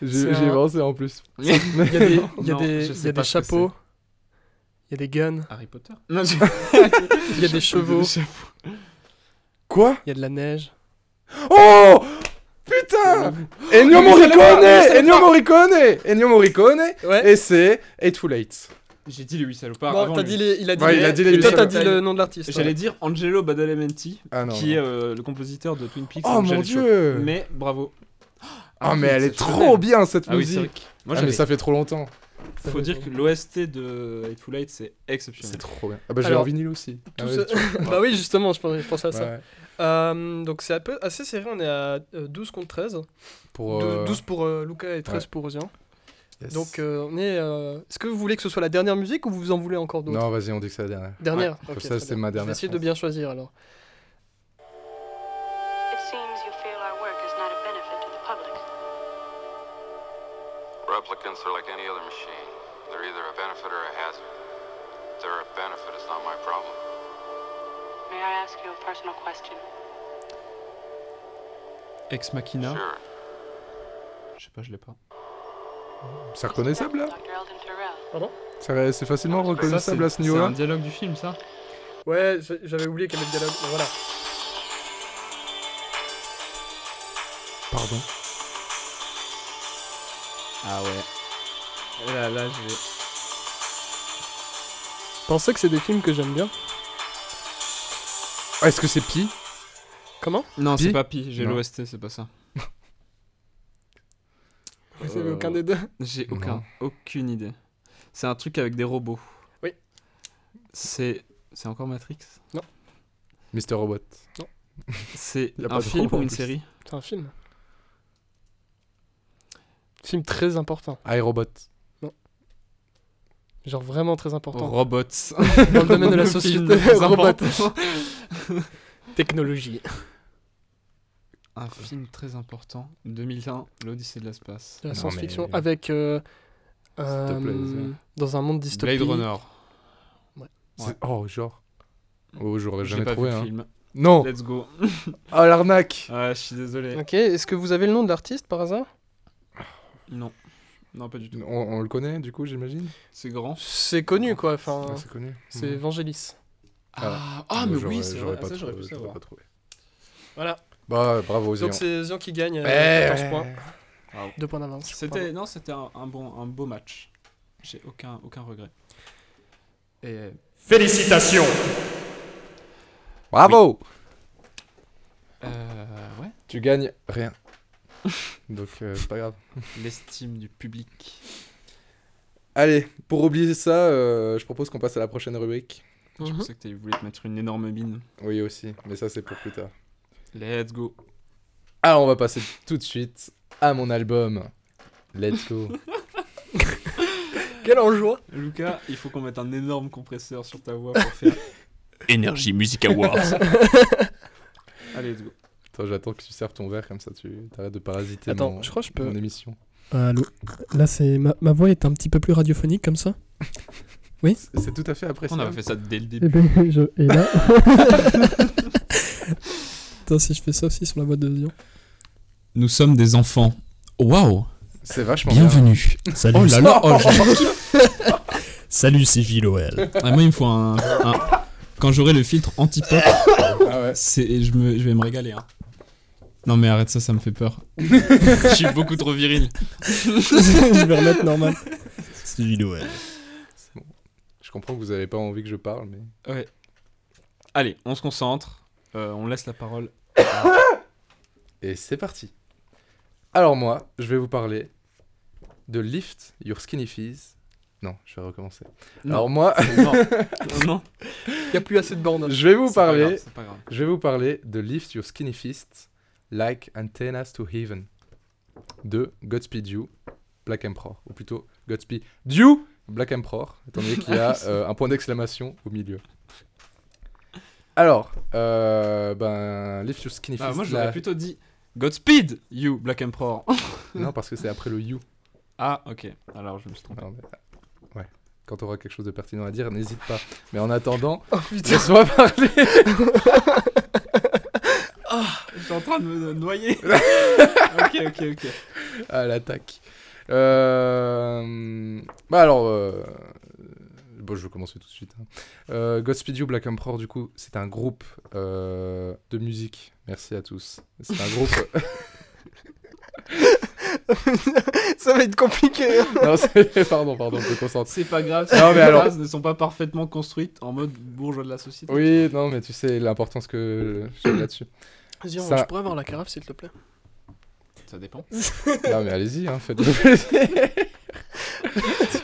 [SPEAKER 4] C'est
[SPEAKER 3] J'ai j'ai
[SPEAKER 4] un-
[SPEAKER 3] pensé en plus.
[SPEAKER 4] Il y a des, il y a
[SPEAKER 5] Non,
[SPEAKER 4] des-
[SPEAKER 5] je
[SPEAKER 4] il y
[SPEAKER 5] sais
[SPEAKER 4] a
[SPEAKER 5] pas
[SPEAKER 4] des
[SPEAKER 5] ce que
[SPEAKER 4] chapeaux, il y a des guns,
[SPEAKER 5] Harry [LAUGHS] Potter
[SPEAKER 4] il
[SPEAKER 5] [LAUGHS]
[SPEAKER 4] y a des chevaux,
[SPEAKER 3] Quoi
[SPEAKER 4] il y a de la neige.
[SPEAKER 3] Oh Putain
[SPEAKER 8] mais
[SPEAKER 3] Ennio
[SPEAKER 8] c'est la
[SPEAKER 3] Morricone
[SPEAKER 8] merde, mais c'est la
[SPEAKER 3] Ennio Morricone Ennio Morricone
[SPEAKER 4] Ouais.
[SPEAKER 3] Et c'est Eightful Eight.
[SPEAKER 5] J'ai dit les 8 salopards.
[SPEAKER 4] Bon,
[SPEAKER 5] Ah, avant
[SPEAKER 4] t'as
[SPEAKER 5] lui.
[SPEAKER 4] dit les- il a dit
[SPEAKER 3] Ouais,
[SPEAKER 4] les-
[SPEAKER 3] il a dit les
[SPEAKER 4] et toi
[SPEAKER 3] huit
[SPEAKER 4] t'as dit
[SPEAKER 3] salopards.
[SPEAKER 4] le nom de l'artiste.
[SPEAKER 5] J'allais
[SPEAKER 4] ouais.
[SPEAKER 5] dire Angelo Badalamenti,
[SPEAKER 3] Ah non.
[SPEAKER 5] qui
[SPEAKER 3] non.
[SPEAKER 5] est euh, le compositeur de Twin Peaks.
[SPEAKER 3] Oh
[SPEAKER 5] donc
[SPEAKER 3] mon
[SPEAKER 5] j'allais chaud.
[SPEAKER 3] dieu
[SPEAKER 5] Mais bravo.
[SPEAKER 3] Ah mais
[SPEAKER 5] oui,
[SPEAKER 3] elle
[SPEAKER 5] c'est
[SPEAKER 3] est trop
[SPEAKER 5] exceptionnel.
[SPEAKER 3] bien cette
[SPEAKER 5] Ah oui, c'est
[SPEAKER 3] musique
[SPEAKER 5] vrai. que- Moi,
[SPEAKER 3] Ah,
[SPEAKER 5] j'avais-
[SPEAKER 3] mais ça fait trop longtemps.
[SPEAKER 5] faut dire que l'OST de Hateful Eight, c'est exceptionnel.
[SPEAKER 3] C'est trop bien. Ah bah j'ai
[SPEAKER 4] Alors,
[SPEAKER 3] en vinyle aussi. Ah
[SPEAKER 4] tout
[SPEAKER 3] ouais,
[SPEAKER 4] ça-
[SPEAKER 3] tu vois.
[SPEAKER 4] [LAUGHS] bah oui, justement, je pensais, je pensais à ça.
[SPEAKER 3] Ouais.
[SPEAKER 4] Euh, donc c'est un peu assez serré, on est à euh, 12 contre 13.
[SPEAKER 3] Pour,
[SPEAKER 4] Dou-
[SPEAKER 3] euh,
[SPEAKER 4] 12 pour euh, Luca et 13
[SPEAKER 3] ouais.
[SPEAKER 4] pour Ozian.
[SPEAKER 3] yes.
[SPEAKER 4] Donc euh, on est. euh, Est-ce que vous voulez que ce soit la dernière musique ou vous en voulez encore d'autres
[SPEAKER 3] Non, vas-y, on dit que c'est la dernière.
[SPEAKER 4] Dernière.
[SPEAKER 3] Comme
[SPEAKER 4] ok,
[SPEAKER 3] ça,
[SPEAKER 4] très
[SPEAKER 3] c'est
[SPEAKER 4] bien.
[SPEAKER 3] ma
[SPEAKER 4] Je vais
[SPEAKER 3] dernière,
[SPEAKER 4] essayer
[SPEAKER 3] je
[SPEAKER 4] de
[SPEAKER 3] pense.
[SPEAKER 4] bien choisir alors.
[SPEAKER 9] It seems you feel our work is not a benefit to the public.
[SPEAKER 10] Replicants are like any other machine. They're either a benefit or a hazard. If they're a benefit, it's not my problem.
[SPEAKER 9] May I ask you a personal question?
[SPEAKER 5] Ex Machina.
[SPEAKER 10] Sure.
[SPEAKER 5] Je sais pas, je l'ai pas.
[SPEAKER 3] C'est reconnaissable là
[SPEAKER 9] Dr. Eldon Terrell.
[SPEAKER 3] Ça- C'est facilement
[SPEAKER 5] Ça,
[SPEAKER 3] reconnaissable à ce
[SPEAKER 5] c'est- C'est un
[SPEAKER 3] niveau-là
[SPEAKER 5] dialogue du film, ça
[SPEAKER 4] Ouais, j'a- j'avais oublié qu'il y avait le dialogue. mais Voilà.
[SPEAKER 3] Pardon.
[SPEAKER 5] Ah ouais. Oh Là, là, je vais.
[SPEAKER 4] Pensez que c'est des films que j'aime bien.
[SPEAKER 3] Ah, Est-ce que c'est Pi
[SPEAKER 4] Comment
[SPEAKER 5] Non,
[SPEAKER 3] Pi
[SPEAKER 5] c'est pas Pi, j'ai
[SPEAKER 3] Non.
[SPEAKER 5] l'OST, c'est pas ça.
[SPEAKER 4] Vous
[SPEAKER 5] Euh,
[SPEAKER 4] avez aucun des deux [LAUGHS]
[SPEAKER 5] J'ai
[SPEAKER 3] Non.
[SPEAKER 5] aucun, aucune idée. C'est un truc avec des robots.
[SPEAKER 4] Oui.
[SPEAKER 5] C'est. C'est encore Matrix
[SPEAKER 3] Mister Robot.
[SPEAKER 5] C'est
[SPEAKER 3] Y a pas
[SPEAKER 5] un
[SPEAKER 3] de
[SPEAKER 5] film
[SPEAKER 3] robot,
[SPEAKER 5] ou
[SPEAKER 3] en
[SPEAKER 5] une
[SPEAKER 3] plus.
[SPEAKER 5] série
[SPEAKER 4] C'est un film. Film très important.
[SPEAKER 3] iRobot.
[SPEAKER 4] Genre vraiment très important.
[SPEAKER 5] Robots.
[SPEAKER 4] Dans [LAUGHS] le domaine de la
[SPEAKER 5] Le [LAUGHS] film le
[SPEAKER 4] société. [LAUGHS]
[SPEAKER 5] plus
[SPEAKER 4] Robot.
[SPEAKER 5] important.
[SPEAKER 3] [LAUGHS]
[SPEAKER 4] Technologie.
[SPEAKER 5] un film très important. 2001, l'Odyssée de l'espace.
[SPEAKER 4] De la
[SPEAKER 3] Non,
[SPEAKER 4] science-fiction
[SPEAKER 3] mais-
[SPEAKER 4] avec. euh, euh,
[SPEAKER 3] plaît,
[SPEAKER 4] dans un monde dystopique.
[SPEAKER 5] Blade Runner.
[SPEAKER 3] C'est-
[SPEAKER 5] Ouais.
[SPEAKER 3] Oh, genre. Oh, j'aurais
[SPEAKER 5] J'ai
[SPEAKER 3] jamais
[SPEAKER 5] pas
[SPEAKER 3] trouvé.
[SPEAKER 5] vu le
[SPEAKER 3] hein.
[SPEAKER 5] film.
[SPEAKER 3] Non
[SPEAKER 5] Let's go.
[SPEAKER 3] Ah, l'arnaque
[SPEAKER 5] Ah, je suis désolé.
[SPEAKER 4] Ok, est-ce que vous avez le nom de l'artiste par hasard
[SPEAKER 5] Non. Non, pas du
[SPEAKER 3] on,
[SPEAKER 5] tout.
[SPEAKER 3] on le connaît du coup, j'imagine
[SPEAKER 5] C'est grand.
[SPEAKER 4] C'est connu quoi, enfin.
[SPEAKER 3] Ah, C'est connu.
[SPEAKER 4] C'est Vangelis.
[SPEAKER 5] Ah,
[SPEAKER 3] Ah,
[SPEAKER 5] ah, mais oui, c'est
[SPEAKER 3] j'aurais
[SPEAKER 5] vrai.
[SPEAKER 3] pas,
[SPEAKER 5] Ah, ça, j'aurais
[SPEAKER 3] trouvé,
[SPEAKER 5] pu
[SPEAKER 3] j'aurais
[SPEAKER 5] savoir.
[SPEAKER 3] pas trouvé.
[SPEAKER 4] Voilà.
[SPEAKER 3] Bah, ouais, bravo, Zion.
[SPEAKER 4] Donc c'est Zion qui gagne euh,
[SPEAKER 3] Eh.
[SPEAKER 4] 14 points. 2 points d'avance.
[SPEAKER 5] C'était non, c'était un, un bon, un beau match. J'ai aucun, aucun regret. Et
[SPEAKER 11] Félicitations
[SPEAKER 3] Bravo
[SPEAKER 5] euh, ouais,
[SPEAKER 3] Tu gagnes [LAUGHS] rien. Donc, euh, c'est pas grave.
[SPEAKER 5] l'estime du public.
[SPEAKER 3] Allez, pour oublier ça, euh, je propose qu'on passe à la prochaine rubrique.
[SPEAKER 5] Je
[SPEAKER 4] Mhm.
[SPEAKER 5] pensais que tu voulais te mettre une énorme mine.
[SPEAKER 3] Oui, aussi, mais ça, c'est pour plus tard.
[SPEAKER 5] Let's go.
[SPEAKER 3] Alors, on va passer tout de suite à mon album. Let's [LAUGHS] go.
[SPEAKER 4] Quel enjoi
[SPEAKER 5] Lucas, il faut qu'on mette un énorme compresseur sur ta voix pour faire.
[SPEAKER 11] Energy Music Awards
[SPEAKER 5] [LAUGHS] Allez, let's go.
[SPEAKER 3] Attends, j'attends que tu serves ton verre, comme ça, tu t'arrêtes de parasiter
[SPEAKER 4] Attends,
[SPEAKER 3] mon,
[SPEAKER 4] je crois que je peux-
[SPEAKER 3] mon émission.
[SPEAKER 4] Euh, Allô. Là c'est ma, ma voix est un petit peu plus radiophonique comme ça.
[SPEAKER 3] C'est c'est tout à fait
[SPEAKER 5] On
[SPEAKER 3] appréciable.
[SPEAKER 5] avait fait ça dès le
[SPEAKER 12] [LAUGHS] Et
[SPEAKER 5] début.
[SPEAKER 12] ben, je...
[SPEAKER 4] [LAUGHS]
[SPEAKER 12] et là. Putain, si je fais ça aussi sur la voix de Dion.
[SPEAKER 11] Nous sommes des enfants. Waouh
[SPEAKER 3] C'est vachement bien.
[SPEAKER 11] Bienvenue
[SPEAKER 12] Salut,
[SPEAKER 11] Oh là là oh, j'ai-
[SPEAKER 12] [LAUGHS] salut, c'est Gilles
[SPEAKER 11] Ah, Moi, il me faut un. un- Quand j'aurai le filtre anti-pop,
[SPEAKER 3] Ah ouais.
[SPEAKER 11] c'est... Je, me... je vais me régaler. hein. Non, mais arrête ça, ça me fait peur.
[SPEAKER 5] [LAUGHS]
[SPEAKER 11] je suis beaucoup trop viril.
[SPEAKER 12] je vais remettre normal. C'est Gilles
[SPEAKER 3] Je comprends que vous avez pas envie que je parle, mais.
[SPEAKER 5] Allez, on se concentre. Euh, on laisse la parole. [LAUGHS]
[SPEAKER 3] Et c'est parti. Alors moi, je vais vous parler de Lift Your Skinny Fees. Non, je vais recommencer.
[SPEAKER 5] Non.
[SPEAKER 3] Alors moi,
[SPEAKER 5] non, non.
[SPEAKER 4] Il y a plus assez de bornes.
[SPEAKER 3] [LAUGHS] je vais vous
[SPEAKER 5] c'est pas grave,
[SPEAKER 3] parler,
[SPEAKER 5] C'est pas grave.
[SPEAKER 3] je vais vous parler de Lift Your Skinny Fists Like Antennas to Heaven de Godspeed You, Black Emperor, ou plutôt Godspeed You, Black Emperor, étant donné qu'il y
[SPEAKER 5] [LAUGHS]
[SPEAKER 3] a euh, un point d'exclamation au milieu. Alors, euh, ben, Lift Your Skinny Fists.
[SPEAKER 5] Ah, moi,
[SPEAKER 3] la-
[SPEAKER 5] j'aurais plutôt dit Godspeed, you
[SPEAKER 3] [LAUGHS]
[SPEAKER 5] Black Emperor. [LAUGHS]
[SPEAKER 3] Non, parce que c'est après le You.
[SPEAKER 5] ah, ok. Alors, je me suis trompé.
[SPEAKER 3] Non, mais- euh, Ouais. Quand tu auras quelque chose de pertinent à dire, n'hésite pas. Mais en attendant,
[SPEAKER 4] Oh [LAUGHS] putain,
[SPEAKER 3] laisse-moi parler.
[SPEAKER 5] J'étais en train de me
[SPEAKER 3] [LAUGHS]
[SPEAKER 5] noyer. ok, ok, ok.
[SPEAKER 3] à l'attaque. Euh, Bah alors, euh, bon, je vais commencer tout de suite. hein. Euh, Godspeed You Black Emperor, du
[SPEAKER 5] [LAUGHS]
[SPEAKER 3] coup, c'est un groupe euh, de musique. Merci à tous. C'est un groupe.
[SPEAKER 4] [LAUGHS] Ça va être compliqué. hein.
[SPEAKER 3] euh, Non, c'est- pardon, pardon, je me concentre.
[SPEAKER 5] C'est pas grave,
[SPEAKER 3] Non,
[SPEAKER 5] ces
[SPEAKER 3] mais alors-
[SPEAKER 5] phrases ne sont pas parfaitement construites en mode bourgeois de la société.
[SPEAKER 3] Oui, non, mais tu sais l'importance que j'ai là-dessus.
[SPEAKER 4] Vas-y, on-
[SPEAKER 3] Ça-
[SPEAKER 4] je pourrais avoir la carafe, s'il te plaît.
[SPEAKER 5] Ça dépend.
[SPEAKER 3] Non, mais allez-y, hein, faites-vous
[SPEAKER 5] [LAUGHS]
[SPEAKER 3] plaisir.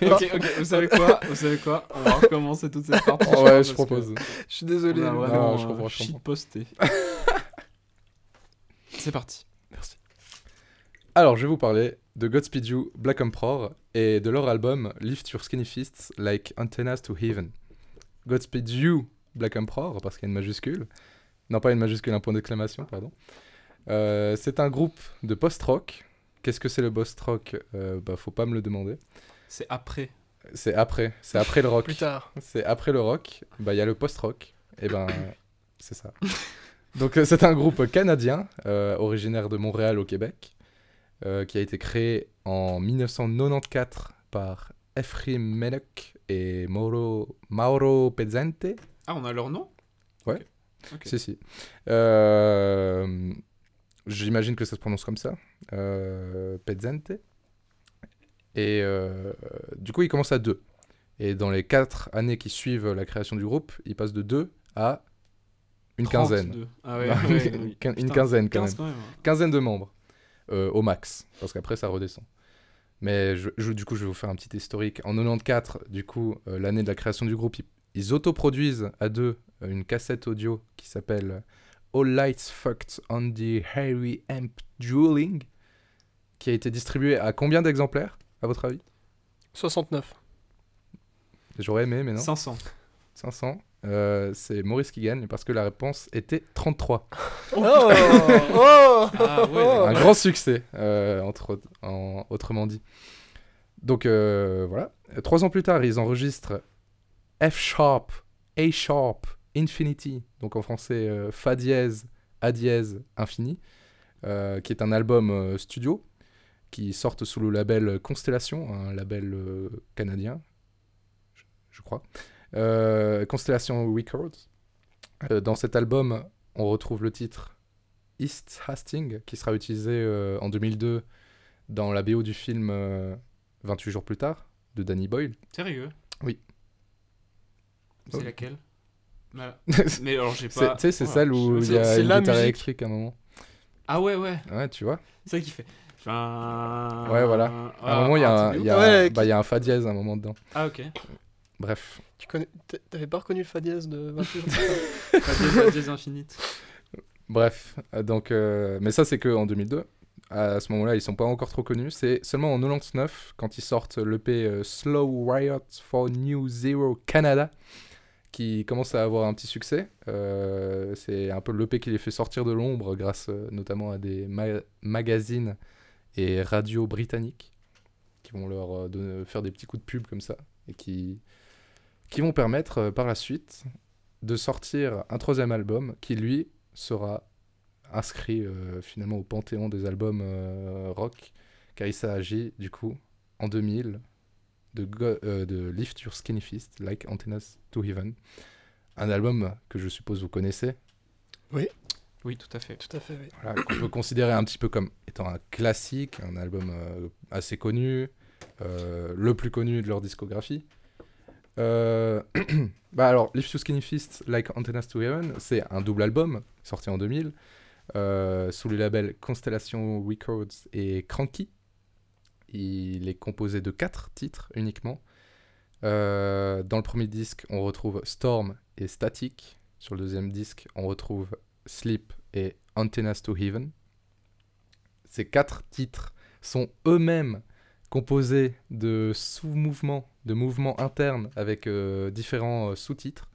[SPEAKER 5] ok, ok, vous savez quoi Vous savez quoi On va recommencer toute cette partie.
[SPEAKER 3] Oh, ouais,
[SPEAKER 5] crois,
[SPEAKER 3] je
[SPEAKER 5] parce que
[SPEAKER 3] propose.
[SPEAKER 4] Je suis désolé.
[SPEAKER 5] on a
[SPEAKER 4] mais-
[SPEAKER 5] vraiment,
[SPEAKER 3] je
[SPEAKER 5] euh,
[SPEAKER 3] comprends, je comprends.
[SPEAKER 5] shitposté. C'est parti.
[SPEAKER 3] Alors, je vais vous parler de Godspeed You, Black Emperor et de leur album Lift Your Skinny Fists Like Antennas to Heaven. Godspeed You, Black Emperor, parce qu'il y a une majuscule. Non, pas une majuscule, un point d'exclamation, pardon. Euh, c'est un groupe de post-rock. Qu'est-ce que c'est le post-rock Euh, Bah, faut pas me le demander.
[SPEAKER 5] C'est après.
[SPEAKER 3] C'est après, c'est après le rock.
[SPEAKER 4] [LAUGHS] Plus tard.
[SPEAKER 3] C'est après le rock, bah il y a le post-rock. Et ben [COUGHS] c'est ça. Donc euh, c'est un groupe canadien euh, originaire de Montréal au Québec euh, qui a été créé en 1994 par Ephraim Melek et Mauro, Mauro Pezzente.
[SPEAKER 5] Ah, on a leur nom
[SPEAKER 3] Si si. Euh, J'imagine que ça se prononce comme ça. Euh, Pezzente. Et euh, du coup, il commence à 2. Et dans les 4 années qui suivent la création du groupe, il passe de 2 à une
[SPEAKER 5] 32.
[SPEAKER 3] quinzaine.
[SPEAKER 5] Ah ouais,
[SPEAKER 3] Non,
[SPEAKER 5] ouais,
[SPEAKER 3] une,
[SPEAKER 5] oui.
[SPEAKER 3] [LAUGHS] quin- une
[SPEAKER 5] Putain,
[SPEAKER 3] quinzaine quand même.
[SPEAKER 5] 15 quand même, hein.
[SPEAKER 3] Quinzaine de membres euh, au max, parce qu'après ça redescend. Mais je, je- du coup, je vais vous faire un petit historique. En 94, du coup, euh, l'année de la création du groupe, ils, ils autoproduisent à deux euh, une cassette audio qui s'appelle All Lights Fucked on the Harry Amp Dueling, qui a été distribuée à combien d'exemplaires, à votre avis
[SPEAKER 4] 69.
[SPEAKER 3] J'aurais aimé, mais non.
[SPEAKER 5] 500.
[SPEAKER 3] 500. Euh, c'est Maurice qui gagne parce que la réponse était 33.
[SPEAKER 4] Oh [LAUGHS] Oh
[SPEAKER 3] [LAUGHS]
[SPEAKER 5] Ah ouais, d'accord.
[SPEAKER 3] un grand succès, euh, entre, en- autrement dit. Donc euh, voilà. Trois ans plus tard, ils enregistrent F sharp, A sharp, Infinity, donc en français euh, Fa dièse, A dièse, Infini, euh, qui est un album euh, studio qui sortent sous le label Constellation, un label euh, canadien, je, je crois. Euh, Constellation Records. Euh, dans cet album, on retrouve le titre East Hastings, qui sera utilisé euh, en 2002 dans la BO du film euh, 28 jours plus tard, de Danny Boyle.
[SPEAKER 5] Sérieux
[SPEAKER 3] Oui.
[SPEAKER 5] C'est
[SPEAKER 3] Oh.
[SPEAKER 5] laquelle Voilà.
[SPEAKER 3] [LAUGHS] C'est-
[SPEAKER 5] Mais alors, j'ai
[SPEAKER 3] Tu sais,
[SPEAKER 5] pas.
[SPEAKER 3] c'est
[SPEAKER 5] Voilà,
[SPEAKER 3] celle
[SPEAKER 5] je-
[SPEAKER 3] où il y
[SPEAKER 4] Bah, c'est-
[SPEAKER 3] a
[SPEAKER 4] c'est
[SPEAKER 3] une
[SPEAKER 4] la
[SPEAKER 3] guitare
[SPEAKER 4] musique.
[SPEAKER 3] électrique à un moment.
[SPEAKER 5] Ah ouais, ouais.
[SPEAKER 3] Ouais, tu vois.
[SPEAKER 5] C'est ça qui fait. ah,
[SPEAKER 3] Ouais,
[SPEAKER 5] Ouais,
[SPEAKER 3] voilà.
[SPEAKER 4] Ah,
[SPEAKER 3] à un moment, il y a, un- il y a-
[SPEAKER 4] Ouais,
[SPEAKER 3] bah, il y a un Fa dièse à un moment dedans.
[SPEAKER 5] Ah, ok.
[SPEAKER 3] Bref.
[SPEAKER 4] Tu connais... t'a- T'avais pas reconnu le fa dièse de 28 jours [LAUGHS]
[SPEAKER 5] Pas de dièse, pas de
[SPEAKER 3] [LAUGHS]
[SPEAKER 5] dièse infinite.
[SPEAKER 3] Bref, euh, donc, euh, mais ça c'est que en 2002. À ce moment-là, ils sont pas encore trop connus. C'est seulement en 99 quand ils sortent l'EP euh, Slow Riot for New Zero Canada qui commence à avoir un petit succès. Euh, c'est un peu l'EP qui les fait sortir de l'ombre grâce euh, notamment à des ma- magazines et radios britanniques qui vont leur euh, donner- faire des petits coups de pub comme ça et qui, qui vont permettre euh, par la suite de sortir un troisième album qui lui sera inscrit euh, finalement au panthéon des albums euh, rock car il s'agit du coup en 2000 de, Go- euh, de Lift Your Skinny Fist Like Antennas to Heaven un album que je suppose vous connaissez
[SPEAKER 5] Oui, tout à fait.
[SPEAKER 4] Tout à fait, oui.
[SPEAKER 3] voilà, qu'on peut considérer un petit peu comme étant un classique, un album euh, assez connu, euh, le plus connu de leur discographie. Euh, [CLEARS THROAT] bah alors, Lift You Skinny Fist, Like Antennas to Heaven, c'est un double album sorti en 2000 euh, sous les labels Constellation Records et Cranky. Il est composé de quatre titres uniquement. Euh, dans le premier disque, on retrouve Storm et Static. Sur le deuxième disque, on retrouve Sleep et Antennas to Heaven. Ces quatre titres sont eux-mêmes composés de sous-mouvements, de mouvements internes avec euh, différents euh, sous-titres.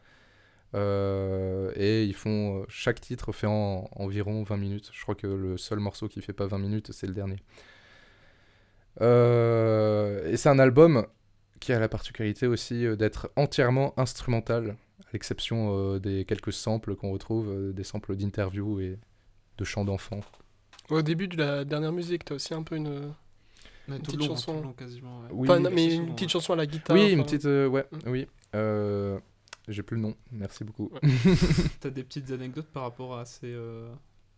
[SPEAKER 3] Euh, et ils font euh, chaque titre fait en- environ 20 minutes. Je crois que le seul morceau qui fait pas 20 minutes, c'est le dernier. Euh, et c'est un album qui a la particularité aussi euh, d'être entièrement instrumental à l'exception euh, des quelques samples qu'on retrouve, euh, des samples d'interviews et de chants d'enfants.
[SPEAKER 4] Au début de la dernière musique, t'as aussi un peu une.
[SPEAKER 5] Mais tout
[SPEAKER 4] petite
[SPEAKER 5] le long,
[SPEAKER 4] chanson.
[SPEAKER 5] tout le long, quasiment. ouais.
[SPEAKER 3] Oui,
[SPEAKER 4] Enfin, non, mais
[SPEAKER 5] assez
[SPEAKER 4] une
[SPEAKER 5] souvent,
[SPEAKER 4] petite
[SPEAKER 5] ouais.
[SPEAKER 4] chanson à la guitare.
[SPEAKER 3] oui, une
[SPEAKER 4] enfin,
[SPEAKER 3] petite. euh, ouais,
[SPEAKER 4] Mm.
[SPEAKER 3] oui. euh, J'ai plus le nom, merci beaucoup.
[SPEAKER 5] T'as des petites anecdotes par rapport à ces, euh,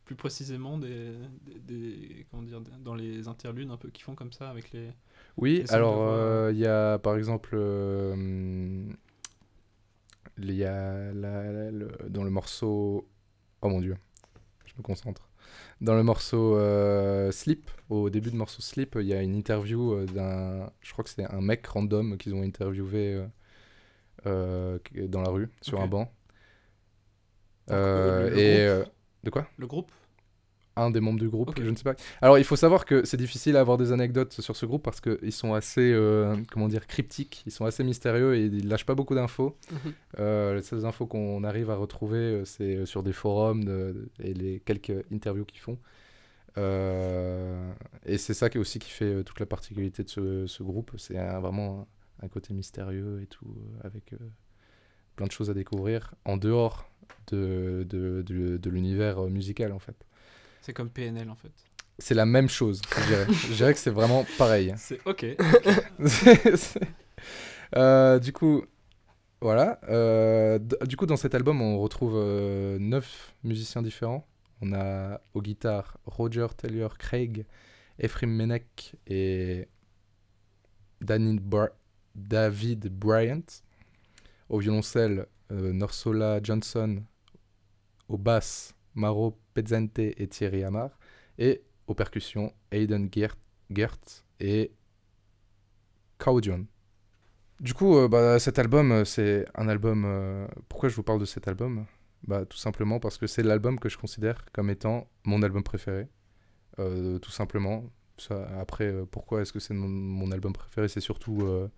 [SPEAKER 5] plus précisément des, des, des- comment dire, dans les interludes un peu qui font comme ça avec les.
[SPEAKER 3] Oui,
[SPEAKER 5] les sons
[SPEAKER 3] alors
[SPEAKER 5] de voix.
[SPEAKER 3] euh, il y a par exemple euh, hum, il y a la- la- le- dans le morceau oh mon dieu, je me concentre. Dans le morceau euh, Sleep, au début de morceau Sleep, il y a une interview euh, d'un, je crois que c'est un mec random qu'ils ont interviewé euh, euh, qui- dans la rue sur un banc.
[SPEAKER 5] Donc,
[SPEAKER 3] Euh,
[SPEAKER 5] le- le
[SPEAKER 3] et
[SPEAKER 5] groupe.
[SPEAKER 3] euh, de quoi
[SPEAKER 5] Le groupe
[SPEAKER 3] un des membres du groupe, je ne sais pas. Alors, il faut savoir que c'est difficile à avoir des anecdotes sur ce groupe parce qu'ils sont assez, euh, comment dire, cryptiques, ils sont assez mystérieux et ils lâchent pas beaucoup d'infos. [LAUGHS]
[SPEAKER 5] Mhm.
[SPEAKER 3] Euh, les seules infos qu'on arrive à retrouver, euh, c'est sur des forums de- et les quelques interviews qu'ils font. Euh, et c'est ça qui aussi qui fait euh, toute la particularité de ce, ce groupe, c'est un- vraiment un, un côté mystérieux et tout, euh, avec euh, plein de choses à découvrir en dehors de, de, de- de l'univers euh, musical en fait.
[SPEAKER 5] C'est comme PNL en fait.
[SPEAKER 3] C'est la même chose, je dirais. je dirais que c'est vraiment pareil. [LAUGHS]
[SPEAKER 5] C'est ok.
[SPEAKER 3] C'est- c'est- Euh, du coup, voilà. Euh, d- du coup, dans cet album, on retrouve euh, neuf musiciens différents. On a aux guitares Roger Taylor Craig, Ephraim Menek et Danny Bra- David Bryant. Au violoncelle, euh, Norsola Johnson. Aux basses, Maro Pezzante et Thierry Amar. Et aux percussions, Aiden Geert, Geert et Caudion. Du coup, euh, bah, cet album, euh, c'est un album. euh, pourquoi je vous parle de cet album bah, Tout simplement parce que c'est l'album que je considère comme étant mon album préféré. Euh, tout simplement. Ça, après, euh, pourquoi est-ce que c'est mon, mon album préféré C'est surtout euh,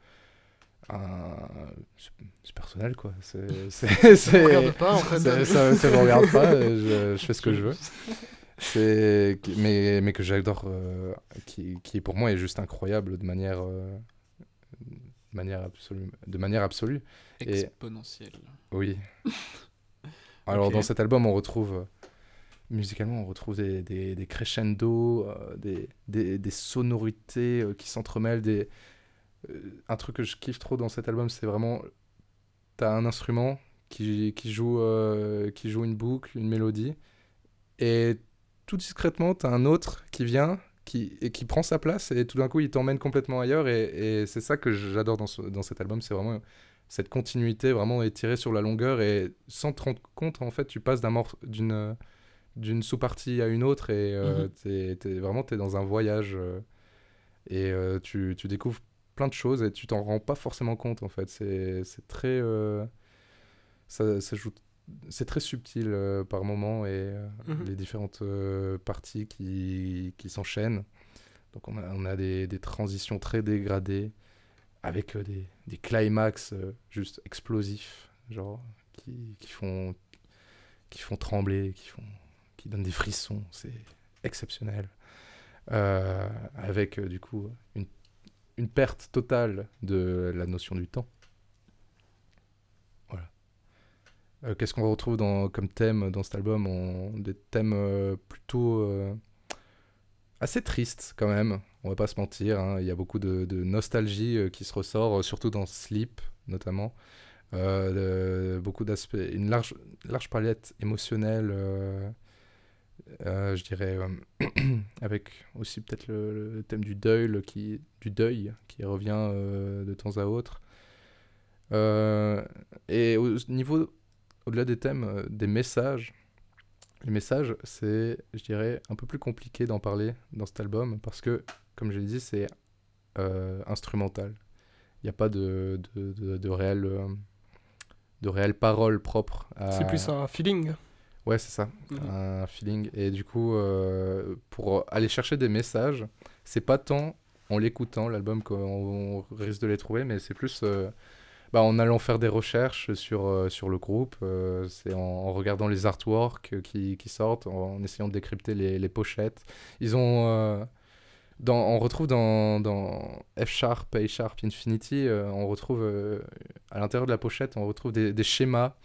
[SPEAKER 3] un. C'est c'est personnel, quoi. C'est- [LAUGHS] c'est-
[SPEAKER 4] Ça
[SPEAKER 3] c'est-
[SPEAKER 4] vous regarde pas, en fait.
[SPEAKER 3] Ça, ça, ça me regarde
[SPEAKER 4] [LAUGHS]
[SPEAKER 3] pas. euh, Je, je fais ce que je veux. C'est qui- mais, mais que j'adore, euh, qui, qui pour moi est juste incroyable de manière, euh, de manière absolue, de manière absolue. Et-
[SPEAKER 5] Exponentielle.
[SPEAKER 3] oui. Alors
[SPEAKER 5] Ok.
[SPEAKER 3] dans cet album, on retrouve euh, musicalement, on retrouve des, des, des crescendo, euh, des, des, des sonorités euh, qui s'entremêlent. Des... euh, un truc que je kiffe trop dans cet album, c'est vraiment, t'as un instrument qui, qui joue, euh, qui joue une boucle, une mélodie, et tout discrètement, t'as un autre qui vient. Qui, et qui prend sa place et tout d'un coup il t'emmène complètement ailleurs et, et c'est ça que j'adore dans, ce- dans cet album c'est vraiment cette continuité vraiment étirée sur la longueur et sans te rendre compte en fait tu passes d'un morce- d'une euh, d'une sous-partie à une autre et euh,
[SPEAKER 5] Mhm.
[SPEAKER 3] t'es- t'es- vraiment t'es dans un voyage euh, et euh, tu, tu découvres plein de choses et tu t'en rends pas forcément compte en fait c'est c'est très euh, ça, ça joue c'est très subtil euh, par moment et euh,
[SPEAKER 5] Mhm.
[SPEAKER 3] les différentes euh, parties qui, qui s'enchaînent donc on a, on a des, des transitions très dégradées avec euh, des, des climax euh, juste explosifs, genre qui, qui font qui font trembler, qui font qui donnent des frissons, c'est exceptionnel. Euh, avec euh, du coup une, une perte totale de la notion du temps. Voilà. Euh, Qu'est-ce qu'on retrouve dans, comme thème dans cet album On- Des thèmes euh, plutôt euh, assez tristes quand même, on va pas se mentir. hein. Il y a beaucoup de, de nostalgie euh, qui se ressort, euh, surtout dans Sleep notamment. Euh, de- beaucoup d'aspects, une large, large palette émotionnelle, euh, euh, je dirais, euh, [CLEARS THROAT] avec aussi peut-être le, le thème du deuil le- qui, du deuil qui revient euh, de temps à autre. Euh, et au niveau, au-delà des thèmes, euh, des messages, les messages, c'est, je dirais, un peu plus compliqué d'en parler dans cet album parce que, comme je l'ai dit, c'est euh, instrumental. Il n'y a pas de, de, de, de réelle, euh, de réelle parole propre. à-
[SPEAKER 4] C'est plus un feeling.
[SPEAKER 3] Ouais, c'est ça,
[SPEAKER 4] Mhm.
[SPEAKER 3] un feeling. Et du coup, euh, pour aller chercher des messages, c'est pas tant en l'écoutant, l'album, qu'on on risque de les trouver, mais c'est plus euh, bah, en allant faire des recherches sur, euh, sur le groupe, euh, c'est en, en regardant les artworks qui, qui sortent, en essayant de décrypter les, les pochettes. Ils ont. euh, dans- on retrouve dans, dans F Sharp, A Sharp, Infinity, euh, on retrouve euh, à l'intérieur de la pochette, on retrouve des, des schémas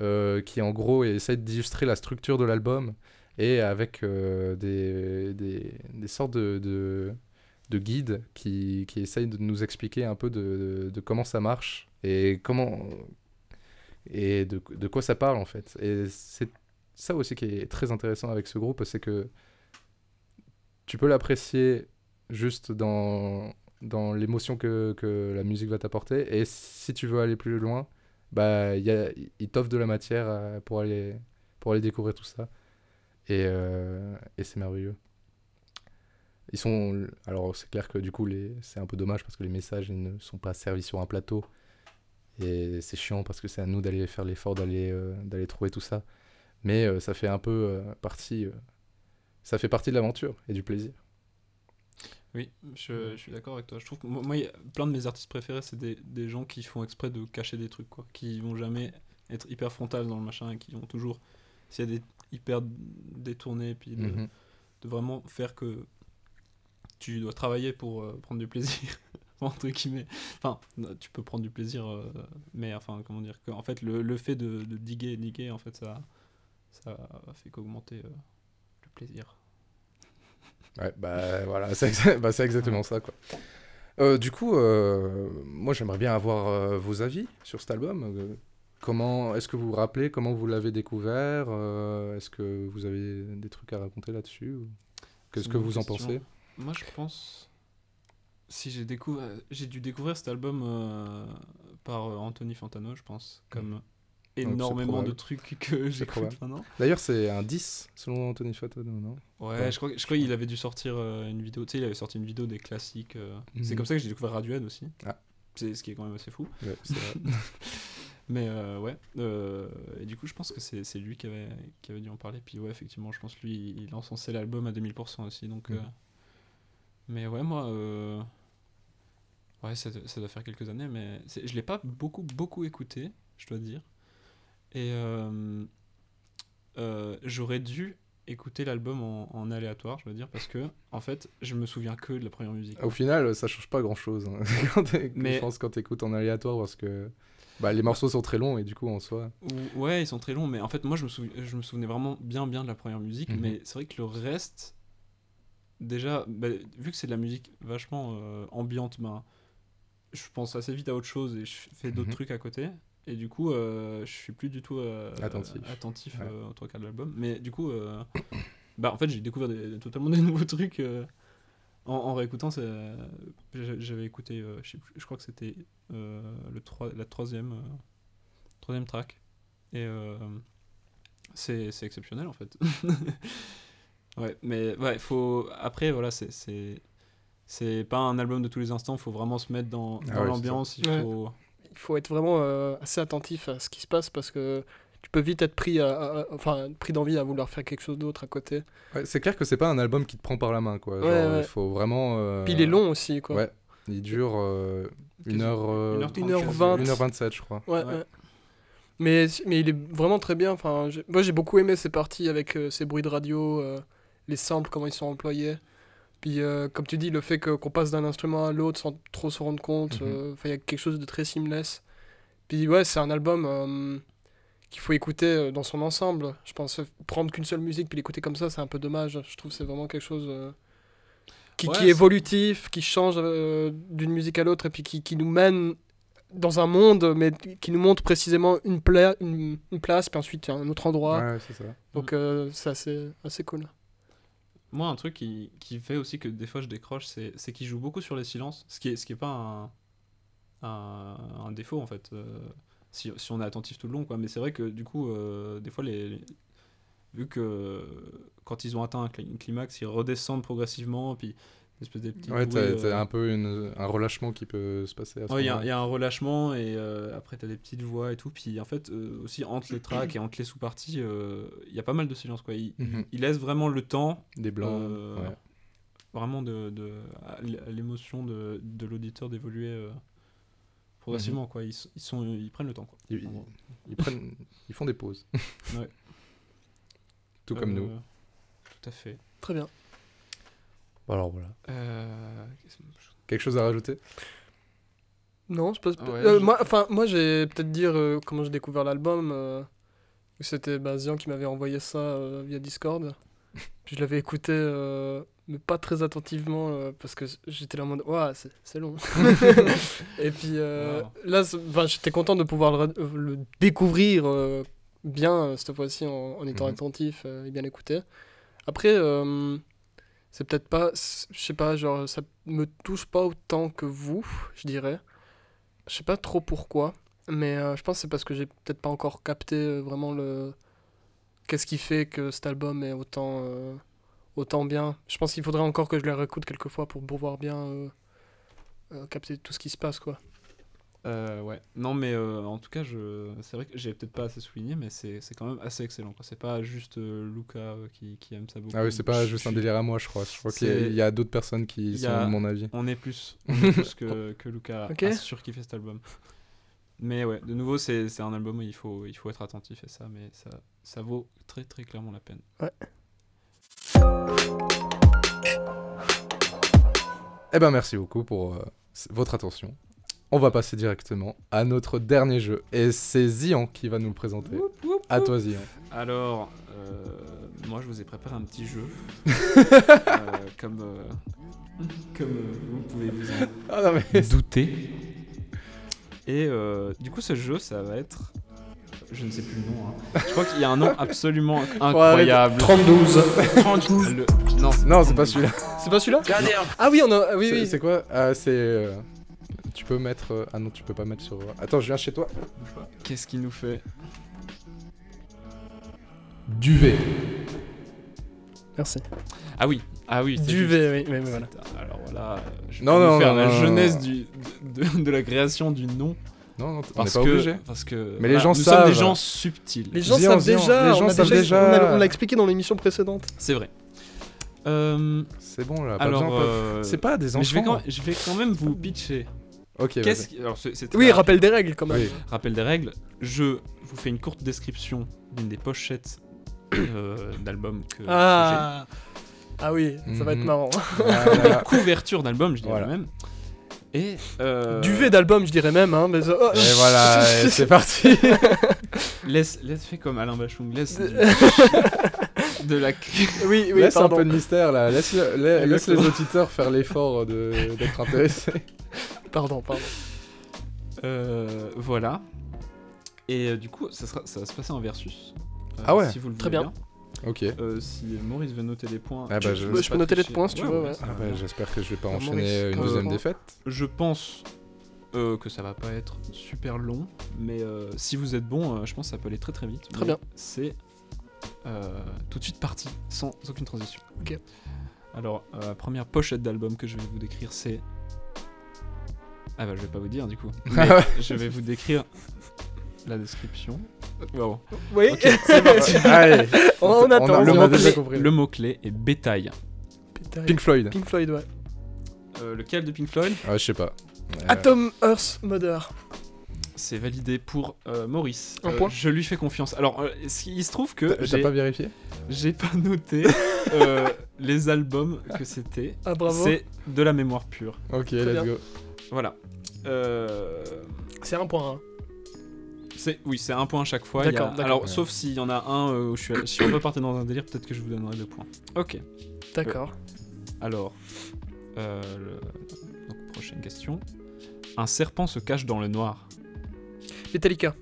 [SPEAKER 3] euh, qui en gros essayent d'illustrer la structure de l'album et avec euh, des, des, des sortes de, de, de guides qui, qui essayent de nous expliquer un peu de, de comment ça marche et comment et de, de quoi ça parle en fait. Et c'est ça aussi qui est très intéressant avec ce groupe, c'est que tu peux l'apprécier juste dans, dans l'émotion que, que la musique va t'apporter. Et si tu veux aller plus loin, bah, il y a- il t'offre de la matière euh, pour aller, pour aller découvrir tout ça. Et, euh, et c'est merveilleux. Ils sont. Alors, c'est clair que du coup, les, c'est un peu dommage parce que les messages ils ne sont pas servis sur un plateau. Et c'est chiant parce que c'est à nous d'aller faire l'effort d'aller euh, d'aller trouver tout ça. Mais euh, ça fait un peu euh, partie. euh, ça fait partie de l'aventure et du plaisir.
[SPEAKER 5] Oui, je, je suis d'accord avec toi. Je trouve que moi, moi, il y a plein de mes artistes préférés, c'est des, des gens qui font exprès de cacher des trucs, quoi. Qui vont jamais être hyper frontal dans le machin et qui vont toujours s'il y a des hyper détournés, puis de,
[SPEAKER 3] Mhm.
[SPEAKER 5] de vraiment faire que tu dois travailler pour euh, prendre du plaisir, [LAUGHS] entre guillemets. Enfin, tu peux prendre du plaisir, euh, mais enfin, comment dire, que, en fait, le, le fait de, de diguer, diguer, en fait, ça, ça fait qu'augmenter euh, le plaisir.
[SPEAKER 3] Ouais, bah voilà, [LAUGHS] c'est exa- bah, c'est exactement ça, quoi. Euh, du coup, euh, moi j'aimerais bien avoir euh, vos avis sur cet album. Euh, comment est-ce que vous vous rappelez comment vous l'avez découvert Euh, Est-ce que vous avez des trucs à raconter là-dessus ou- Qu'est-ce
[SPEAKER 5] C'est
[SPEAKER 3] que
[SPEAKER 5] une
[SPEAKER 3] vous en
[SPEAKER 5] question.
[SPEAKER 3] pensez
[SPEAKER 5] Moi, je pense. Si j'ai découvert, j'ai dû découvrir cet album euh, par euh, Anthony Fantano, je pense, comme
[SPEAKER 3] Mm. c'est
[SPEAKER 5] énormément de
[SPEAKER 3] probable.
[SPEAKER 5] trucs que
[SPEAKER 3] C'est probable.
[SPEAKER 5] j'écoute maintenant.
[SPEAKER 3] D'ailleurs, c'est un 10 selon Anthony Fatano, non
[SPEAKER 5] Ouais, je crois, que- je crois qu'il avait dû sortir euh, une vidéo. Tu sais, il avait sorti une vidéo des classiques. euh. C'est
[SPEAKER 3] Mhm.
[SPEAKER 5] comme ça que j'ai découvert Radiohead aussi.
[SPEAKER 3] Ah.
[SPEAKER 5] C'est ce qui est quand même assez fou.
[SPEAKER 3] Ouais, c'est vrai.
[SPEAKER 5] Mais euh, ouais. euh, et du coup, je pense que c'est c'est lui qui avait, qui avait dû en parler. Puis ouais, effectivement, je pense que lui, il encensait l'album à 2000% aussi. Donc.
[SPEAKER 3] Mhm.
[SPEAKER 5] euh, mais ouais, moi. euh, Ouais, ça, doit- ça doit faire quelques années, mais c'est- je l'ai pas beaucoup, beaucoup écouté, je dois dire. Et euh, euh, j'aurais dû écouter l'album en, en aléatoire, je dois dire, parce que, en fait, je me souviens que de la première musique.
[SPEAKER 3] Au final, ça change pas grand-chose. hein, [LAUGHS] quand t'é- Je
[SPEAKER 5] Mais-
[SPEAKER 3] pense quand t'écoutes en aléatoire parce que bah, les morceaux sont très longs et du coup en soi.
[SPEAKER 5] Ou- Ouais, ils sont très longs, mais en fait, moi, je me, souvi- je me souvenais vraiment bien, bien de la première musique,
[SPEAKER 3] Mhm.
[SPEAKER 5] mais c'est vrai que le reste, déjà, bah, vu que c'est de la musique vachement euh, ambiante, ben, je pense assez vite à autre chose et je fais d'autres
[SPEAKER 3] Mhm.
[SPEAKER 5] trucs à côté. Et du coup, euh, je suis plus du tout euh,
[SPEAKER 3] Attentif.
[SPEAKER 5] attentif,
[SPEAKER 3] Ouais.
[SPEAKER 5] euh, aux trois quarts de l'album. Mais du coup, euh, [COUGHS] bah, en fait, j'ai découvert des- totalement des [LAUGHS] nouveaux trucs euh, en, en réécoutant. c'est, euh, j'a- J'avais écouté, euh, je, sais plus, je crois que c'était euh, le trois- la troisième, euh, troisième track. Et euh, c'est c'est exceptionnel en fait. [LAUGHS] ouais, mais ouais, faut. Après, voilà, c'est- c'est. C'est pas un album de tous les instants, faut vraiment se mettre dans,
[SPEAKER 3] Ah
[SPEAKER 5] dans
[SPEAKER 3] ouais,
[SPEAKER 5] l'ambiance.
[SPEAKER 4] c'est
[SPEAKER 5] Il
[SPEAKER 4] ça. Ouais.
[SPEAKER 5] faut.
[SPEAKER 4] Il faut être vraiment euh, assez attentif à ce qui se passe parce que tu peux vite être pris, à- à- à- enfin, pris d'envie à vouloir faire quelque chose d'autre à côté.
[SPEAKER 3] Ouais, c'est clair que c'est pas un album qui te prend par la main, quoi. Genre,
[SPEAKER 4] Ouais, ouais.
[SPEAKER 3] Il faut vraiment. euh,
[SPEAKER 4] Puis il est long aussi, quoi.
[SPEAKER 3] Ouais, il dure euh, une
[SPEAKER 5] Quasi-
[SPEAKER 3] heure, euh,
[SPEAKER 5] une heure trente,
[SPEAKER 4] 1h20.
[SPEAKER 3] 1h27, je crois.
[SPEAKER 4] Ouais,
[SPEAKER 5] Ouais.
[SPEAKER 4] ouais. Mais, mais il est vraiment très bien. Enfin, j'ai- moi, j'ai beaucoup aimé ces parties avec euh, ces bruits de radio, euh, les samples, comment ils sont employés. Puis, euh, comme tu dis, le fait que- qu'on passe d'un instrument à l'autre sans trop se rendre compte.
[SPEAKER 3] Mhm.
[SPEAKER 4] euh, Enfin, il y a quelque chose de très seamless. Puis, ouais, c'est un album euh, qu'il faut écouter euh, dans son ensemble. Je pense euh, prendre qu'une seule musique puis l'écouter comme ça, c'est un peu dommage. Je trouve que c'est vraiment quelque chose euh, qui,
[SPEAKER 5] Ouais,
[SPEAKER 4] qui est
[SPEAKER 5] c'est-
[SPEAKER 4] évolutif, qui change euh, d'une musique à l'autre et puis qui, qui nous mène dans un monde, mais qui nous montre précisément une, pla- une, une place, puis ensuite un autre endroit.
[SPEAKER 3] Ouais, c'est ça.
[SPEAKER 4] Donc euh, c'est assez, assez cool.
[SPEAKER 5] Moi, un truc qui, qui fait aussi que des fois je décroche, c'est c'est qu'il joue beaucoup sur les silences, ce qui est, ce qui est pas un, un, un défaut en fait, euh, si, si on est attentif tout le long, quoi. Mais c'est vrai que du coup, euh, des fois, les, les- vu que euh, quand ils ont atteint un cli- climax, ils redescendent progressivement, puis une espèce des petits
[SPEAKER 3] Ouais,
[SPEAKER 5] bruits,
[SPEAKER 3] t'as
[SPEAKER 5] euh,
[SPEAKER 3] t'as un peu une- un relâchement qui peut se passer à ce
[SPEAKER 5] Ouais, il y, a-
[SPEAKER 3] moment-là.
[SPEAKER 5] il y a un relâchement et euh, après t'as des petites voix et tout. Puis en fait, euh, aussi entre les tracks et entre les sous-parties, euh, il y a pas mal de silence. Quoi. Il,
[SPEAKER 3] Mhm.
[SPEAKER 5] il laisse vraiment le temps.
[SPEAKER 3] Des blancs,
[SPEAKER 5] euh,
[SPEAKER 3] ouais.
[SPEAKER 5] Vraiment de, de, à l- à l'émotion de, de l'auditeur d'évoluer euh, progressivement. quoi. Ils, s- ils sont, ils prennent le temps. Quoi.
[SPEAKER 3] Mhm. Ils,
[SPEAKER 5] En gros.
[SPEAKER 3] ils prennent, ils font des pauses.
[SPEAKER 5] Ouais.
[SPEAKER 3] Tout comme
[SPEAKER 5] Euh,
[SPEAKER 3] nous.
[SPEAKER 5] Tout à fait.
[SPEAKER 4] Très bien.
[SPEAKER 3] Bon, Alors voilà.
[SPEAKER 5] Euh, qu'est-ce que-
[SPEAKER 3] Quelque chose à rajouter
[SPEAKER 4] Non, je pense.
[SPEAKER 5] Ah ouais,
[SPEAKER 4] euh,
[SPEAKER 5] je-
[SPEAKER 4] Moi, enfin, moi, j'ai peut-être dire euh, comment j'ai découvert l'album. euh, C'était bah, Zian qui m'avait envoyé ça euh, via Discord. Puis je l'avais écouté, euh, mais pas très attentivement euh, parce que j'étais là en mode Ouah, c'est- c'est long. Et puis euh,
[SPEAKER 5] Wow.
[SPEAKER 4] là, c'est- enfin, j'étais content de pouvoir le, ra- euh, le découvrir euh, bien euh, cette fois-ci en, en étant
[SPEAKER 3] Mhm.
[SPEAKER 4] attentif euh, et bien écouté. Après, euh, c'est peut-être pas, c'est- je sais pas, genre ça me touche pas autant que vous, je dirais. Je sais pas trop pourquoi, mais euh, je pense que c'est parce que j'ai peut-être pas encore capté euh, vraiment le qu'est-ce qui fait que cet album est autant euh, autant bien. Je pense qu'il faudrait encore que je le réécoute quelques fois pour pouvoir bien euh, euh, capter tout ce qui se passe quoi.
[SPEAKER 5] Euh, ouais. Non, mais euh, en tout cas, je... c'est vrai que j'ai peut-être pas assez souligné, mais c'est c'est quand même assez excellent. quoi. C'est pas juste euh, Luca euh, qui, qui aime ça beaucoup.
[SPEAKER 3] Ah oui, c'est pas
[SPEAKER 5] Je-
[SPEAKER 3] juste un
[SPEAKER 5] je-
[SPEAKER 3] délire à moi, je crois. Je crois qu'il y a-
[SPEAKER 5] C'est-
[SPEAKER 3] il y a, d'autres personnes qui
[SPEAKER 5] il y
[SPEAKER 3] sont
[SPEAKER 5] a-
[SPEAKER 3] de mon avis.
[SPEAKER 5] On est plus, on est
[SPEAKER 3] [LAUGHS]
[SPEAKER 5] plus que, que Luca
[SPEAKER 4] Ok.
[SPEAKER 5] à surkiffer cet album. Mais ouais, de nouveau, c'est c'est un album où il faut, il faut être attentif à ça, mais ça, ça vaut très très clairement la peine.
[SPEAKER 3] Eh ben, merci beaucoup pour euh, c- votre attention. On va passer directement à notre dernier jeu. Et c'est Zian qui va nous le présenter. À toi, Zian.
[SPEAKER 5] Alors, euh, moi je vous ai préparé un
[SPEAKER 3] [LAUGHS]
[SPEAKER 5] petit jeu. Euh, comme euh, comme euh, vous pouvez vous en
[SPEAKER 3] Ah non, mais-
[SPEAKER 5] douter. Et euh, du coup, ce jeu, ça va être. Je ne sais plus le nom. hein. Je crois qu'il y a
[SPEAKER 3] [LAUGHS]
[SPEAKER 5] un nom absolument incroyable.
[SPEAKER 3] 32.
[SPEAKER 5] 32. Le- Non,
[SPEAKER 3] Non, c'est pas celui-là.
[SPEAKER 4] C'est pas celui-là Ah oui, on a. ah oui,
[SPEAKER 3] C'est-
[SPEAKER 4] oui.
[SPEAKER 3] C'est quoi Ah, C'est. euh, Tu peux mettre. euh, Ah non, tu peux pas mettre sur. Attends, je viens chez toi.
[SPEAKER 5] Qu'est-ce qu'il nous fait
[SPEAKER 3] Duvet.
[SPEAKER 4] Merci.
[SPEAKER 5] Ah oui, ah oui. c'est
[SPEAKER 4] Duvet, oui, mais- mais voilà.
[SPEAKER 5] Putain, Alors voilà, euh, je vais
[SPEAKER 3] Non, non,
[SPEAKER 5] vous faire
[SPEAKER 3] non,
[SPEAKER 5] la
[SPEAKER 3] non, non,
[SPEAKER 5] jeunesse
[SPEAKER 3] non.
[SPEAKER 5] du- de, de la création du nom.
[SPEAKER 3] Non, non, on n'est
[SPEAKER 5] parce
[SPEAKER 3] pas
[SPEAKER 5] que,
[SPEAKER 3] obligé.
[SPEAKER 5] Parce que
[SPEAKER 3] Mais les
[SPEAKER 5] voilà,
[SPEAKER 3] gens
[SPEAKER 5] nous
[SPEAKER 3] savent.
[SPEAKER 5] sommes des gens subtils.
[SPEAKER 4] Les gens
[SPEAKER 3] Viens,
[SPEAKER 4] savent
[SPEAKER 3] viens,
[SPEAKER 4] déjà.
[SPEAKER 3] les
[SPEAKER 4] on
[SPEAKER 3] gens
[SPEAKER 4] a
[SPEAKER 3] savent
[SPEAKER 4] on a-
[SPEAKER 3] déjà.
[SPEAKER 4] On l'a expliqué dans l'émission précédente.
[SPEAKER 5] C'est vrai. Euh,
[SPEAKER 3] C'est bon là. Bah, pas
[SPEAKER 5] alors,
[SPEAKER 3] besoin, pas-
[SPEAKER 5] euh,
[SPEAKER 3] C'est pas des
[SPEAKER 5] mais je vais,
[SPEAKER 3] enfants.
[SPEAKER 5] quand, je vais quand même vous pitcher.
[SPEAKER 3] Ok, vas-y.
[SPEAKER 5] Qu'est-ce qui- alors, c'est- c'était
[SPEAKER 4] Oui,
[SPEAKER 5] la-
[SPEAKER 4] rappel des règles quand même.
[SPEAKER 5] [LAUGHS]
[SPEAKER 3] Oui.
[SPEAKER 5] rappel des règles. Je vous fais une courte description d'une des pochettes [COUGHS] euh, d'albums que, que j'ai.
[SPEAKER 4] Ah. Ah oui, ça va être
[SPEAKER 3] Mhm.
[SPEAKER 4] marrant.
[SPEAKER 3] Voilà.
[SPEAKER 5] couverture d'album, je dirais
[SPEAKER 3] Voilà.
[SPEAKER 5] même. Et euh,
[SPEAKER 4] Duvet d'album, je dirais même. Hein, mais ça- oh.
[SPEAKER 3] Et
[SPEAKER 4] [LAUGHS]
[SPEAKER 5] [LAUGHS]
[SPEAKER 3] voilà, et c'est parti.
[SPEAKER 5] laisse, laisse fait comme Alain
[SPEAKER 4] [LAUGHS]
[SPEAKER 5] Bachung, laisse
[SPEAKER 4] De-
[SPEAKER 5] du- de la cri-
[SPEAKER 4] oui, oui,
[SPEAKER 3] laisse
[SPEAKER 4] pardon.
[SPEAKER 3] un peu de mystère là. Laisse, le- la- laisse les
[SPEAKER 5] Exactement.
[SPEAKER 3] auditeurs faire l'effort euh, de- d'être intéressés.
[SPEAKER 5] [LAUGHS]
[SPEAKER 4] Pardon, pardon.
[SPEAKER 5] Euh, voilà. Et euh, du coup, ça, sera, ça va se passer en versus. Euh,
[SPEAKER 3] Ah ouais.
[SPEAKER 5] si vous le
[SPEAKER 4] Très
[SPEAKER 5] voulez
[SPEAKER 4] bien.
[SPEAKER 3] Ok.
[SPEAKER 5] Euh, si Maurice veut noter les points.
[SPEAKER 3] Ah bah, je-
[SPEAKER 5] vais
[SPEAKER 4] je
[SPEAKER 5] pas
[SPEAKER 4] peux noter les
[SPEAKER 5] tricher.
[SPEAKER 4] points, si tu veux, ouais.
[SPEAKER 5] ça
[SPEAKER 3] Ah
[SPEAKER 5] va.
[SPEAKER 3] bah, j'espère que je vais pas
[SPEAKER 4] Maurice,
[SPEAKER 3] enchaîner une
[SPEAKER 4] euh,
[SPEAKER 3] deuxième
[SPEAKER 4] prends.
[SPEAKER 5] [LAUGHS]
[SPEAKER 3] défaite.
[SPEAKER 5] Je pense euh, que ça va pas être super long, mais euh, si vous êtes bon, euh, je pense que ça peut aller très très vite.
[SPEAKER 4] Très
[SPEAKER 5] Mais
[SPEAKER 4] bien.
[SPEAKER 5] C'est euh, tout de suite parti, sans aucune transition.
[SPEAKER 4] Ok.
[SPEAKER 5] Alors, euh, première pochette d'album que je vais vous décrire, c'est. Ah bah, je vais pas vous dire
[SPEAKER 4] [LAUGHS]
[SPEAKER 5] du coup. Mais je vais vous décrire la description. Bon.
[SPEAKER 4] Oui,
[SPEAKER 3] Allez,
[SPEAKER 4] on, [LAUGHS] on attend.
[SPEAKER 3] a-
[SPEAKER 4] on
[SPEAKER 3] le
[SPEAKER 4] attend.
[SPEAKER 3] mot déjà compris.
[SPEAKER 5] Le mot-clé est bétail.
[SPEAKER 4] Putain,
[SPEAKER 3] Pink Floyd.
[SPEAKER 4] Pink Floyd, ouais.
[SPEAKER 5] Euh, lequel de Pink Floyd
[SPEAKER 3] Ah, je sais pas. Euh,
[SPEAKER 4] Atom Earth Mother.
[SPEAKER 5] C'est validé pour euh, Maurice.
[SPEAKER 4] Un
[SPEAKER 5] Euh,
[SPEAKER 4] point.
[SPEAKER 5] Je lui fais confiance. Alors, euh, il se trouve que.
[SPEAKER 3] T'as
[SPEAKER 5] j'ai-
[SPEAKER 3] pas vérifié
[SPEAKER 5] J'ai pas noté euh, les albums que c'était.
[SPEAKER 4] Ah bravo.
[SPEAKER 5] C'est de la mémoire pure.
[SPEAKER 3] Ok,
[SPEAKER 4] bien.
[SPEAKER 3] let's go.
[SPEAKER 5] Voilà. Euh,
[SPEAKER 4] C'est un point. hein.
[SPEAKER 5] c'est oui, c'est un point à chaque fois. il y a-
[SPEAKER 4] D'accord, d'accord.
[SPEAKER 5] Alors,
[SPEAKER 3] Ouais.
[SPEAKER 5] sauf s'il y en a un euh, où je suis, si on peut partir dans un délire, peut-être que je vous donnerai deux points. Ok.
[SPEAKER 4] D'accord.
[SPEAKER 5] Alors, euh, le- donc, prochaine question. Un serpent se cache dans le noir.
[SPEAKER 3] Euh.
[SPEAKER 4] Metallica.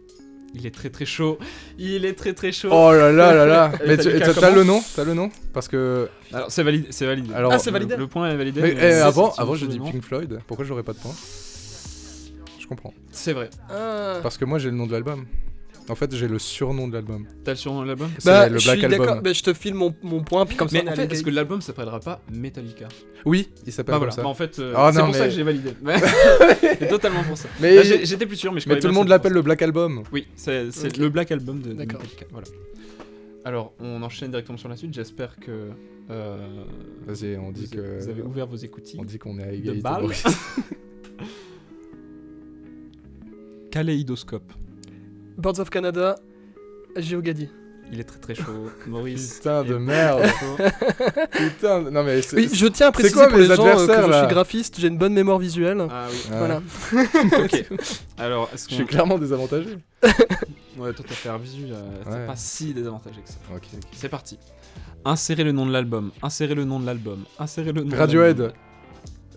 [SPEAKER 5] Il est très très chaud. Il est très très chaud.
[SPEAKER 3] Oh là là là là. Mais tu-
[SPEAKER 5] Metallica,
[SPEAKER 3] t'as t'as
[SPEAKER 5] comment
[SPEAKER 3] le nom T'as le nom Parce que.
[SPEAKER 5] Alors, c'est validé. C'est validé.
[SPEAKER 3] Alors,
[SPEAKER 4] Ah, c'est validé
[SPEAKER 5] Le, le point est validé.
[SPEAKER 3] Mais,
[SPEAKER 5] mais
[SPEAKER 3] eh,
[SPEAKER 5] c'est-
[SPEAKER 3] avant,
[SPEAKER 5] c'est- hein.
[SPEAKER 3] avant je dis
[SPEAKER 5] absolument.
[SPEAKER 3] Pink Floyd. Pourquoi j'aurais pas de points Je comprends.
[SPEAKER 5] C'est vrai.
[SPEAKER 4] Ah.
[SPEAKER 3] Parce que moi j'ai le nom de l'album. En fait, j'ai le surnom de l'album.
[SPEAKER 5] T'as le surnom de l'album
[SPEAKER 3] C'est
[SPEAKER 4] Bah,
[SPEAKER 3] le
[SPEAKER 4] je
[SPEAKER 3] Black
[SPEAKER 4] suis d'accord,
[SPEAKER 3] Album.
[SPEAKER 4] bah, je te file mon, mon point, puis comme ça
[SPEAKER 5] Mais
[SPEAKER 4] on est à
[SPEAKER 5] en fait,
[SPEAKER 4] l'égalité.
[SPEAKER 5] est-ce que l'album s'appellera pas Metallica
[SPEAKER 3] Oui, il s'appelle
[SPEAKER 5] Bah
[SPEAKER 3] comme
[SPEAKER 5] voilà,
[SPEAKER 3] ça.
[SPEAKER 5] Bah, en fait, euh,
[SPEAKER 3] Ah,
[SPEAKER 5] c'est
[SPEAKER 3] non,
[SPEAKER 5] pour ça
[SPEAKER 3] mais-
[SPEAKER 5] que j'ai validé. Mais- c'est totalement pour ça.
[SPEAKER 3] Mais,
[SPEAKER 5] Là, Bah, j'ai- J'étais plus sûr, mais je
[SPEAKER 3] mais
[SPEAKER 5] croyais
[SPEAKER 3] tout le
[SPEAKER 5] bien
[SPEAKER 3] monde
[SPEAKER 5] que ça
[SPEAKER 3] l'appelle le Black Album.
[SPEAKER 5] était- Oui, c'est c'est
[SPEAKER 4] Ok.
[SPEAKER 5] le Black Album de de
[SPEAKER 4] D'accord.
[SPEAKER 5] Metallica. Voilà. Alors, on enchaîne directement sur la suite. J'espère que. euh,
[SPEAKER 3] Vas-y, on dit
[SPEAKER 5] vous,
[SPEAKER 3] que.
[SPEAKER 5] vous avez ouvert vos
[SPEAKER 3] On
[SPEAKER 5] écoutilles.
[SPEAKER 3] dit qu'on est à
[SPEAKER 5] De
[SPEAKER 3] égalité.
[SPEAKER 5] balles. [LAUGHS]
[SPEAKER 3] Boris. [LAUGHS]
[SPEAKER 5] Kaléidoscope.
[SPEAKER 4] Birds of Canada, Geogadi.
[SPEAKER 5] Il est très
[SPEAKER 3] [LAUGHS]
[SPEAKER 5] très chaud. Maurice.
[SPEAKER 3] Putain de
[SPEAKER 5] est
[SPEAKER 3] merde.
[SPEAKER 5] très chaud.
[SPEAKER 3] Putain, non mais c'est.
[SPEAKER 4] Oui, je tiens à préciser
[SPEAKER 3] quoi
[SPEAKER 4] pour
[SPEAKER 3] mes
[SPEAKER 4] les gens euh, que
[SPEAKER 3] adversaires,
[SPEAKER 4] je
[SPEAKER 3] là
[SPEAKER 4] suis graphiste, j'ai une bonne mémoire visuelle.
[SPEAKER 5] Ah oui,
[SPEAKER 3] [LAUGHS] Ah,
[SPEAKER 4] Voilà.
[SPEAKER 5] ok. Alors, est-ce
[SPEAKER 3] Je suis
[SPEAKER 5] qu'on.
[SPEAKER 3] clairement désavantagé.
[SPEAKER 5] Ouais, toi t'as fait un visu, euh, t'es
[SPEAKER 3] Ouais.
[SPEAKER 5] pas si désavantagé que ça.
[SPEAKER 3] Ok.
[SPEAKER 5] C'est parti. Insérez le nom de l'album, insérez le nom de l'album, insérez le nom. de
[SPEAKER 3] Radiohead.
[SPEAKER 5] l'album.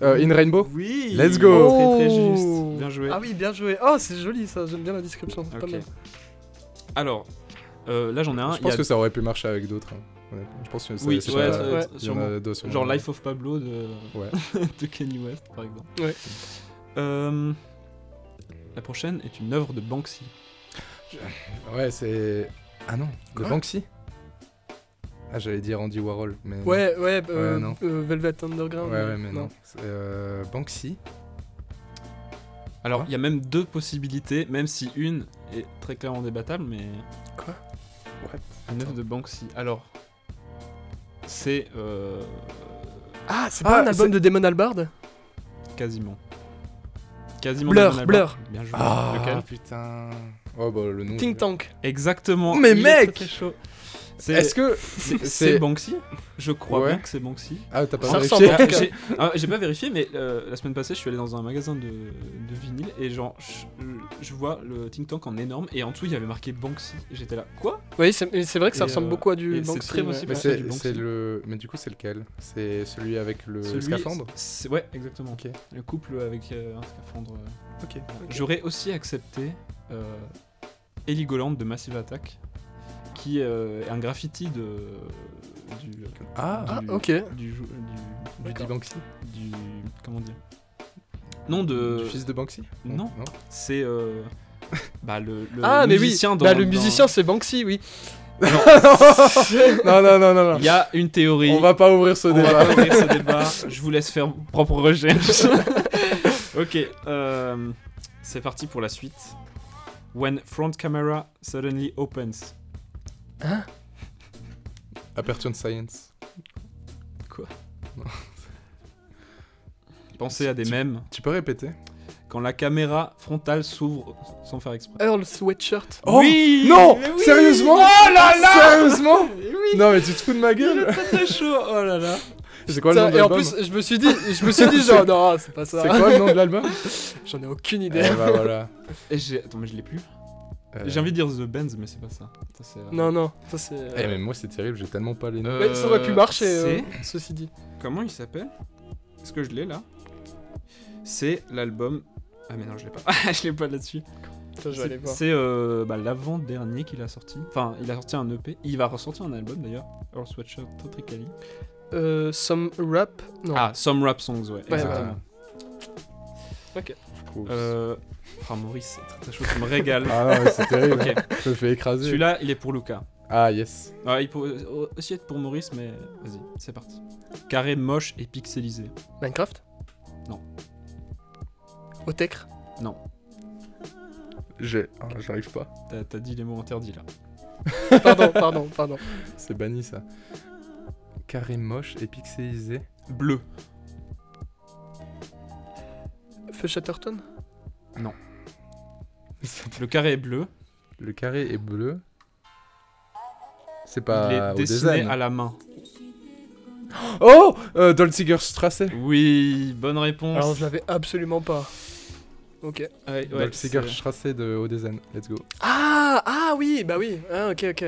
[SPEAKER 3] Euh, In Rainbow.
[SPEAKER 5] Oui. Ah
[SPEAKER 3] Let's go.
[SPEAKER 5] Très très
[SPEAKER 4] Oh.
[SPEAKER 5] juste. Bien joué.
[SPEAKER 4] Ah oui, bien joué. Oh, c'est joli ça, j'aime bien la description. c'est Pas
[SPEAKER 5] Ok.
[SPEAKER 4] mal.
[SPEAKER 5] Alors, Euh, là, j'en ai un.
[SPEAKER 3] Je
[SPEAKER 5] il y
[SPEAKER 3] pense
[SPEAKER 5] a-
[SPEAKER 3] que ça aurait pu marcher avec d'autres. hein. Honnêtement. Je pense que ça-
[SPEAKER 5] Oui,
[SPEAKER 3] c'est
[SPEAKER 5] ouais,
[SPEAKER 3] pas-
[SPEAKER 5] ouais,
[SPEAKER 3] il y en
[SPEAKER 5] sûrement.
[SPEAKER 3] a deux sur-
[SPEAKER 5] Genre Life of Pablo de,
[SPEAKER 3] Ouais.
[SPEAKER 5] [LAUGHS] de Kanye West, par exemple.
[SPEAKER 4] Ouais.
[SPEAKER 5] Euh, la prochaine est une œuvre de Banksy.
[SPEAKER 3] Ouais, c'est. Ah non, de
[SPEAKER 4] Quoi
[SPEAKER 3] Banksy Ah, j'allais dire Andy Warhol, mais.
[SPEAKER 4] Ouais, ouais, euh,
[SPEAKER 3] non.
[SPEAKER 4] euh, Velvet Underground.
[SPEAKER 3] Ouais, ouais, mais non. C'est, euh, Banksy
[SPEAKER 5] Alors, il y a même deux possibilités, même si une est très clairement débattable, mais.
[SPEAKER 3] Quoi
[SPEAKER 5] Une œuvre de Banksy. Alors. C'est. euh,
[SPEAKER 4] Ah, c'est pas
[SPEAKER 5] Ah,
[SPEAKER 4] un album
[SPEAKER 5] c'est-
[SPEAKER 4] de Damon Albarn
[SPEAKER 5] Quasiment. Quasiment.
[SPEAKER 4] Blur,
[SPEAKER 5] Damon Albarn.
[SPEAKER 4] Blur.
[SPEAKER 5] Bien joué.
[SPEAKER 3] Ah,
[SPEAKER 5] Lequel
[SPEAKER 3] putain. Oh, bah le nom. je l'ai.
[SPEAKER 4] Think Tank.
[SPEAKER 5] Exactement.
[SPEAKER 3] Mais
[SPEAKER 5] il est
[SPEAKER 3] mec
[SPEAKER 5] très, très chaud. C'est-
[SPEAKER 3] Est-ce que.
[SPEAKER 5] c'est- C'est Banksy Je crois
[SPEAKER 3] Ouais.
[SPEAKER 5] bien que
[SPEAKER 3] [LAUGHS]
[SPEAKER 5] c'est Banksy.
[SPEAKER 3] Ah, t'as pas
[SPEAKER 5] Ça
[SPEAKER 3] vérifié
[SPEAKER 5] ressemble, j'ai- ah, J'ai pas vérifié, mais euh, la semaine passée, je suis allé dans un magasin de, de vinyle et genre, je, je vois le Think Tank en énorme et en dessous, il y avait marqué Banksy. Et J'étais là, quoi
[SPEAKER 4] Oui, c'est mais c'est vrai que ça
[SPEAKER 5] Et,
[SPEAKER 4] ressemble
[SPEAKER 5] euh,
[SPEAKER 4] beaucoup à du
[SPEAKER 5] et c'est
[SPEAKER 4] Banksy.
[SPEAKER 5] très
[SPEAKER 4] ouais.
[SPEAKER 5] possible.
[SPEAKER 3] Mais
[SPEAKER 5] Ouais,
[SPEAKER 3] c'est
[SPEAKER 5] Ah, du Banksy.
[SPEAKER 3] c'est le. Mais du coup, c'est lequel C'est celui avec le
[SPEAKER 5] Celui-
[SPEAKER 3] scaphandre
[SPEAKER 5] c'est- Ouais, exactement.
[SPEAKER 3] Ok.
[SPEAKER 5] Le couple avec euh, un scaphandre. euh,
[SPEAKER 3] Ok.
[SPEAKER 5] voilà. J'aurais aussi accepté euh, Heligoland de Massive Attack, qui euh, est un graffiti de. Du,
[SPEAKER 3] Ah,
[SPEAKER 4] Ah,
[SPEAKER 5] du-
[SPEAKER 4] ok.
[SPEAKER 5] Du, jou- du,
[SPEAKER 3] Du
[SPEAKER 5] du,
[SPEAKER 3] dit Banksy
[SPEAKER 5] du- Comment dire Non, de.
[SPEAKER 3] Du fils de Banksy
[SPEAKER 5] Non. C'est.
[SPEAKER 4] [LAUGHS]
[SPEAKER 5] euh, bah, le, le
[SPEAKER 4] Ah, mais oui,
[SPEAKER 5] musicien dans-
[SPEAKER 4] bah, le
[SPEAKER 5] dans-
[SPEAKER 4] musicien, c'est Banksy, oui.
[SPEAKER 3] non,
[SPEAKER 4] [LAUGHS]
[SPEAKER 3] non, non, non, non.
[SPEAKER 5] Il y a une théorie.
[SPEAKER 3] On va pas ouvrir ce
[SPEAKER 5] On va
[SPEAKER 3] débat.
[SPEAKER 5] pas ouvrir ce débat. Je vous laisse faire vos propres [LAUGHS] recherches. ok, euh, c'est parti pour la suite. When front camera suddenly opens.
[SPEAKER 3] Aperture Science.
[SPEAKER 5] Pensez à des mèmes.
[SPEAKER 3] Tu peux répéter
[SPEAKER 5] Quand la caméra frontale s'ouvre sans faire exprès.
[SPEAKER 4] Earl Sweatshirt.
[SPEAKER 3] Oh
[SPEAKER 5] oui
[SPEAKER 3] Non
[SPEAKER 5] mais oui
[SPEAKER 3] Sérieusement
[SPEAKER 5] Oh là là
[SPEAKER 3] Sérieusement
[SPEAKER 5] Oui
[SPEAKER 3] Non mais tu te fous de ma gueule
[SPEAKER 5] Très très chaud Oh là là
[SPEAKER 3] C'est quoi le nom
[SPEAKER 4] Putain,
[SPEAKER 3] de
[SPEAKER 4] et en
[SPEAKER 3] l'album
[SPEAKER 4] plus, je me suis dit, je me suis dit genre, non, c'est pas
[SPEAKER 3] [LAUGHS]
[SPEAKER 4] ça.
[SPEAKER 3] C'est quoi le nom de
[SPEAKER 5] [LAUGHS]
[SPEAKER 3] l'album
[SPEAKER 4] [LAUGHS] J'en ai aucune
[SPEAKER 3] Eh
[SPEAKER 4] idée.
[SPEAKER 3] bah voilà.
[SPEAKER 5] Et j'ai- Attends, mais je l'ai plus.
[SPEAKER 3] Euh,
[SPEAKER 5] [LAUGHS] J'ai envie de dire The Benz, mais c'est pas ça. Ça, c'est, euh,
[SPEAKER 4] Non, non, ça c'est. euh,
[SPEAKER 3] Eh mais moi c'est terrible, j'ai tellement pas les noms.
[SPEAKER 4] Ouais, ça aurait pu marcher,
[SPEAKER 5] c'est-
[SPEAKER 4] euh, ceci dit.
[SPEAKER 5] Comment il s'appelle Est-ce que je l'ai là C'est l'album. Ah mais non, je l'ai pas. [LAUGHS] je l'ai pas là-dessus.
[SPEAKER 4] Putain, je vais
[SPEAKER 5] C'est-
[SPEAKER 4] aller voir.
[SPEAKER 5] C'est euh, bah, l'avant-dernier qu'il a sorti. Enfin, il a sorti un EP. Il va ressortir un album d'ailleurs. Earl Sweatshirt, Totricali.
[SPEAKER 4] Euh, some rap Non.
[SPEAKER 5] Ah, Some Rap Songs, ouais.
[SPEAKER 4] ouais,
[SPEAKER 5] exactement.
[SPEAKER 4] Ok.
[SPEAKER 5] Euh... Ah, Maurice, c'est très très chaud, tu me régales.
[SPEAKER 3] Ah non mais c'est terrible,
[SPEAKER 5] [LAUGHS] Ok.
[SPEAKER 3] hein. je me fais écraser.
[SPEAKER 5] Celui-là, il est pour Lucas.
[SPEAKER 3] Ah yes.
[SPEAKER 5] Ah, il peut aussi être pour Maurice, mais vas-y, c'est parti. Carré moche et pixelisé.
[SPEAKER 4] Minecraft
[SPEAKER 5] Non.
[SPEAKER 4] Otecre
[SPEAKER 3] J'ai...
[SPEAKER 5] hein,
[SPEAKER 3] ah, J'arrive pas.
[SPEAKER 5] T'as t'as dit les mots interdits
[SPEAKER 4] [LAUGHS]
[SPEAKER 5] là.
[SPEAKER 4] Pardon, pardon, pardon.
[SPEAKER 3] C'est banni ça. Carré moche et pixelisé.
[SPEAKER 5] Bleu.
[SPEAKER 4] Feu Chatterton
[SPEAKER 5] Le carré est bleu.
[SPEAKER 3] Le carré est bleu. C'est
[SPEAKER 5] Il
[SPEAKER 3] pas
[SPEAKER 5] est
[SPEAKER 3] au
[SPEAKER 5] dessiné
[SPEAKER 3] design.
[SPEAKER 5] à la main.
[SPEAKER 3] Oh euh, Dolziger Strasse.
[SPEAKER 5] Oui, bonne réponse.
[SPEAKER 4] Alors je l'avais absolument pas. Ok.
[SPEAKER 5] Ouais, ouais,
[SPEAKER 3] Dolziger
[SPEAKER 5] c'est-
[SPEAKER 3] Strasse de Odezen. Let's go.
[SPEAKER 4] Ah, ah oui, bah oui. Ah, ok, ok.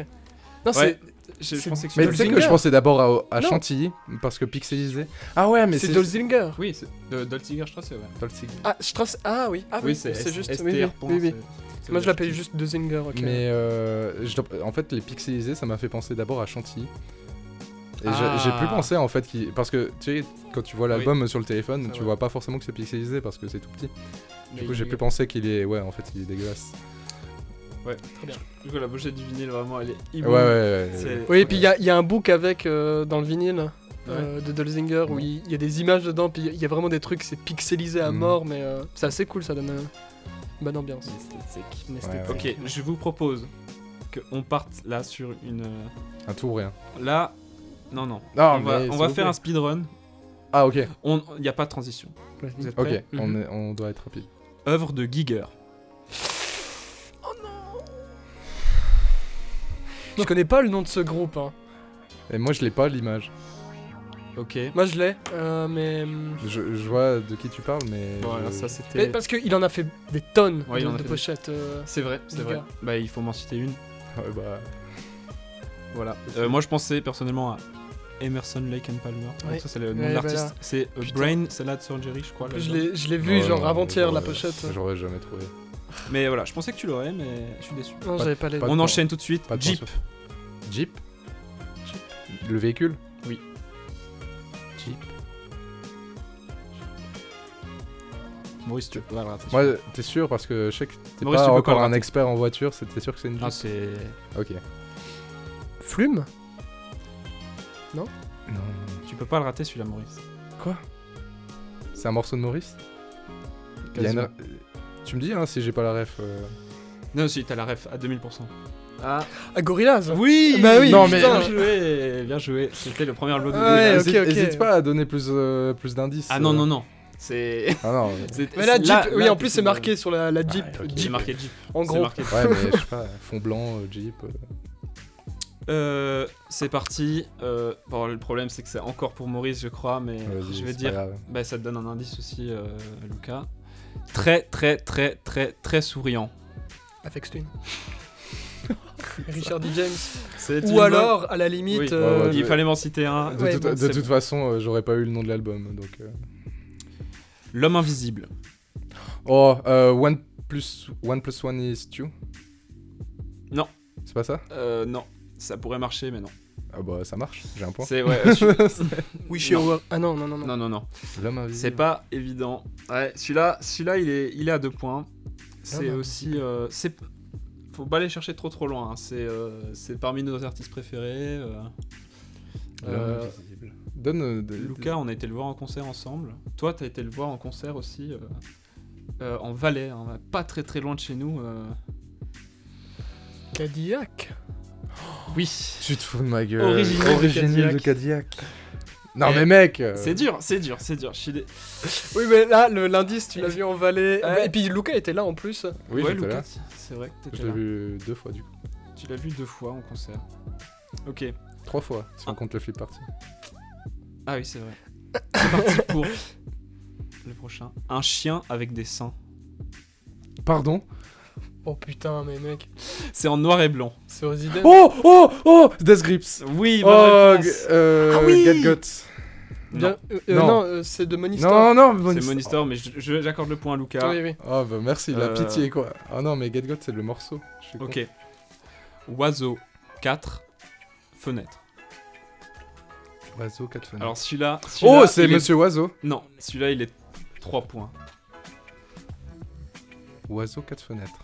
[SPEAKER 4] Non,
[SPEAKER 5] Ouais,
[SPEAKER 4] c'est
[SPEAKER 5] je, je
[SPEAKER 4] c'est-
[SPEAKER 5] pensais que
[SPEAKER 3] Mais
[SPEAKER 5] c'était
[SPEAKER 3] tu sais
[SPEAKER 5] Dolzinger.
[SPEAKER 3] que je pensais d'abord à, à
[SPEAKER 4] Non.
[SPEAKER 3] Chantilly, parce que pixelisé. Ah ouais, mais
[SPEAKER 4] c'est
[SPEAKER 3] c'est.
[SPEAKER 4] Dolzinger.
[SPEAKER 5] Oui, c'est de- Dolziger Strasse, ouais.
[SPEAKER 3] Dolziger.
[SPEAKER 4] Ah, Strauss. Ah oui, ah oui, c'est juste.
[SPEAKER 5] STR.
[SPEAKER 4] oui, oui,
[SPEAKER 5] point,
[SPEAKER 4] oui, oui.
[SPEAKER 5] c'est- c'est
[SPEAKER 4] Moi je
[SPEAKER 5] Dolziger.
[SPEAKER 4] l'appelle juste Dolzinger, ok.
[SPEAKER 3] Mais euh, je dois- en fait, les pixelisés, ça m'a fait penser d'abord à Chantilly. Et j'ai-
[SPEAKER 5] Ah.
[SPEAKER 3] j'ai plus pensé en fait, qu'il- parce que tu sais, quand tu vois l'album sur le téléphone,
[SPEAKER 5] C'est
[SPEAKER 3] tu
[SPEAKER 5] vrai.
[SPEAKER 3] vois pas forcément que c'est pixelisé parce que c'est tout petit.
[SPEAKER 5] Mais
[SPEAKER 3] Du coup,
[SPEAKER 5] il-
[SPEAKER 3] j'ai plus pensé qu'il est. Ouais, en fait, il est dégueulasse.
[SPEAKER 5] Du coup, la pochette du vinyle, vraiment, elle est
[SPEAKER 3] Ouais,
[SPEAKER 5] immonde.
[SPEAKER 3] ouais, ouais.
[SPEAKER 5] C'est-
[SPEAKER 4] Oui, et puis il y a, il y a un book avec euh, dans le vinyle euh, de Dolzinger où
[SPEAKER 3] Ouais.
[SPEAKER 4] il il y a des images dedans, puis il y a vraiment des trucs, c'est pixelisé à
[SPEAKER 5] Mm.
[SPEAKER 3] Mhm.
[SPEAKER 4] mort, mais euh, c'est assez cool, ça donne euh, une bonne ambiance.
[SPEAKER 3] Ouais, ouais.
[SPEAKER 5] Ok, je vous propose qu'on parte là sur une. euh,
[SPEAKER 3] Un tout ou rien.
[SPEAKER 5] Là. Non, non.
[SPEAKER 3] Ah,
[SPEAKER 5] on va,
[SPEAKER 3] mais
[SPEAKER 5] on
[SPEAKER 3] s'il
[SPEAKER 5] va
[SPEAKER 3] vous
[SPEAKER 5] faire
[SPEAKER 3] plaît.
[SPEAKER 5] un speedrun.
[SPEAKER 3] Ah,
[SPEAKER 5] [LAUGHS]
[SPEAKER 3] ok,
[SPEAKER 5] Il n'y a pas de transition. Vous êtes
[SPEAKER 3] ok,
[SPEAKER 5] prêts
[SPEAKER 3] on, est- on doit être rapide.
[SPEAKER 5] Œuvre de Giger.
[SPEAKER 4] Je connais pas le nom de ce groupe, hein.
[SPEAKER 3] Et moi, je l'ai pas l'image.
[SPEAKER 5] Ok.
[SPEAKER 4] Moi je l'ai, euh, mais. hum,
[SPEAKER 3] Je, je vois de qui tu parles, mais.
[SPEAKER 5] Voilà,
[SPEAKER 3] je-
[SPEAKER 5] ça
[SPEAKER 4] mais
[SPEAKER 5] c'était.
[SPEAKER 4] parce qu'il en a fait des tonnes
[SPEAKER 5] Ouais, il
[SPEAKER 4] de,
[SPEAKER 5] en a
[SPEAKER 4] de
[SPEAKER 5] fait des-
[SPEAKER 4] pochettes. euh,
[SPEAKER 5] C'est vrai, c'est
[SPEAKER 4] Giger.
[SPEAKER 5] vrai. Bah, il faut m'en citer une.
[SPEAKER 3] [LAUGHS] Ouais, bah,
[SPEAKER 5] Voilà. Euh, moi, je pensais personnellement à Emerson Lake and Palmer. Donc
[SPEAKER 4] Ouais.
[SPEAKER 5] ça, c'est le nom
[SPEAKER 4] Ouais,
[SPEAKER 5] de
[SPEAKER 4] bah
[SPEAKER 5] l'artiste.
[SPEAKER 4] là.
[SPEAKER 5] C'est euh,
[SPEAKER 4] Putain.
[SPEAKER 5] Brain Salad Surgery, je crois.
[SPEAKER 4] je
[SPEAKER 5] l'album.
[SPEAKER 4] l'ai- je l'ai vu
[SPEAKER 3] Ouais,
[SPEAKER 4] genre
[SPEAKER 3] non,
[SPEAKER 4] avant-hier, la
[SPEAKER 3] j'aurais-
[SPEAKER 4] pochette. euh.
[SPEAKER 3] J'aurais jamais trouvé.
[SPEAKER 5] Mais voilà, je pensais que tu l'aurais, mais je suis déçu.
[SPEAKER 2] Non, Pas- j'avais pas les- pas de
[SPEAKER 5] On
[SPEAKER 2] point.
[SPEAKER 5] enchaîne tout de suite.
[SPEAKER 2] Pas de
[SPEAKER 5] Jeep.
[SPEAKER 2] point
[SPEAKER 3] Jeep Le véhicule
[SPEAKER 5] Oui.
[SPEAKER 3] Jeep.
[SPEAKER 5] Maurice, tu peux pas le rater.
[SPEAKER 3] Moi, t'es sûr parce que je sais que t'es
[SPEAKER 5] Maurice,
[SPEAKER 3] pas
[SPEAKER 5] tu peux pas
[SPEAKER 3] encore
[SPEAKER 5] le
[SPEAKER 3] un
[SPEAKER 5] rater.
[SPEAKER 3] expert en voiture, c'est- t'es sûr que c'est une Jeep
[SPEAKER 5] Ah, c'est.
[SPEAKER 3] Ok.
[SPEAKER 4] Flume
[SPEAKER 3] Non.
[SPEAKER 5] Tu peux pas le rater celui-là, Maurice.
[SPEAKER 3] Quoi C'est un morceau de Maurice Il y a une-
[SPEAKER 5] Quasiment.
[SPEAKER 3] Tu me dis hein, si j'ai pas la ref. euh.
[SPEAKER 5] Non, si, t'as la ref à 2000%. Ah.
[SPEAKER 4] Ah, Gorillaz
[SPEAKER 5] Oui
[SPEAKER 4] Bah oui,
[SPEAKER 5] Non, mais
[SPEAKER 4] putain.
[SPEAKER 5] bien joué Bien joué C'était le premier album de
[SPEAKER 4] Ouais,
[SPEAKER 5] Gorillaz.
[SPEAKER 4] ok, ok.
[SPEAKER 3] Hésite pas à donner plus, euh, plus d'indices.
[SPEAKER 5] Ah non,
[SPEAKER 3] euh.
[SPEAKER 5] non, non. C'est.
[SPEAKER 3] Ah non. euh.
[SPEAKER 5] [LAUGHS] c'est-
[SPEAKER 4] Mais la
[SPEAKER 5] c'est-
[SPEAKER 4] Jeep, oui,
[SPEAKER 5] là,
[SPEAKER 4] en plus, c'est marqué sur la, la Jeep.
[SPEAKER 5] ok.
[SPEAKER 4] Jeep.
[SPEAKER 5] C'est marqué Jeep.
[SPEAKER 4] En
[SPEAKER 5] C'est
[SPEAKER 4] gros.
[SPEAKER 5] marqué Jeep.
[SPEAKER 3] Ouais, mais je sais
[SPEAKER 5] [LAUGHS]
[SPEAKER 3] pas, fond blanc, euh, Jeep. euh.
[SPEAKER 5] Euh, c'est parti. Euh, bon, le problème, c'est que c'est encore pour Maurice, je crois, mais
[SPEAKER 3] Vas-y,
[SPEAKER 5] je
[SPEAKER 3] c'est
[SPEAKER 5] vais
[SPEAKER 3] pas
[SPEAKER 5] dire.
[SPEAKER 3] grave.
[SPEAKER 5] Bah, ça te donne un indice aussi, euh, Lucas. Très, très, très, très, très souriant.
[SPEAKER 4] Avec Twin. Richard D. James.
[SPEAKER 5] C'est une
[SPEAKER 4] Ou
[SPEAKER 5] bonne-
[SPEAKER 4] alors, à la limite.
[SPEAKER 5] Oui.
[SPEAKER 4] euh,
[SPEAKER 3] Ouais, ouais,
[SPEAKER 5] Il
[SPEAKER 3] je-
[SPEAKER 5] fallait m'en citer un.
[SPEAKER 3] De,
[SPEAKER 4] Ouais,
[SPEAKER 3] toute,
[SPEAKER 4] bon,
[SPEAKER 3] de
[SPEAKER 5] Ah, c'est
[SPEAKER 3] toute façon, euh, j'aurais pas eu le nom de l'album, donc. euh.
[SPEAKER 5] L'homme invisible.
[SPEAKER 3] Oh, euh, one plus one plus one is two.
[SPEAKER 5] Non.
[SPEAKER 3] C'est pas ça
[SPEAKER 5] Euh, non, ça pourrait marcher, mais non.
[SPEAKER 3] Ah bah ça marche, j'ai un point.
[SPEAKER 5] C'est [LAUGHS] ouais. euh, je-
[SPEAKER 4] Wish
[SPEAKER 5] Non.
[SPEAKER 4] You Were- Ah non, non, non. non.
[SPEAKER 5] Non, non, non.
[SPEAKER 3] L'homme
[SPEAKER 5] C'est
[SPEAKER 3] invisible.
[SPEAKER 5] pas évident. Ouais, celui-là, celui-là, il est, il est à deux points. C'est aussi, euh, c'est, faut pas aller chercher trop trop loin. hein. C'est, euh, c'est parmi nos artistes préférés. euh.
[SPEAKER 3] L'homme
[SPEAKER 5] Euh,
[SPEAKER 3] invisible. Donne. euh, des-
[SPEAKER 5] Lucas, on a été le voir en concert ensemble. Toi, t'as été le voir en concert aussi euh, euh, en Valais, hein, pas très très loin de chez nous. euh.
[SPEAKER 4] Cadillac
[SPEAKER 5] Oui.
[SPEAKER 3] Tu te fous de ma gueule.
[SPEAKER 5] Original de Cadillac.
[SPEAKER 3] Cadillac. Non
[SPEAKER 5] Eh,
[SPEAKER 3] mais mec. euh,
[SPEAKER 5] C'est dur, c'est dur, c'est dur. Je suis dé-
[SPEAKER 4] [LAUGHS]
[SPEAKER 5] Eh,
[SPEAKER 4] Oui, mais là, le- l'indice, tu l'as vu en Valais. Et puis Luca était là en plus.
[SPEAKER 3] Oui,
[SPEAKER 5] ouais,
[SPEAKER 3] j'étais
[SPEAKER 5] Lucas,
[SPEAKER 3] là.
[SPEAKER 5] c'est vrai que
[SPEAKER 3] Je
[SPEAKER 5] t'étais
[SPEAKER 3] l'ai
[SPEAKER 5] là.
[SPEAKER 3] vu deux fois du coup.
[SPEAKER 5] Tu l'as vu deux fois en concert. Ok.
[SPEAKER 3] Trois fois, si on compte le flip party.
[SPEAKER 5] Ah
[SPEAKER 4] [LAUGHS]
[SPEAKER 5] oui, c'est vrai. C'est parti pour le prochain. Un chien avec des seins.
[SPEAKER 3] Pardon
[SPEAKER 4] Oh putain, mais mec,
[SPEAKER 5] C'est en noir et blanc.
[SPEAKER 4] c'est
[SPEAKER 5] Euh.
[SPEAKER 4] Resident.
[SPEAKER 3] Oh oh oh Death Grips
[SPEAKER 5] Oui, bonne
[SPEAKER 3] Oh
[SPEAKER 5] réponse.
[SPEAKER 3] g- euh,
[SPEAKER 4] Ah oui
[SPEAKER 3] Get Guts.
[SPEAKER 4] Bien- euh, euh,
[SPEAKER 3] Non.
[SPEAKER 4] non, euh, c'est de Monistar.
[SPEAKER 3] Non non mais
[SPEAKER 5] C'est
[SPEAKER 3] bon,
[SPEAKER 5] Monster, mais je- je- j'accorde le point à Lucas.
[SPEAKER 4] Oui, oui.
[SPEAKER 3] Oh bah merci, la
[SPEAKER 5] Euh.
[SPEAKER 3] pitié quoi. Ah non mais Get Got c'est le morceau. Je suis con.
[SPEAKER 5] Ok. Oiseau 4 fenêtre.
[SPEAKER 3] Oiseau 4 fenêtres.
[SPEAKER 5] Alors celui-là.
[SPEAKER 3] oh
[SPEAKER 5] celui-là,
[SPEAKER 3] c'est
[SPEAKER 5] il est-
[SPEAKER 3] Monsieur Oiseau.
[SPEAKER 5] Non, celui-là il est 3 points.
[SPEAKER 3] Oiseau 4 fenêtres.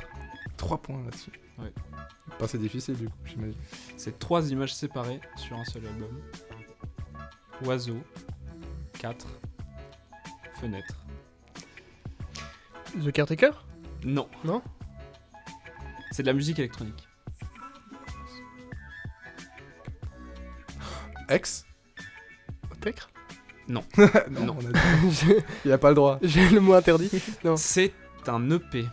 [SPEAKER 3] 3 points là-dessus.
[SPEAKER 5] Ouais.
[SPEAKER 3] Pas c'est difficile du coup j'imagine.
[SPEAKER 5] C'est 3 images séparées sur un seul album. Oiseau 4 fenêtre.
[SPEAKER 4] The Caretaker
[SPEAKER 5] Non.
[SPEAKER 4] Non
[SPEAKER 5] C'est de la musique électronique.
[SPEAKER 3] [LAUGHS] Ex
[SPEAKER 4] Pecre
[SPEAKER 5] Non.
[SPEAKER 3] on a dit. [LAUGHS] Il a pas le droit.
[SPEAKER 4] [LAUGHS] J'ai le mot [LAUGHS] interdit. Non.
[SPEAKER 5] C'est un E EP.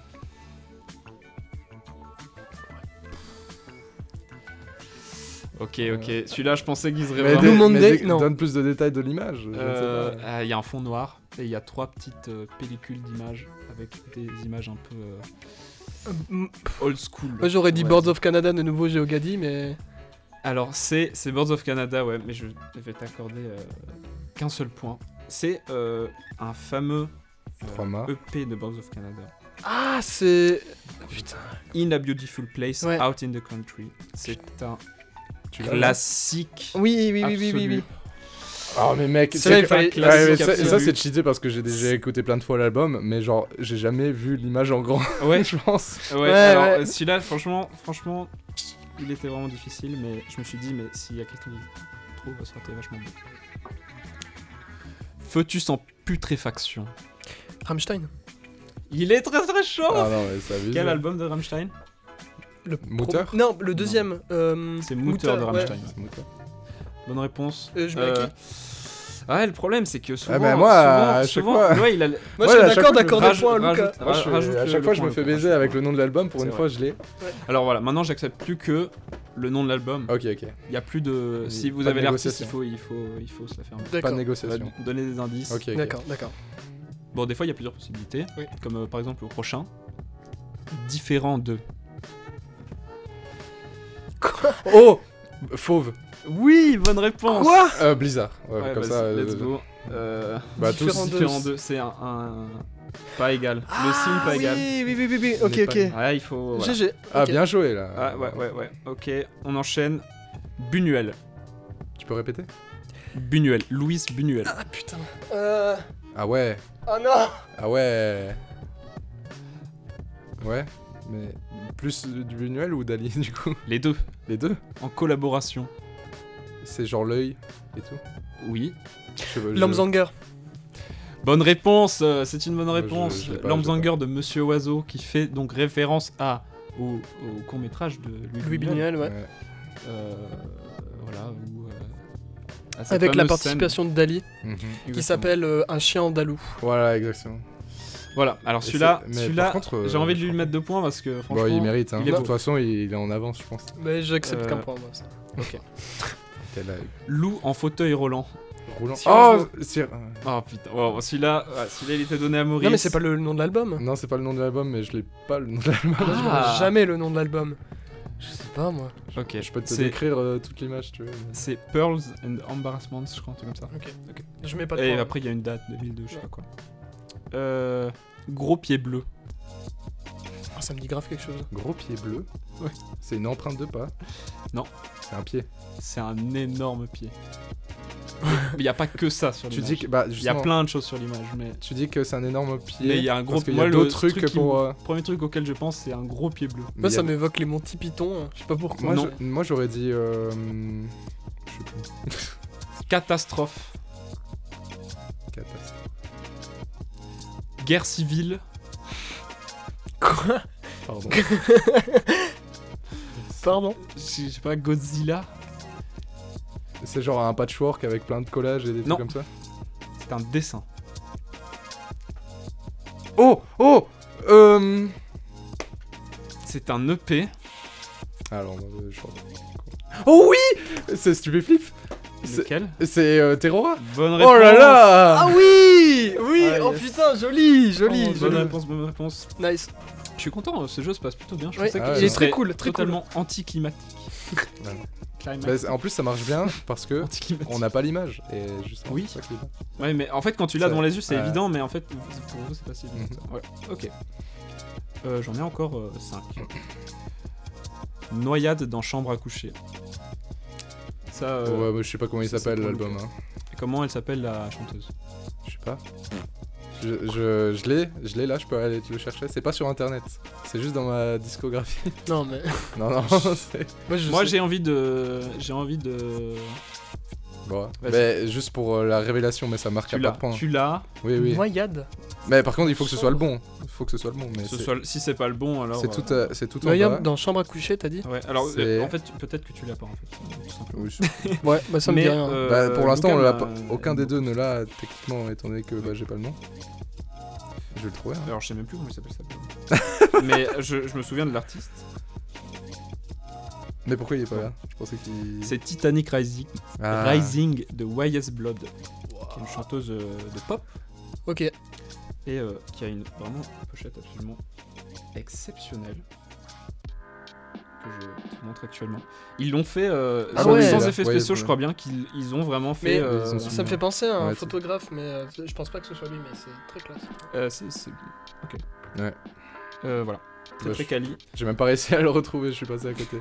[SPEAKER 5] Ok, ok. Celui-là, je pensais qu'il serait
[SPEAKER 3] Mais
[SPEAKER 5] vraiment-
[SPEAKER 3] dé-
[SPEAKER 4] Blue Monday,
[SPEAKER 3] mais dé-
[SPEAKER 4] Euh. non.
[SPEAKER 3] donne plus de détails de l'image. je ne sais pas.
[SPEAKER 5] Euh, ah, Il y a un fond noir et il y a trois petites euh, pellicules d'images avec des images un peu euh,
[SPEAKER 4] Moi
[SPEAKER 5] old school.
[SPEAKER 4] j'aurais dit
[SPEAKER 5] Ouais.
[SPEAKER 4] Birds of Canada de nouveau Geogadi, mais.
[SPEAKER 5] Alors, c'est c'est Birds of Canada, ouais, mais je vais t'accorder euh, qu'un seul point. C'est euh, un fameux euh,
[SPEAKER 3] Trois mâts.
[SPEAKER 5] EP de Birds of Canada.
[SPEAKER 4] Ah, c'est. Putain.
[SPEAKER 5] In a Beautiful Place,
[SPEAKER 4] Ouais.
[SPEAKER 5] Out in the Country. C'est un
[SPEAKER 3] Tu l'as,
[SPEAKER 5] classique.
[SPEAKER 4] Oui, oui, oui, oui, oui,
[SPEAKER 5] absolu.
[SPEAKER 4] oui.
[SPEAKER 3] Oh mais mec,
[SPEAKER 4] Celui-là, il
[SPEAKER 3] c'est-
[SPEAKER 4] fallait-
[SPEAKER 3] Ouais,
[SPEAKER 5] classique
[SPEAKER 3] mais ça,
[SPEAKER 5] absolu.
[SPEAKER 3] ça, c'est cheaté parce que j'ai déjà écouté plein de fois l'album, mais genre j'ai jamais vu l'image en grand, [LAUGHS]
[SPEAKER 5] Ouais,
[SPEAKER 3] je pense.
[SPEAKER 5] ouais,
[SPEAKER 4] Ouais,
[SPEAKER 5] alors
[SPEAKER 4] ouais.
[SPEAKER 5] euh, celui-là, franchement, franchement, il était vraiment difficile, mais je me suis dit, mais s'il y a quelqu'un qui le trouve, ça aurait été vachement bon. Foetus en putréfaction.
[SPEAKER 4] Rammstein.
[SPEAKER 5] Il est très très chaud
[SPEAKER 3] Ah non mais ça abuse.
[SPEAKER 5] Oh. Quel album de Rammstein
[SPEAKER 4] Le
[SPEAKER 3] Mutter
[SPEAKER 4] pro- Non, le deuxième. euh,
[SPEAKER 5] C'est Mutter de Ah,
[SPEAKER 4] ouais.
[SPEAKER 5] Rammstein.
[SPEAKER 3] C'est mon cas.
[SPEAKER 5] Bonne réponse. Ah
[SPEAKER 4] Euh, je mets à qui
[SPEAKER 5] Ouais, le problème c'est que souvent,
[SPEAKER 3] Ah, mais moi, à
[SPEAKER 5] souvent,
[SPEAKER 3] chaque
[SPEAKER 5] souvent,
[SPEAKER 3] fois-
[SPEAKER 5] ouais, il a...
[SPEAKER 4] Moi
[SPEAKER 3] Ouais, à
[SPEAKER 4] je
[SPEAKER 3] chaque
[SPEAKER 4] suis
[SPEAKER 3] fois,
[SPEAKER 4] d'accord
[SPEAKER 3] je
[SPEAKER 4] d'accorder
[SPEAKER 5] rajoute-
[SPEAKER 4] point à Lucas.
[SPEAKER 5] rajoute-
[SPEAKER 3] Moi, je-
[SPEAKER 5] bah, rajoute
[SPEAKER 3] à
[SPEAKER 5] le-
[SPEAKER 3] chaque
[SPEAKER 5] le
[SPEAKER 3] fois je
[SPEAKER 5] point,
[SPEAKER 3] me fais
[SPEAKER 5] le point,
[SPEAKER 3] baiser
[SPEAKER 5] rajoute
[SPEAKER 3] avec
[SPEAKER 5] le
[SPEAKER 3] le nom de l'album, pour
[SPEAKER 5] C'est
[SPEAKER 3] une
[SPEAKER 5] vrai.
[SPEAKER 3] fois je l'ai.
[SPEAKER 5] Alors voilà, maintenant j'accepte plus que le nom de l'album.
[SPEAKER 3] Ok ok,
[SPEAKER 5] Il y a plus de.
[SPEAKER 3] Oui,
[SPEAKER 5] Si vous
[SPEAKER 3] pas de
[SPEAKER 5] avez l'artiste, il
[SPEAKER 3] négociation.
[SPEAKER 5] faut, il, faut, il faut se la
[SPEAKER 3] pas
[SPEAKER 5] faire.
[SPEAKER 3] de
[SPEAKER 4] D'accord.
[SPEAKER 5] Ça va
[SPEAKER 3] négociation.
[SPEAKER 5] donner des indices.
[SPEAKER 3] Ok ok.
[SPEAKER 4] D'accord, d'accord.
[SPEAKER 5] Bon, des fois, il y a plusieurs possibilités.
[SPEAKER 4] Oui.
[SPEAKER 5] Comme euh, par exemple le prochain. Différent de.
[SPEAKER 3] Oh Fauve,
[SPEAKER 5] Oui, bonne réponse
[SPEAKER 4] Quoi
[SPEAKER 3] Euh, Blizzard, ouais,
[SPEAKER 5] Ouais,
[SPEAKER 3] comme
[SPEAKER 5] vas-y,
[SPEAKER 3] ça. euh,
[SPEAKER 5] let's go. Euh,
[SPEAKER 3] Bah,
[SPEAKER 5] différent
[SPEAKER 3] tous.
[SPEAKER 5] de- différent de. C'est un, un- Pas égal. le signe pas égal.
[SPEAKER 4] Ah oui, oui, oui, oui, oui, ok,
[SPEAKER 5] N'est pas
[SPEAKER 4] ok.
[SPEAKER 5] égal. Ouais, il faut. voilà.
[SPEAKER 4] GG.
[SPEAKER 3] Ah,
[SPEAKER 4] Ok.
[SPEAKER 3] bien joué là.
[SPEAKER 5] Ah, ouais, ouais, ouais. Ok, on enchaîne. Bunuel.
[SPEAKER 3] Tu peux répéter
[SPEAKER 5] Bunuel. Louis Bunuel.
[SPEAKER 4] Ah putain. Euh...
[SPEAKER 3] Ah ouais.
[SPEAKER 4] Oh non
[SPEAKER 3] Ah ouais. Ouais. Mais plus du Buñuel ou Dali [LAUGHS] du coup
[SPEAKER 5] Les deux.
[SPEAKER 3] Les deux
[SPEAKER 5] En collaboration.
[SPEAKER 3] C'est genre l'œil et tout
[SPEAKER 5] Oui.
[SPEAKER 3] Je sais pas, je-
[SPEAKER 4] Lambzanger.
[SPEAKER 5] Bonne réponse, euh, c'est une bonne
[SPEAKER 3] Ouais, je-
[SPEAKER 5] réponse.
[SPEAKER 3] je l'ai pas,
[SPEAKER 5] L'Amzanger de Monsieur Oiseau qui fait donc référence à au, au court métrage de Louis,
[SPEAKER 4] Louis
[SPEAKER 5] Buñuel.
[SPEAKER 4] Buñuel, ouais.
[SPEAKER 3] Ouais.
[SPEAKER 5] Euh, voilà. où, euh, à cette
[SPEAKER 4] Avec la
[SPEAKER 5] fameuse
[SPEAKER 4] participation de Dali,
[SPEAKER 3] Mhm.
[SPEAKER 4] qui
[SPEAKER 5] Exactement.
[SPEAKER 4] s'appelle euh, Un chien andalou.
[SPEAKER 3] Voilà, exactement.
[SPEAKER 5] scène. Voilà. Alors
[SPEAKER 3] Et
[SPEAKER 5] celui-là,
[SPEAKER 3] c'est- mais par
[SPEAKER 5] celui-là,
[SPEAKER 3] contre, euh,
[SPEAKER 5] j'ai envie de lui
[SPEAKER 3] franchement-
[SPEAKER 5] mettre deux points parce que franchement,
[SPEAKER 3] Bon, il mérite. Hein.
[SPEAKER 5] il
[SPEAKER 3] de
[SPEAKER 5] est beau.
[SPEAKER 3] toute façon, il il est en avance, je pense.
[SPEAKER 4] Mais j'accepte
[SPEAKER 5] Euh,
[SPEAKER 4] qu'un point, moi. ça.
[SPEAKER 3] T'es là,
[SPEAKER 5] Loup en fauteuil roulant.
[SPEAKER 3] roulant.
[SPEAKER 4] Si
[SPEAKER 3] Oh
[SPEAKER 4] on
[SPEAKER 3] si-
[SPEAKER 5] Oh putain, wow, celui-là, ouais, celui-là, il était donné à Maurice.
[SPEAKER 4] Non, mais c'est pas le nom de l'album.
[SPEAKER 3] Non, c'est pas le nom de l'album, mais je l'ai pas le nom de l'album.
[SPEAKER 4] Je
[SPEAKER 5] Ah.
[SPEAKER 4] connais Jamais le nom de l'album. Je sais pas, moi.
[SPEAKER 5] Ok,
[SPEAKER 3] Je peux te
[SPEAKER 5] c'est-
[SPEAKER 3] décrire euh, toute l'image, tu veux. mais-
[SPEAKER 5] C'est Pearls and Embarrassments, je crois, un truc comme ça.
[SPEAKER 4] Ok, ok. Je mets pas de
[SPEAKER 5] Et
[SPEAKER 4] point.
[SPEAKER 5] après, il y a une date, 2002, je sais pas quoi. Euh, gros pied bleu.
[SPEAKER 4] Ah, ça me dit grave quelque chose.
[SPEAKER 3] Gros pied bleu.
[SPEAKER 5] Ouais.
[SPEAKER 3] C'est une empreinte de pas.
[SPEAKER 5] Non.
[SPEAKER 3] C'est un pied.
[SPEAKER 5] C'est un énorme pied. mais [LAUGHS] il n'y a pas que ça sur
[SPEAKER 3] Tu
[SPEAKER 5] l'image.
[SPEAKER 3] dis que bah
[SPEAKER 5] Il y a
[SPEAKER 3] justement.
[SPEAKER 5] plein de choses sur l'image, mais...
[SPEAKER 3] Tu dis que c'est un énorme pied.
[SPEAKER 5] Mais il y a un gros...
[SPEAKER 3] Parce qu'il y
[SPEAKER 5] moi,
[SPEAKER 3] a
[SPEAKER 5] le
[SPEAKER 3] d'autres trucs
[SPEAKER 5] truc qui
[SPEAKER 3] pour.
[SPEAKER 5] me-
[SPEAKER 3] euh,
[SPEAKER 5] Premier truc auquel je pense, c'est un gros pied bleu.
[SPEAKER 3] mais
[SPEAKER 4] Moi,
[SPEAKER 3] il y
[SPEAKER 4] ça
[SPEAKER 3] a-
[SPEAKER 4] m'évoque les Monty Python. hein. Je sais pas pourquoi.
[SPEAKER 3] Moi,
[SPEAKER 5] Non.
[SPEAKER 3] je- moi, j'aurais dit. euh, hum, Je sais plus.
[SPEAKER 5] Catastrophe.
[SPEAKER 3] Catastrophe.
[SPEAKER 5] Guerre civile.
[SPEAKER 4] Quoi
[SPEAKER 3] Pardon.
[SPEAKER 4] Pardon
[SPEAKER 5] Je sais je sais pas, Godzilla.
[SPEAKER 3] [LAUGHS] c'est genre un patchwork avec plein de collages et des
[SPEAKER 5] Non.
[SPEAKER 3] trucs comme ça.
[SPEAKER 5] C'est un dessin.
[SPEAKER 3] Oh oh. Euh...
[SPEAKER 5] C'est un E EP.
[SPEAKER 3] Alors, euh, je Oh oui C'est Stupéflip C'est-
[SPEAKER 5] Lequel
[SPEAKER 3] C'est euh, Terrora
[SPEAKER 5] Bonne réponse.
[SPEAKER 3] Oh là là
[SPEAKER 4] Ah oui Oui
[SPEAKER 5] Ah,
[SPEAKER 4] Oh
[SPEAKER 5] yes. Oh,
[SPEAKER 4] putain, joli, joli,
[SPEAKER 5] Bonne
[SPEAKER 4] joli.
[SPEAKER 5] réponse, bonne réponse.
[SPEAKER 4] Nice.
[SPEAKER 5] Je suis content, ce jeu se passe plutôt bien. Je
[SPEAKER 4] Ouais,
[SPEAKER 5] pensais
[SPEAKER 3] Ah
[SPEAKER 5] qu'il
[SPEAKER 3] ouais,
[SPEAKER 4] il est
[SPEAKER 3] ça
[SPEAKER 4] très
[SPEAKER 5] serait
[SPEAKER 4] cool, très cool.
[SPEAKER 5] totalement anticlimatique. [LAUGHS]
[SPEAKER 3] Vraiment.
[SPEAKER 5] Climax.
[SPEAKER 3] Bah, c'est- En plus, ça marche bien parce
[SPEAKER 5] [LAUGHS]
[SPEAKER 3] que
[SPEAKER 5] Anticlimatique.
[SPEAKER 3] on n'a pas l'image. Et justement,
[SPEAKER 5] Oui.
[SPEAKER 3] c'est ça qui est bien.
[SPEAKER 5] Ouais, mais en fait, quand tu l'as
[SPEAKER 3] Ça-
[SPEAKER 5] devant les yeux, c'est
[SPEAKER 3] ouais.
[SPEAKER 5] évident, mais en fait, pour vous, c'est pas si évident.
[SPEAKER 3] Mhm.
[SPEAKER 5] Ouais, ok. Euh, J'en ai encore 5. [CLEARS THROAT] Noyade dans chambre à coucher. Ça, euh,
[SPEAKER 3] Ouais, mais je sais pas comment il
[SPEAKER 5] ça,
[SPEAKER 3] s'appelle
[SPEAKER 5] c'est
[SPEAKER 3] l'album. hein.
[SPEAKER 5] comment elle s'appelle la chanteuse
[SPEAKER 3] Je sais pas. Je, je, je l'ai, je l'ai là, je peux aller te le chercher. C'est pas sur internet, c'est juste dans ma discographie. [LAUGHS]
[SPEAKER 4] Non, mais. [LAUGHS]
[SPEAKER 3] Non, [LAUGHS] non, c'est.
[SPEAKER 4] Moi, je
[SPEAKER 5] Moi,
[SPEAKER 4] sais.
[SPEAKER 5] j'ai envie de. J'ai envie de.
[SPEAKER 3] Bon,
[SPEAKER 5] Vas-y.
[SPEAKER 3] mais juste pour euh, la révélation, mais ça marque
[SPEAKER 5] Tu
[SPEAKER 3] à pas
[SPEAKER 5] l'as.
[SPEAKER 3] de points.
[SPEAKER 5] Tu l'as.
[SPEAKER 3] Oui, oui.
[SPEAKER 4] Noyade.
[SPEAKER 3] Mais par contre, il faut que ce soit le bon. Il faut que ce soit le bon. Mais
[SPEAKER 5] Ce
[SPEAKER 3] c'est-
[SPEAKER 5] soit- Si c'est pas le bon, alors.
[SPEAKER 3] c'est
[SPEAKER 5] euh,
[SPEAKER 3] tout, euh, c'est tout en bas.
[SPEAKER 4] Noyade dans chambre à coucher, t'as dit
[SPEAKER 5] Ouais, alors
[SPEAKER 3] C'est-
[SPEAKER 5] euh, en fait, peut-être que tu l'as pas en fait. tout simplement.
[SPEAKER 3] Oui,
[SPEAKER 4] Ouais, bah ça me
[SPEAKER 5] Mais,
[SPEAKER 4] dit rien.
[SPEAKER 5] euh,
[SPEAKER 3] Bah, pour l'instant, on
[SPEAKER 5] Lucan
[SPEAKER 3] l'a
[SPEAKER 5] m'a-
[SPEAKER 3] pas- aucun des deux ne l'a techniquement, étant donné que bah, j'ai pas le nom. Je vais le trouver. hein.
[SPEAKER 5] Alors, je sais même plus comment il s'appelle ça.
[SPEAKER 3] [LAUGHS]
[SPEAKER 5] Mais je, je me souviens de l'artiste.
[SPEAKER 3] Mais pourquoi il est pas là Je pensais qu'il.
[SPEAKER 5] C'est Titanic Rising,
[SPEAKER 3] Ah.
[SPEAKER 5] Rising de YS Blood, qui est une chanteuse euh, de pop
[SPEAKER 4] Ok.
[SPEAKER 5] et euh, qui a une vraiment une pochette absolument exceptionnelle que je te montre actuellement. Ils l'ont fait euh,
[SPEAKER 4] Ah
[SPEAKER 5] sans,
[SPEAKER 4] ouais.
[SPEAKER 5] sans
[SPEAKER 3] Ouais,
[SPEAKER 5] effets
[SPEAKER 3] ouais,
[SPEAKER 5] spéciaux, je
[SPEAKER 3] ouais.
[SPEAKER 5] crois bien qu'ils ils ont vraiment fait.
[SPEAKER 4] Mais-
[SPEAKER 5] euh,
[SPEAKER 3] Ils ont
[SPEAKER 4] Ah, Ça me fait penser à un
[SPEAKER 3] Ouais, c'est-
[SPEAKER 4] photographe, mais euh, je pense pas que ce soit lui, mais c'est très classe.
[SPEAKER 5] euh, c'est- c'est- Ok.
[SPEAKER 3] Ouais.
[SPEAKER 5] Euh, voilà. Très
[SPEAKER 3] Bah,
[SPEAKER 5] très
[SPEAKER 3] je-
[SPEAKER 5] quali.
[SPEAKER 3] J'ai même pas réussi à le retrouver, je suis passé à côté.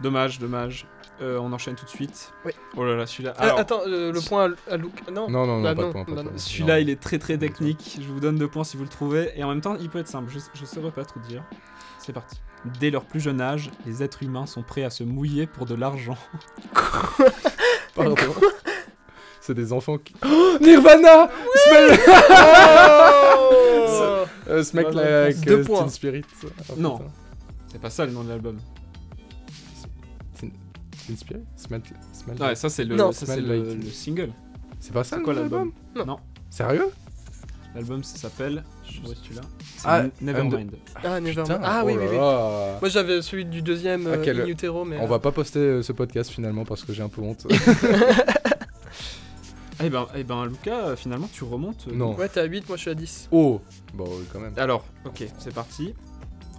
[SPEAKER 5] Dommage, dommage. Euh, on enchaîne tout de suite.
[SPEAKER 4] Oui.
[SPEAKER 5] Oh là là, celui-là.
[SPEAKER 4] Ah,
[SPEAKER 5] Alors,
[SPEAKER 4] attends, euh, le point à Lu- à, Luke. Non.
[SPEAKER 3] Non, non, non,
[SPEAKER 4] Bah
[SPEAKER 3] pas de
[SPEAKER 4] non,
[SPEAKER 3] point, pas de
[SPEAKER 4] bah
[SPEAKER 3] point.
[SPEAKER 4] non.
[SPEAKER 5] Celui-là, il est très très technique. Je vous donne deux points si vous le trouvez. Et en même temps, il peut être simple. Je, je saurais pas trop dire. C'est parti. Dès leur plus jeune âge, les êtres humains sont prêts à se mouiller pour de l'argent.
[SPEAKER 3] Pardon. [LAUGHS] C'est des enfants qui. [GASPS] Oh, Nirvana Smell
[SPEAKER 4] Oh
[SPEAKER 3] Euh, Smack
[SPEAKER 5] Bonne
[SPEAKER 3] like
[SPEAKER 5] réponse.
[SPEAKER 3] euh, Teen
[SPEAKER 4] Deux points.
[SPEAKER 3] Spirit. Ah,
[SPEAKER 5] Non.
[SPEAKER 3] putain.
[SPEAKER 5] C'est pas ça le nom de l'album.
[SPEAKER 3] Teen Spirit Smack. Smack
[SPEAKER 5] Ouais, ça c'est le,
[SPEAKER 4] Non.
[SPEAKER 5] ça, c'est
[SPEAKER 3] Smell
[SPEAKER 5] le,
[SPEAKER 3] Like.
[SPEAKER 5] le single.
[SPEAKER 3] C'est pas ça
[SPEAKER 5] C'est quoi
[SPEAKER 3] le nom de
[SPEAKER 5] l'album
[SPEAKER 4] Non.
[SPEAKER 3] Sérieux
[SPEAKER 5] L'album ça s'appelle. Je vois celui-là. C'est
[SPEAKER 3] Ah,
[SPEAKER 5] Nevermind.
[SPEAKER 4] Ah, Nevermind.
[SPEAKER 3] Putain,
[SPEAKER 4] Ah oui,
[SPEAKER 3] oh
[SPEAKER 4] oui,
[SPEAKER 3] là
[SPEAKER 4] oui.
[SPEAKER 3] là.
[SPEAKER 4] Moi j'avais celui du deuxième,
[SPEAKER 3] Ah,
[SPEAKER 4] euh,
[SPEAKER 3] quel-
[SPEAKER 4] In Utero, mais.
[SPEAKER 3] On
[SPEAKER 4] euh,
[SPEAKER 3] va pas poster euh, ce podcast finalement parce que j'ai un peu honte.
[SPEAKER 5] Eh ben, eh ben, Lucas, euh, finalement, tu remontes. euh,
[SPEAKER 3] non.
[SPEAKER 4] Ouais, t'es à 8, moi je suis à 10.
[SPEAKER 3] Oh Bon, oui, quand même.
[SPEAKER 5] Alors, ok, c'est parti.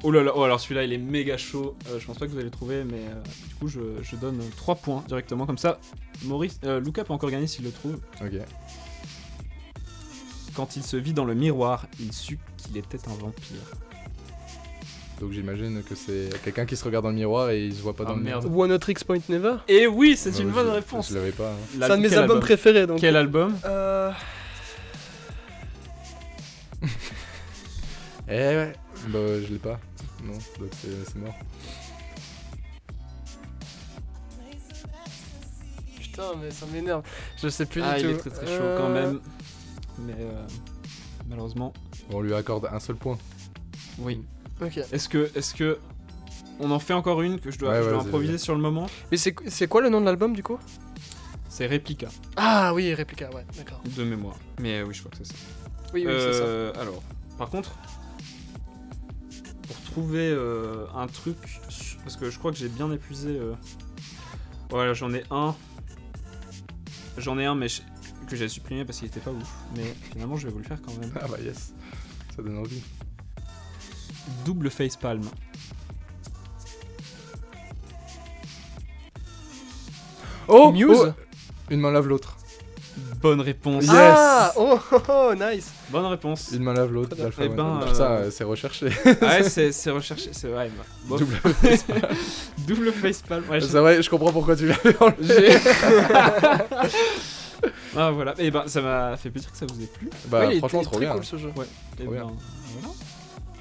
[SPEAKER 5] Oh là là, oh, alors celui-là il est méga chaud. Euh, je pense pas que vous allez le trouver, mais euh, du coup je, je donne 3 points directement. Comme ça, Maurice, euh, Lucas peut encore gagner s'il le trouve.
[SPEAKER 3] Ok.
[SPEAKER 5] Quand il se vit dans le miroir, il sut qu'il était un vampire.
[SPEAKER 3] Donc j'imagine que c'est quelqu'un qui se regarde dans le miroir et il se voit pas dans le miroir.
[SPEAKER 4] One Not Tricks Point Never
[SPEAKER 5] Et oui, c'est
[SPEAKER 3] Bah
[SPEAKER 5] une
[SPEAKER 3] oui,
[SPEAKER 5] bonne
[SPEAKER 3] je-
[SPEAKER 5] réponse.
[SPEAKER 3] Je l'avais pas. hein.
[SPEAKER 5] La-
[SPEAKER 4] C'est un de mes
[SPEAKER 5] quel
[SPEAKER 4] albums
[SPEAKER 5] album
[SPEAKER 4] préférés. Donc.
[SPEAKER 5] Quel album
[SPEAKER 4] Euh,
[SPEAKER 3] Eh ouais. Bah je l'ai pas. Non, donc c'est c'est mort.
[SPEAKER 4] Putain, mais ça m'énerve. Je sais plus
[SPEAKER 5] Ah,
[SPEAKER 4] du
[SPEAKER 5] il
[SPEAKER 4] tout.
[SPEAKER 5] est très très chaud quand
[SPEAKER 4] Euh,
[SPEAKER 5] même. Mais euh, malheureusement,
[SPEAKER 3] On lui accorde un seul point. [LAUGHS]
[SPEAKER 5] oui.
[SPEAKER 4] Ok.
[SPEAKER 5] Est-ce que, est-ce que, on en fait encore une que je dois,
[SPEAKER 3] Ouais,
[SPEAKER 5] je dois
[SPEAKER 3] vas-y,
[SPEAKER 5] improviser sur le moment
[SPEAKER 4] Mais c'est c'est quoi le nom de l'album du coup
[SPEAKER 5] C'est Replica
[SPEAKER 4] Ah oui, Replica, ouais, d'accord.
[SPEAKER 5] de mémoire. Mais euh, oui, je crois que c'est ça.
[SPEAKER 4] Oui, oui, c'est ça.
[SPEAKER 5] Euh, Alors, par contre, pour trouver euh, un truc, su- parce que je crois que j'ai bien épuisé. euh, Voilà, j'en ai un. J'en ai un, mais je- que j'ai supprimé parce qu'il était pas ouf. Mais finalement, je vais vous le faire quand même.
[SPEAKER 3] Ah bah yes. Ça donne envie.
[SPEAKER 5] Double face palm.
[SPEAKER 3] Oh
[SPEAKER 4] Muse
[SPEAKER 3] oh, Une main lave l'autre.
[SPEAKER 5] Bonne réponse.
[SPEAKER 3] Yes.
[SPEAKER 4] Ah oh, [LAUGHS] oh, oh, nice
[SPEAKER 5] Bonne réponse.
[SPEAKER 3] [LAUGHS] Une main lave l'autre d'Alpha
[SPEAKER 5] Eh
[SPEAKER 3] One.
[SPEAKER 5] ben,
[SPEAKER 3] Putain,
[SPEAKER 5] euh,
[SPEAKER 3] euh, c'est
[SPEAKER 4] [LAUGHS]
[SPEAKER 3] recherché.
[SPEAKER 5] ouais, c'est c'est recherché, c'est vrai. bah, bof. [LAUGHS]
[SPEAKER 3] Double
[SPEAKER 5] Double face palm. Ouais, je-
[SPEAKER 3] C'est vrai, je comprends pourquoi tu l'avais enlevé.
[SPEAKER 5] j'ai- ah voilà. Et ben, ça m'a fait plaisir que ça vous ait plu.
[SPEAKER 3] Bah
[SPEAKER 4] Oui, il
[SPEAKER 3] franchement
[SPEAKER 4] était
[SPEAKER 3] trop
[SPEAKER 4] très
[SPEAKER 3] bien.
[SPEAKER 4] cool ce jeu.
[SPEAKER 5] Eh
[SPEAKER 3] Trop bien.
[SPEAKER 5] ben, voilà.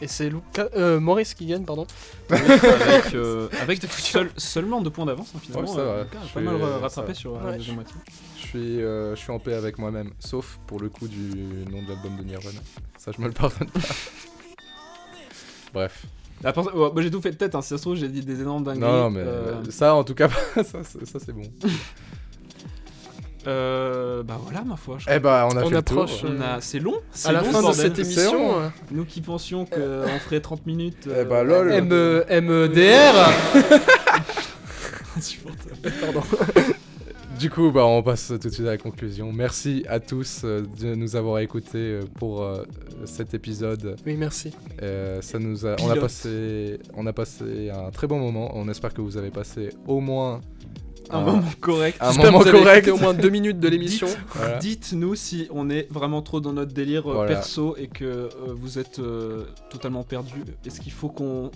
[SPEAKER 4] Et c'est Luca... euh, Maurice qui gagne, pardon.
[SPEAKER 5] [LAUGHS] avec, euh, avec seul- seulement deux points d'avance hein, finalement.
[SPEAKER 3] Ouais, ça
[SPEAKER 5] euh,
[SPEAKER 3] va,
[SPEAKER 5] Lucas a
[SPEAKER 3] je
[SPEAKER 5] pas mal
[SPEAKER 3] suis-
[SPEAKER 5] euh,
[SPEAKER 3] ça
[SPEAKER 5] rattrapé
[SPEAKER 3] va.
[SPEAKER 5] sur
[SPEAKER 4] Ouais.
[SPEAKER 5] la deuxième moitié.
[SPEAKER 3] Je suis, euh, je suis en paix avec moi-même, sauf pour le coup du nom de l'album de Nirvana. Ça, je me le pardonne pas.
[SPEAKER 4] [LAUGHS]
[SPEAKER 3] Bref.
[SPEAKER 5] La pensée- ouais, bah, j'ai tout fait de tête, hein, si ça se trouve j'ai dit des énormes dingueries.
[SPEAKER 3] Non, non, mais
[SPEAKER 5] euh,
[SPEAKER 3] euh, ça, en tout cas, [LAUGHS] ça, c'est- ça, c'est bon.
[SPEAKER 5] euh, bah voilà ma foi. je
[SPEAKER 3] Eh bah, on a
[SPEAKER 4] On
[SPEAKER 3] fait
[SPEAKER 4] approche, euh,
[SPEAKER 3] le tour.
[SPEAKER 5] crois. On a- C'est long, c'est
[SPEAKER 4] À la
[SPEAKER 5] long,
[SPEAKER 4] fin de
[SPEAKER 5] bordel.
[SPEAKER 4] cette émission, euh,
[SPEAKER 5] Nous qui pensions qu'on ferait 30 minutes.
[SPEAKER 3] Eh bah, lol.
[SPEAKER 5] euh,
[SPEAKER 4] M- MEDR
[SPEAKER 5] insupportable.
[SPEAKER 3] Du coup, bah, on passe tout de suite à la conclusion. Merci à tous euh, de nous avoir écoutés euh, pour euh, cet épisode.
[SPEAKER 4] Oui, merci.
[SPEAKER 3] Euh, ça nous a, on, a
[SPEAKER 5] Pilote.
[SPEAKER 3] passé, on a passé un très bon moment. On espère que vous avez passé au moins
[SPEAKER 5] Un moment correct.
[SPEAKER 3] Ah. un
[SPEAKER 4] J'espère que
[SPEAKER 3] moment
[SPEAKER 4] vous avez
[SPEAKER 3] correct.
[SPEAKER 4] écouté au moins deux minutes de l'émission.
[SPEAKER 3] Voilà.
[SPEAKER 5] Dites-nous si on est vraiment trop dans notre délire euh,
[SPEAKER 3] Voilà.
[SPEAKER 5] perso et que euh, vous êtes euh, totalement perdu. Est-ce qu'il faut qu'on.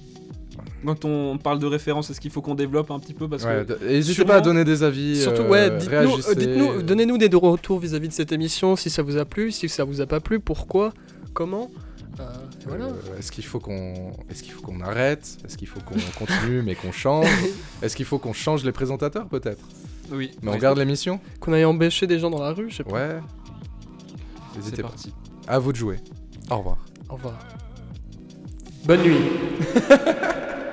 [SPEAKER 5] Quand on parle de référence, est-ce qu'il faut qu'on développe un petit peu Parce
[SPEAKER 3] Ouais,
[SPEAKER 5] que.
[SPEAKER 3] d- N'hésitez
[SPEAKER 5] sûrement-
[SPEAKER 3] pas à donner des avis.
[SPEAKER 4] Surtout,
[SPEAKER 3] euh,
[SPEAKER 4] ouais, dites-nous,
[SPEAKER 3] réagissez,
[SPEAKER 4] euh, dites-nous,
[SPEAKER 3] euh,
[SPEAKER 4] donnez-nous des retours vis-à-vis de cette émission, si ça vous a plu, si ça vous a pas plu, pourquoi, comment. Euh, voilà.
[SPEAKER 3] euh, Est-ce qu'il faut qu'on, est-ce qu'il faut qu'on arrête Est-ce qu'il faut qu'on continue mais qu'on
[SPEAKER 4] [LAUGHS]
[SPEAKER 3] change Est-ce qu'il faut qu'on change les présentateurs peut-être
[SPEAKER 5] Oui,
[SPEAKER 3] Mais
[SPEAKER 5] oui.
[SPEAKER 3] on garde l'émission
[SPEAKER 4] Qu'on aille embêcher des gens dans la rue, je sais pas.
[SPEAKER 3] Ouais.
[SPEAKER 5] C'est
[SPEAKER 3] N'hésitez pas.
[SPEAKER 5] parti.
[SPEAKER 3] À vous de jouer. Au revoir.
[SPEAKER 4] Au revoir. Bonne nuit.